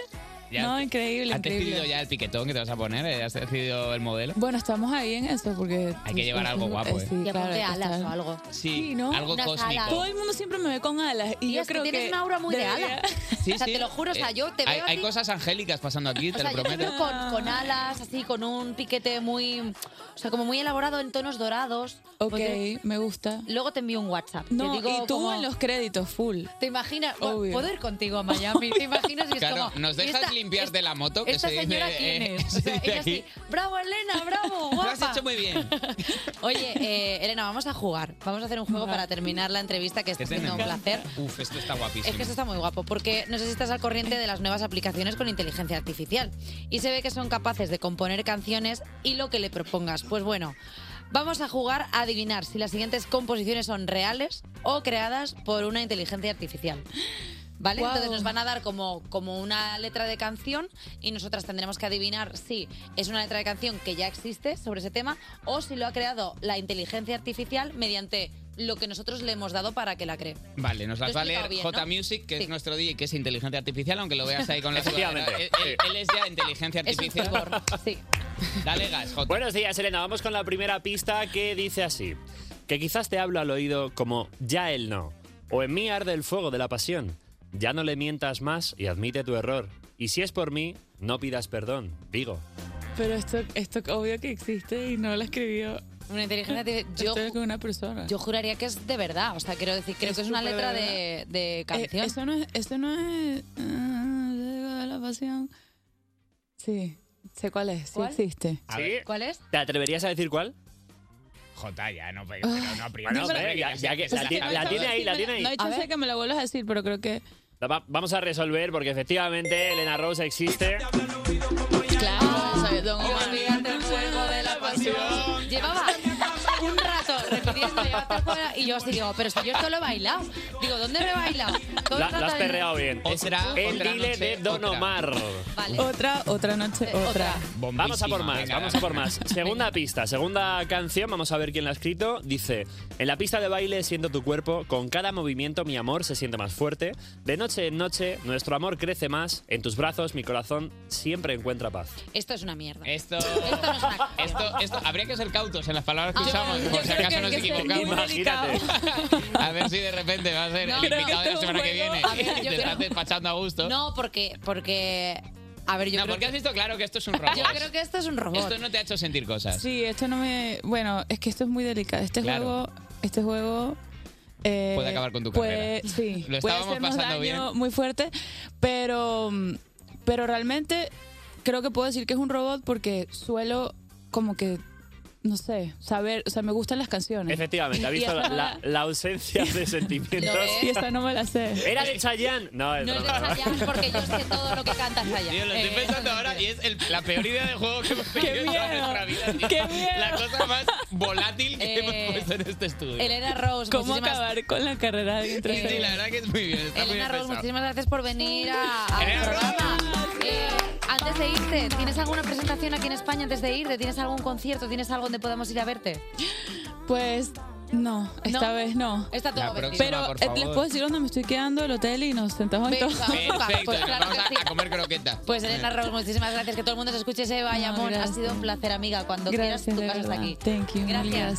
Ya.
No, increíble,
¿Has decidido
increíble.
ya el piquetón que te vas a poner? ¿Eh? ¿Has decidido el modelo?
Bueno, estamos ahí en eso porque.
Hay que llevar algo guapo, ¿eh?
Sí,
Ya
claro,
ponte
hay que
alas
estar-
o algo.
Sí, algo
Unas
cósmico.
alas. Todo el mundo siempre me ve con alas. Y
Tío,
yo
es que
creo que.
tienes una aura muy de ala.
Sí,
o sea,
sí.
te lo juro, o sea,
Eh,
yo te
hay,
veo a
hay
ti-
cosas angélicas pasando aquí,
O
te
sea,
lo
yo te
prometo.
veo con, con
Ah.
alas, así, con un piquete muy. O sea, como muy elaborado en tonos dorados.
Ok,
Porque-
me gusta.
Luego te envío un WhatsApp.
No,
te digo
y tú
como-
en los créditos, full.
¿Te imaginas? Bueno,
Obvio.
¿Puedo ir contigo a Miami? ¿Te imaginas? Y es
Claro,
como,
¿nos
¿y
dejas
esta-
limpiar de la moto? Que
esta
se dice,
señora quién
eh,
es?
se
O sea,
dice
ella
aquí.
sí, bravo Elena, bravo,
Lo
guapa.
has hecho muy bien.
Oye, eh, Elena, vamos a jugar. Vamos a hacer un juego para terminar la entrevista que está
Este me
siendo un
encanta.
placer.
Uf, esto está guapísimo.
Es que esto está muy guapo, porque no sé si estás al corriente de las nuevas aplicaciones con inteligencia artificial. Y se ve que son capaces de componer canciones y lo que le propongas. Pues bueno, vamos a jugar a adivinar si las siguientes composiciones son reales o creadas por una inteligencia artificial. ¿Vale?
Guau.
Entonces nos van a dar como, como una letra de canción y nosotras tendremos que adivinar si es una letra de canción que ya existe sobre ese tema o si lo ha creado la inteligencia artificial mediante lo que nosotros le hemos dado para que la cree.
Vale, nos
Lo
las
he
va a
explicado
leer
bien,
J
¿no?
Music, que es nuestro DJ, que es inteligente artificial, aunque lo veas ahí con la
Efectivamente.
sudadera. Él, él- él es ya inteligencia artificial. Dale gas, Jota.
Buenos días, Elena. Vamos con la primera pista que dice así. Que quizás te hablo al oído como ya él no. O en mí arde el fuego de la pasión. Ya no le mientas más y admite tu error. Y si es por mí, no pidas perdón. Digo.
Pero esto, esto obvio que existe y no la escribió.
Una inteligencia artificial. Yo,
Estoy con una persona.
yo juraría que es de verdad. O sea, quiero decir, creo que es una
súper
letra
verdad.
de, de canción.
Eh, eso no es. Eso no es. ah, Luego de la pasión. Sí, sé cuál es. Sí
¿Cuál?
existe.
A ver.
¿Cuál es?
¿Te atreverías a decir cuál?
Jota, ya no, pe-
Ah.
pero no aprietes.
Bueno,
hombre,
venga,
que
ya
sé
que-
se
la ti-
sabe.
la tiene ahí, la tiene ahí.
No hay
A
chance de que me la vuelvas a decir, pero creo que.
La va- vamos a resolver porque efectivamente Elena Rose existe.
Ah. Llevaba un rato repitiendo "Llévate al fuego", y yo así digo, pero si yo esto lo he bailado. Digo, ¿dónde me he bailado? Todo el
La,
rato
la has
ahí-
perreado bien.
Otra,
el
otra
dile
noche,
de Don
otra.
Omar.
Otra, otra
Eh,
noche, Eh, otra.
Vamos a por más,
venga,
vamos a por más. Segunda pista, segunda canción, vamos a ver quién la ha escrito. Dice, en la pista de baile siento tu cuerpo, con cada movimiento mi amor se siente más fuerte, de noche en noche nuestro amor crece más, en tus brazos mi corazón siempre encuentra paz.
Esto es una mierda.
Esto, esto, esto, habría que ser cautos en las palabras que
Ah,
usamos,
yo
por si
creo que
acaso
hay
nos
que ser
equivocamos.
muy Imagínate.
A ver si de repente va a ser
No,
el
creo que
invitado de la
esto es un
semana que
juego.
viene.
A ver, yo
Te
creo-
estás despachando a gusto.
No, porque, porque. A ver, yo
No,
creo
porque has visto claro que esto es un
que.
robot.
Yo creo que esto es un robot.
Esto no te ha hecho sentir cosas.
Sí, esto no me. Bueno, es que esto es muy delicado. Este
Claro.
juego. Este juego. eh,
Puede acabar con tu
puede-
carrera.
Sí,
Lo
puede
estábamos
hacernos
pasando
daño
bien.
muy fuerte, pero, pero realmente creo que puedo decir que es un robot porque suelo como que, no sé, saber, o sea, me gustan las canciones.
Efectivamente, ha
Y
visto
esta
la,
no
la- la ausencia de sentimientos.
la- Y esta no me la sé.
¿Era de Chayanne? No, es
No es de
broma.
porque yo sé todo lo que cantas allá.
Yo lo estoy pensando ahora y es el- la peor idea de juego que hemos tenido en toda
miedo!
nuestra vida. tío.
¡Qué miedo!
La cosa más volátil que
Eh,
hemos puesto en este estudio.
Elena Rose,
¿Cómo
muchísimas-
acabar con la carrera de
Sí, sí, la
introspección?
verdad que es muy bien. Está muy
Elena
bien
Rose,
pensado.
muchísimas gracias por venir a, a
Elena
un programa. Eh, antes de irte, ¿tienes alguna presentación aquí en España antes de irte? ¿Tienes algún concierto? ¿Tienes algo donde podamos ir a verte?
Pues no, esta vez no.
Está todo La vestido. próxima,
Pero
por
eh,
favor.
les puedo decir dónde me estoy quedando, el hotel, y nos sentamos en
Venga,
todo.
Perfecto,
Pues
y nos
claro
vamos
que
a,
sí.
a comer croquetas.
Pues Elena Rose, muchísimas gracias. Que todo el mundo se escuche ese Bayamón. Ha sido un placer, amiga. Cuando quieras, tu casa está aquí.
Thank you.
Gracias.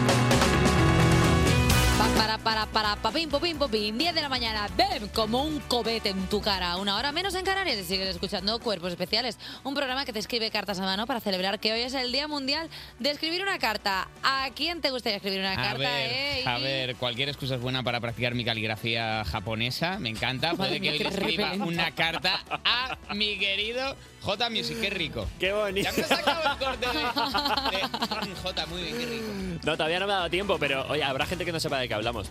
Pa, para, para, para, papín, popín, popín. 10 de la mañana. Ven como un cobete en tu cara. Una hora menos en Canarias y sigues escuchando Cuerpos Especiales. Un programa que te escribe cartas a mano para celebrar que hoy es el Día Mundial de Escribir una Carta. ¿A quién te gustaría escribir una
A
carta?
ver,
eh?
a ver, cualquier excusa es buena para practicar mi caligrafía japonesa. Me encanta. Puede
Madre
que
mía,
hoy
qué
le escriba
repelente.
una carta a mi querido J Music. Qué rico.
Qué bonito.
Ya me he sacado el corte de, de J. Muy bien, qué rico.
No, todavía no me ha dado tiempo, pero oye, habrá gente que no sepa de qué hablamos.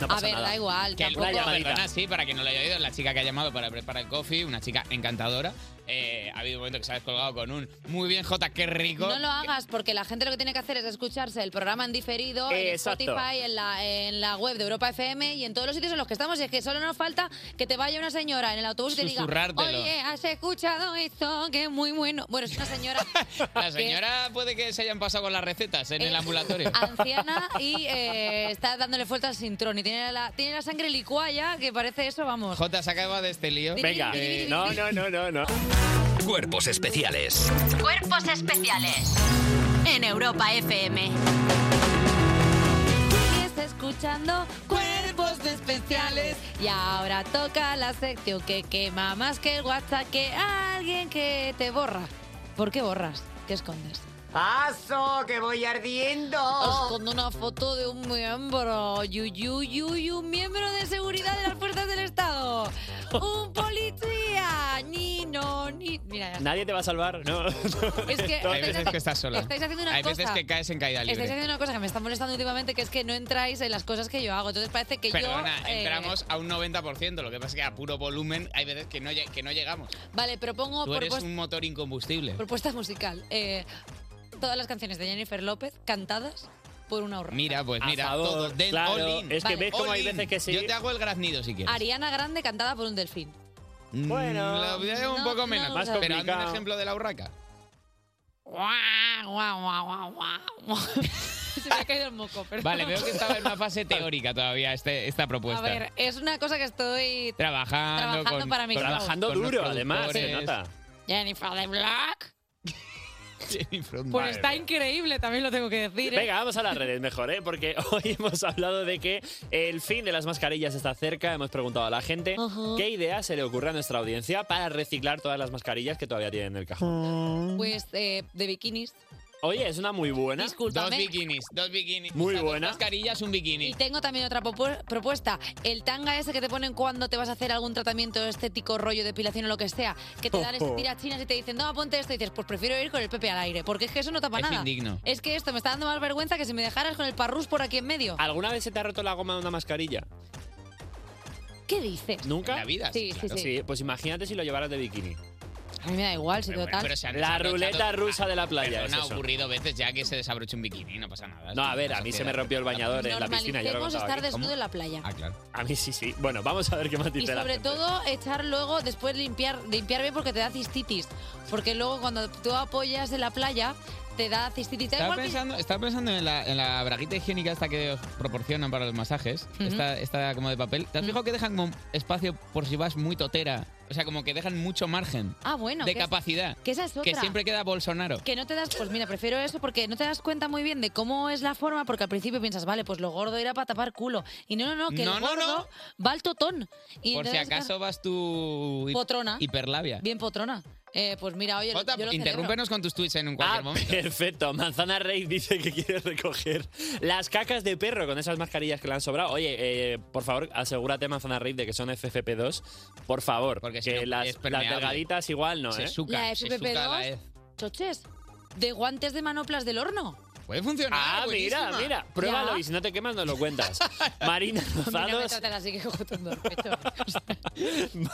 No pasa
a ver,
nada.
da igual.
Que el-
tampoco-
una llamadita. sí, para que no lo haya oído, la chica que ha llamado para preparar el coffee, una chica encantadora. Eh, ha habido un momento que se ha descolgado con un muy bien, Jota, qué rico.
No lo hagas porque la gente lo que tiene que hacer es escucharse el programa en diferido en
Eh, Exacto.
Spotify, en la, en la web de Europa FM y en todos los sitios en los que estamos. Y es que solo nos falta que te vaya una señora en el autobús y te diga,
Susurrártelo.
oye, ¿has escuchado esto? Que es muy bueno. Bueno, es una señora
La señora puede que se hayan pasado con las recetas en
Eh,
el ambulatorio.
ah, anciana y eh, está dándole vueltas al cintrón y tiene la, tiene la sangre licuaya que parece eso, vamos.
Jota, se acaba de este lío.
Venga.
Eh,
No, no, no, no, no.
Cuerpos especiales.
Cuerpos especiales en Europa FM.
Sigues escuchando Cuerpos Especiales. Y ahora toca la sección que quema más que el WhatsApp que alguien que te borra. ¿Por qué borras? ¿Qué escondes?
¡Paso, que voy ardiendo!
Escondo una foto de un miembro. Yuyu, yuyu, un miembro de seguridad de las fuerzas del Estado. Un policía. Ni, no, ni. Mira, ya está.
Nadie te va a salvar, ¿no?
Es que
Hay
estáis,
veces que estás sola.
estáis haciendo una
Hay veces
cosa.
que caes en caída
estáis
libre.
haciendo una cosa que me está molestando últimamente, que es que no entráis en las cosas que yo hago. Entonces parece que
Perdona,
yo. eh,
entramos a un 90%, lo que pasa es que a puro volumen hay veces que no, lle- que no llegamos.
Vale, propongo
Tú eres
propues-
un motor incombustible.
propuesta musical. Eh, todas las canciones de Jennifer López cantadas por una horror.
Mira, pues
A
mira,
favor,
todo. den-
claro,
all in.
es que Vale. ves cómo hay
All in.
veces que sí.
Yo te hago el graznido si quieres.
Ariana Grande cantada por un delfín.
Mm,
Bueno.
lo voy a hacer un
No,
poco
no,
menos.
no. Más
pero hazme un
complicado.
ejemplo de la urraca.
Guau, guau, guau, guau, guau. Se me ha caído el moco, pero.
Vale, veo que estaba en una fase teórica todavía este, esta
A
propuesta.
ver, es una cosa que estoy.
Trabajando,
Trabajando
con-
para mí.
con los-
Trabajando
con los
duro, además, se
productores.
nota.
Jennifer de Black.
Jennifer,
Pues
madre
está
mía.
increíble, también lo tengo que decir. ¿eh?
Venga, vamos a las redes mejor, ¿eh? Porque hoy hemos hablado de que el fin de las mascarillas está cerca. Hemos preguntado a la gente
Ajá.
qué idea se le ocurre a nuestra audiencia para reciclar todas las mascarillas que todavía tienen en el cajón.
Pues eh, de bikinis.
Oye, es una muy buena.
Discúlpame.
Dos bikinis, dos bikinis.
Muy
o sea, dos
buena.
mascarillas, un bikini.
Y tengo también otra propu- propuesta. El tanga ese que te ponen cuando te vas a hacer algún tratamiento estético, rollo, depilación o lo que sea, que te dan
Ojo.
tiras chinas y te dicen, no, ponte esto. Y dices, pues prefiero ir con el Pepe al aire, porque es que eso no tapa
Es
nada.
indigno.
Es que esto me está dando más vergüenza que si me dejaras con el parrús por aquí en medio.
¿Alguna vez se te ha roto la goma de una mascarilla?
¿Qué dices?
¿Nunca?
En la vida, sí, Sí, sí, claro. sí.
Pues imagínate si lo llevaras de bikini.
A mí me da igual, si total.
la ruleta rusa de la playa.
Pero
es
no ha
eso.
ocurrido veces ya que se desabroche un bikini, no pasa nada.
No, a ver, a mí se me rompió el bañador en la piscina. Ya lo
Normalicemos
he contado
estar
aquí.
desnudo en la playa.
Ah,
A mí sí, sí. Bueno, vamos a ver qué más
Y
dice la
sobre
gente.
todo echar luego, después limpiar, limpiar bien porque te da cistitis. Porque luego cuando tú apoyas en la playa, te da cistitis. Da
Estaba
igual que-
pensando, estaba pensando en, la, en la braguita higiénica esta que os proporcionan para los masajes,
Ujú.
esta, esta como de papel. ¿Te has fijado que dejan como espacio por si vas muy totera? O sea, como que dejan mucho margen
Ah, bueno.
de
que es-
capacidad.
que esa es
Que
otra.
siempre queda Bolsonaro.
Que no te das, pues mira, prefiero eso porque no te das cuenta muy bien de cómo es la forma, porque al principio piensas, vale, pues lo gordo irá para tapar culo. Y no, no, no, que
No,
el
no,
gordo va al totón. Y
por si
entonces, claro,
acaso vas tú hi-
Potrona.
hiperlabia.
Bien potrona. Eh, pues mira, oye,
Jota,
yo lo celebro.
interrúmpenos con tus tweets en un cualquier momento.
Ah, Perfecto. Manzana Rey dice que quiere recoger las cacas de perro con esas mascarillas que le han sobrado. Oye, eh, por favor, asegúrate, Manzana Rey, de que son FFP2. Por favor. Porque
si
que
no,
las,
es
las
permeable.
delgaditas igual no,
Se
¿eh?
suca,
La FPP2, choches, de guantes de manoplas del horno.
Puede funcionar.
Ah,
buenísima.
mira, mira. Pruébalo
Ya.
y si no te quemas, nos lo cuentas. Marina
Pues Mira, me
Rozados.
tratan así que cojo todo el pecho.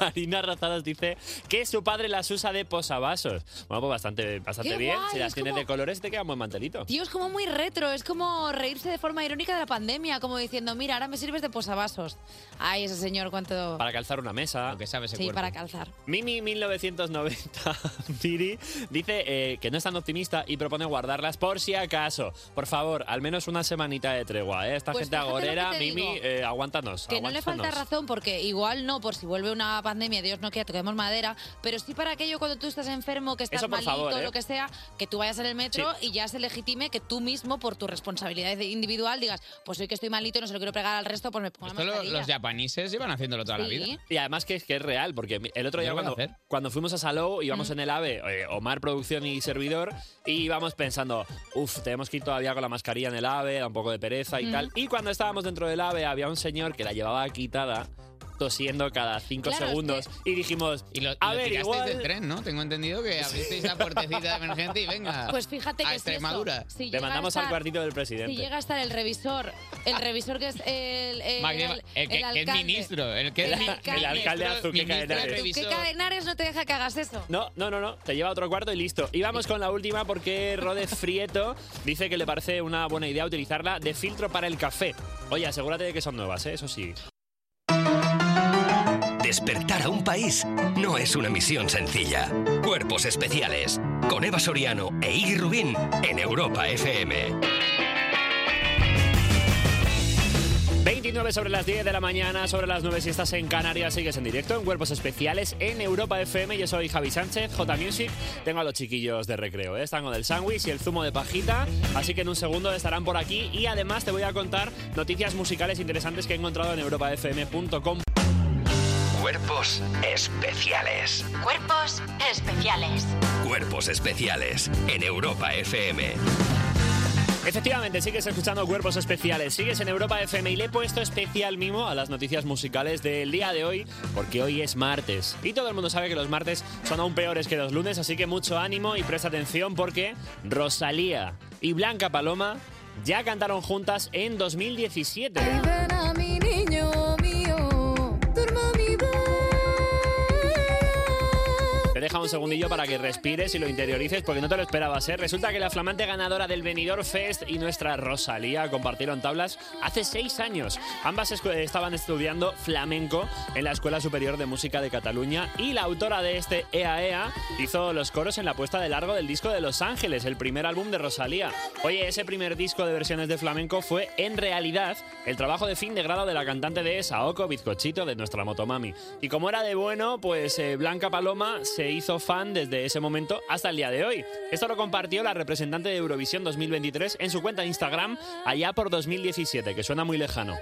Marina Rozados dice que su padre las usa de posavasos. Bueno, pues bastante, bastante
¡Qué
bien.
guay!
Si las
Es
tienes
como-
de colores, te queda un buen mantelito.
Tío, es como muy retro, es como reírse de forma irónica de la pandemia, como diciendo, mira, ahora me sirves de posavasos. Ay, ese señor, cuánto...
Para calzar una mesa. Lo que
sabes
Sí, para calzar.
Mimi 1990 Miri dice eh, que no es tan optimista y propone guardarlas por si acaso. Por favor, al menos una semanita de tregua. ¿eh? Esta
Pues
gente
fíjate lo
agorera,
que te
Mimi,
digo.
eh, aguántanos.
Que no le falta
aguántanos.
razón porque igual no, por si vuelve una pandemia, Dios no quiera, toquemos madera, pero sí para aquello cuando tú estás enfermo, que estás
Eso, por
malito,
favor, ¿eh?
lo que sea, que tú vayas en el metro
Sí.
y ya se legitime que tú mismo, por tu responsabilidad individual, digas, pues hoy que estoy malito y no se lo quiero pegar al resto, pues me pongo
Esto
la
lo-
mascarilla.
los japanises llevan haciéndolo toda la
Sí.
vida.
Y además que es, que es real, porque el otro
Yo
día
lo voy a
cuando, cuando fuimos a Salou íbamos en el AVE, eh, Omar Producción y Servidor, y íbamos pensando, uff, tenemos que ir todavía con la mascarilla en el AVE, da un poco de pereza y
Mm.
tal. Y cuando estábamos dentro del AVE había un señor que la llevaba quitada, tosiendo cada cinco
Claro, es
segundos, y dijimos,
Y
a
lo
ver,
tirasteis
igual...
del tren, ¿no? Tengo entendido que abristeis la puertecita de emergente y venga.
Pues fíjate que
a
si eso-
Extremadura.
si llega a estar-
del
Si llega a estar el revisor, el revisor que es el, el,
Magnífico.
al-
El que-
el
que es
alcalde.
ministro, el que es mi-
alcalde.
ministro,
El alcalde Azuqueca
ministro,
Henares.
¿Tú qué
revisor.
cadenares no te deja que hagas eso?
No, no, no, no. Te lleva a otro cuarto y listo. Y vamos con la última porque Rode Frieto dice que le parece una buena idea utilizarla de filtro para el café. Oye, asegúrate de que son nuevas, ¿eh? eso sí.
Despertar a un país no es una misión sencilla. Cuerpos especiales con Eva Soriano e Iggy Rubín en Europa FM.
29 sobre las 10 de la mañana, sobre las 9 si estás en Canarias, sigues en directo en Cuerpos Especiales en Europa FM. Yo soy Javi Sánchez, J Music. Tengo a los chiquillos de recreo, ¿eh? están con el sándwich y el zumo de pajita, así que en un segundo estarán por aquí y además te voy a contar noticias musicales interesantes que he encontrado en europafm.com.
Cuerpos especiales.
Cuerpos especiales.
Cuerpos especiales en Europa FM.
Efectivamente, sigues escuchando Cuerpos Especiales, sigues en Europa FM y le he puesto especial mimo a las noticias musicales del día de hoy, porque hoy es martes. Y todo el mundo sabe que los martes son aún peores que los lunes, así que mucho ánimo y presta atención porque Rosalía y Blanca Paloma ya cantaron juntas en 2017.
Ven a mi niño mío, turma mi
Te deja un segundillo para que respires y lo interiorices porque no te lo esperabas, ¿eh? Resulta que la flamante ganadora del Benidorm Fest y nuestra Rosalía compartieron tablas hace seis años. Ambas escu- estaban estudiando flamenco en la Escuela Superior de Música de Cataluña y la autora de este EAEA hizo los coros en la puesta de largo del disco de Los Ángeles, el primer álbum de Rosalía. Oye, ese primer disco de versiones de flamenco fue en realidad el trabajo de fin de grado de la cantante de Saoko Bizcochito de nuestra Motomami. Y como era de bueno, pues eh, Blanca Paloma se hizo fan desde ese momento hasta el día de hoy. Esto lo compartió la representante de Eurovisión 2023 en su cuenta de Instagram allá por 2017, que suena muy lejano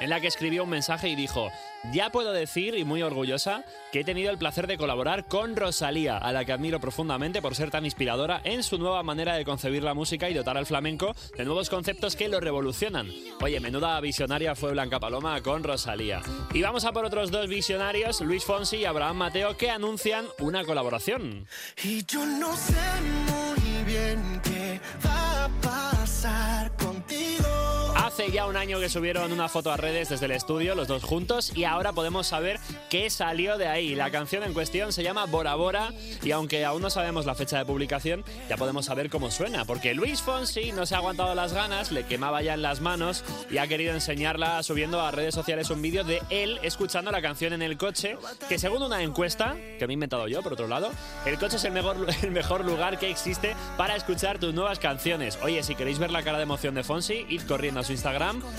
en la que escribió un mensaje y dijo, ya puedo decir, y muy orgullosa, que he tenido el placer de colaborar con Rosalía, a la que admiro profundamente por ser tan inspiradora en su nueva manera de concebir la música y dotar al flamenco de nuevos conceptos que lo revolucionan. Oye, menuda visionaria fue Blanca Paloma con Rosalía. Y vamos a por otros dos visionarios, Luis Fonsi y Abraham Mateo, que anuncian una colaboración.
Y yo no sé muy bien qué va a pasar contigo.
Hace ya un año que subieron una foto a redes desde el estudio, los dos juntos, y ahora podemos saber qué salió de ahí. La canción en cuestión se llama Bora Bora, y aunque aún no sabemos la fecha de publicación, ya podemos saber cómo suena, porque Luis Fonsi no se ha aguantado las ganas, le quemaba ya en las manos, y ha querido enseñarla subiendo a redes sociales un vídeo de él escuchando la canción en el coche, que según una encuesta, que me he inventado yo, por otro lado, el coche es el mejor, el mejor lugar que existe para escuchar tus nuevas canciones. Oye, si queréis ver la cara de emoción de Fonsi, id corriendo a su Instagram.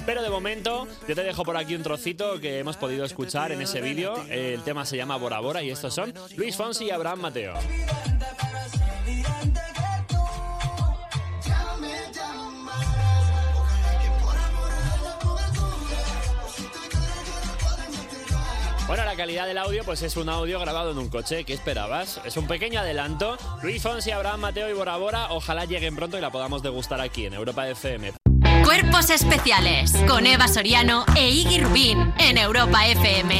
Pero de momento, yo te dejo por aquí un trocito que hemos podido escuchar en ese vídeo. El tema se llama Bora Bora y estos son Luis Fonsi y Abraham Mateo. Bueno, la calidad del audio pues es un audio grabado en un coche. ¿Qué esperabas? Es un pequeño adelanto. Luis Fonsi, Abraham Mateo y Bora Bora. Ojalá lleguen pronto y la podamos degustar aquí en Europa FM.
Cuerpos especiales con Eva Soriano e Iggy Rubín en Europa FM.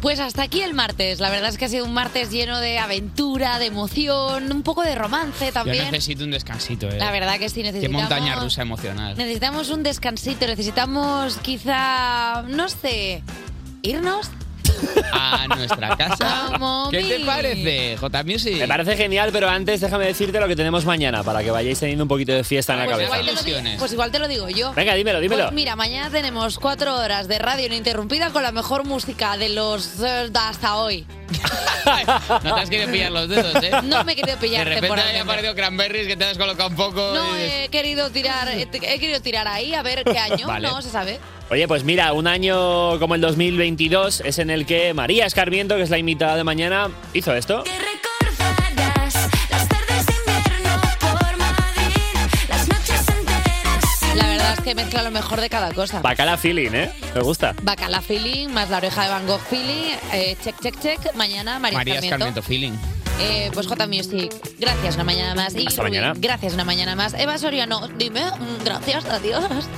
Pues hasta aquí el martes. La verdad es que ha sido un martes lleno de aventura, de emoción, un poco de romance
Yo
también.
necesito un descansito, ¿eh?
La verdad que sí,
Qué
necesitamos...
montaña rusa emocional.
Necesitamos un descansito, necesitamos quizá, no sé, irnos.
A nuestra casa.
Vamos,
¿Qué Ah, te
mi.
parece, J Music?
Me parece genial, pero antes déjame decirte lo que tenemos mañana para que vayáis teniendo un poquito de fiesta en la
Pues
cabeza.
igual, te lo digo, pues igual te lo digo yo.
Venga, dímelo, dímelo.
Pues mira, mañana tenemos cuatro horas de radio ininterrumpida con la mejor música de los eh, de hasta hoy.
No te has querido pillar los dedos, ¿eh?
No me he querido
De
pillar
repente
temporada.
haya aparecido Cranberries que te has colocado un poco.
No eh,
y-
he querido tirar, he, he querido tirar ahí a ver qué año,
Vale.
no se sabe.
Oye, pues mira, un año como el 2022 es en el que María Escarmiento, que es la invitada de mañana, hizo esto.
La verdad es que mezcla lo mejor de cada cosa.
Bacala feeling, ¿eh? Me gusta.
Bacala feeling, más la oreja de Van Gogh feeling, eh, check, check, check, mañana María,
María
Sarmiento.
Escarmiento Feeling.
Eh, pues J Music, gracias una mañana más. Y
Hasta
Rubí,
mañana.
Gracias una mañana más. Eva Soriano, dime, mm, gracias, adiós.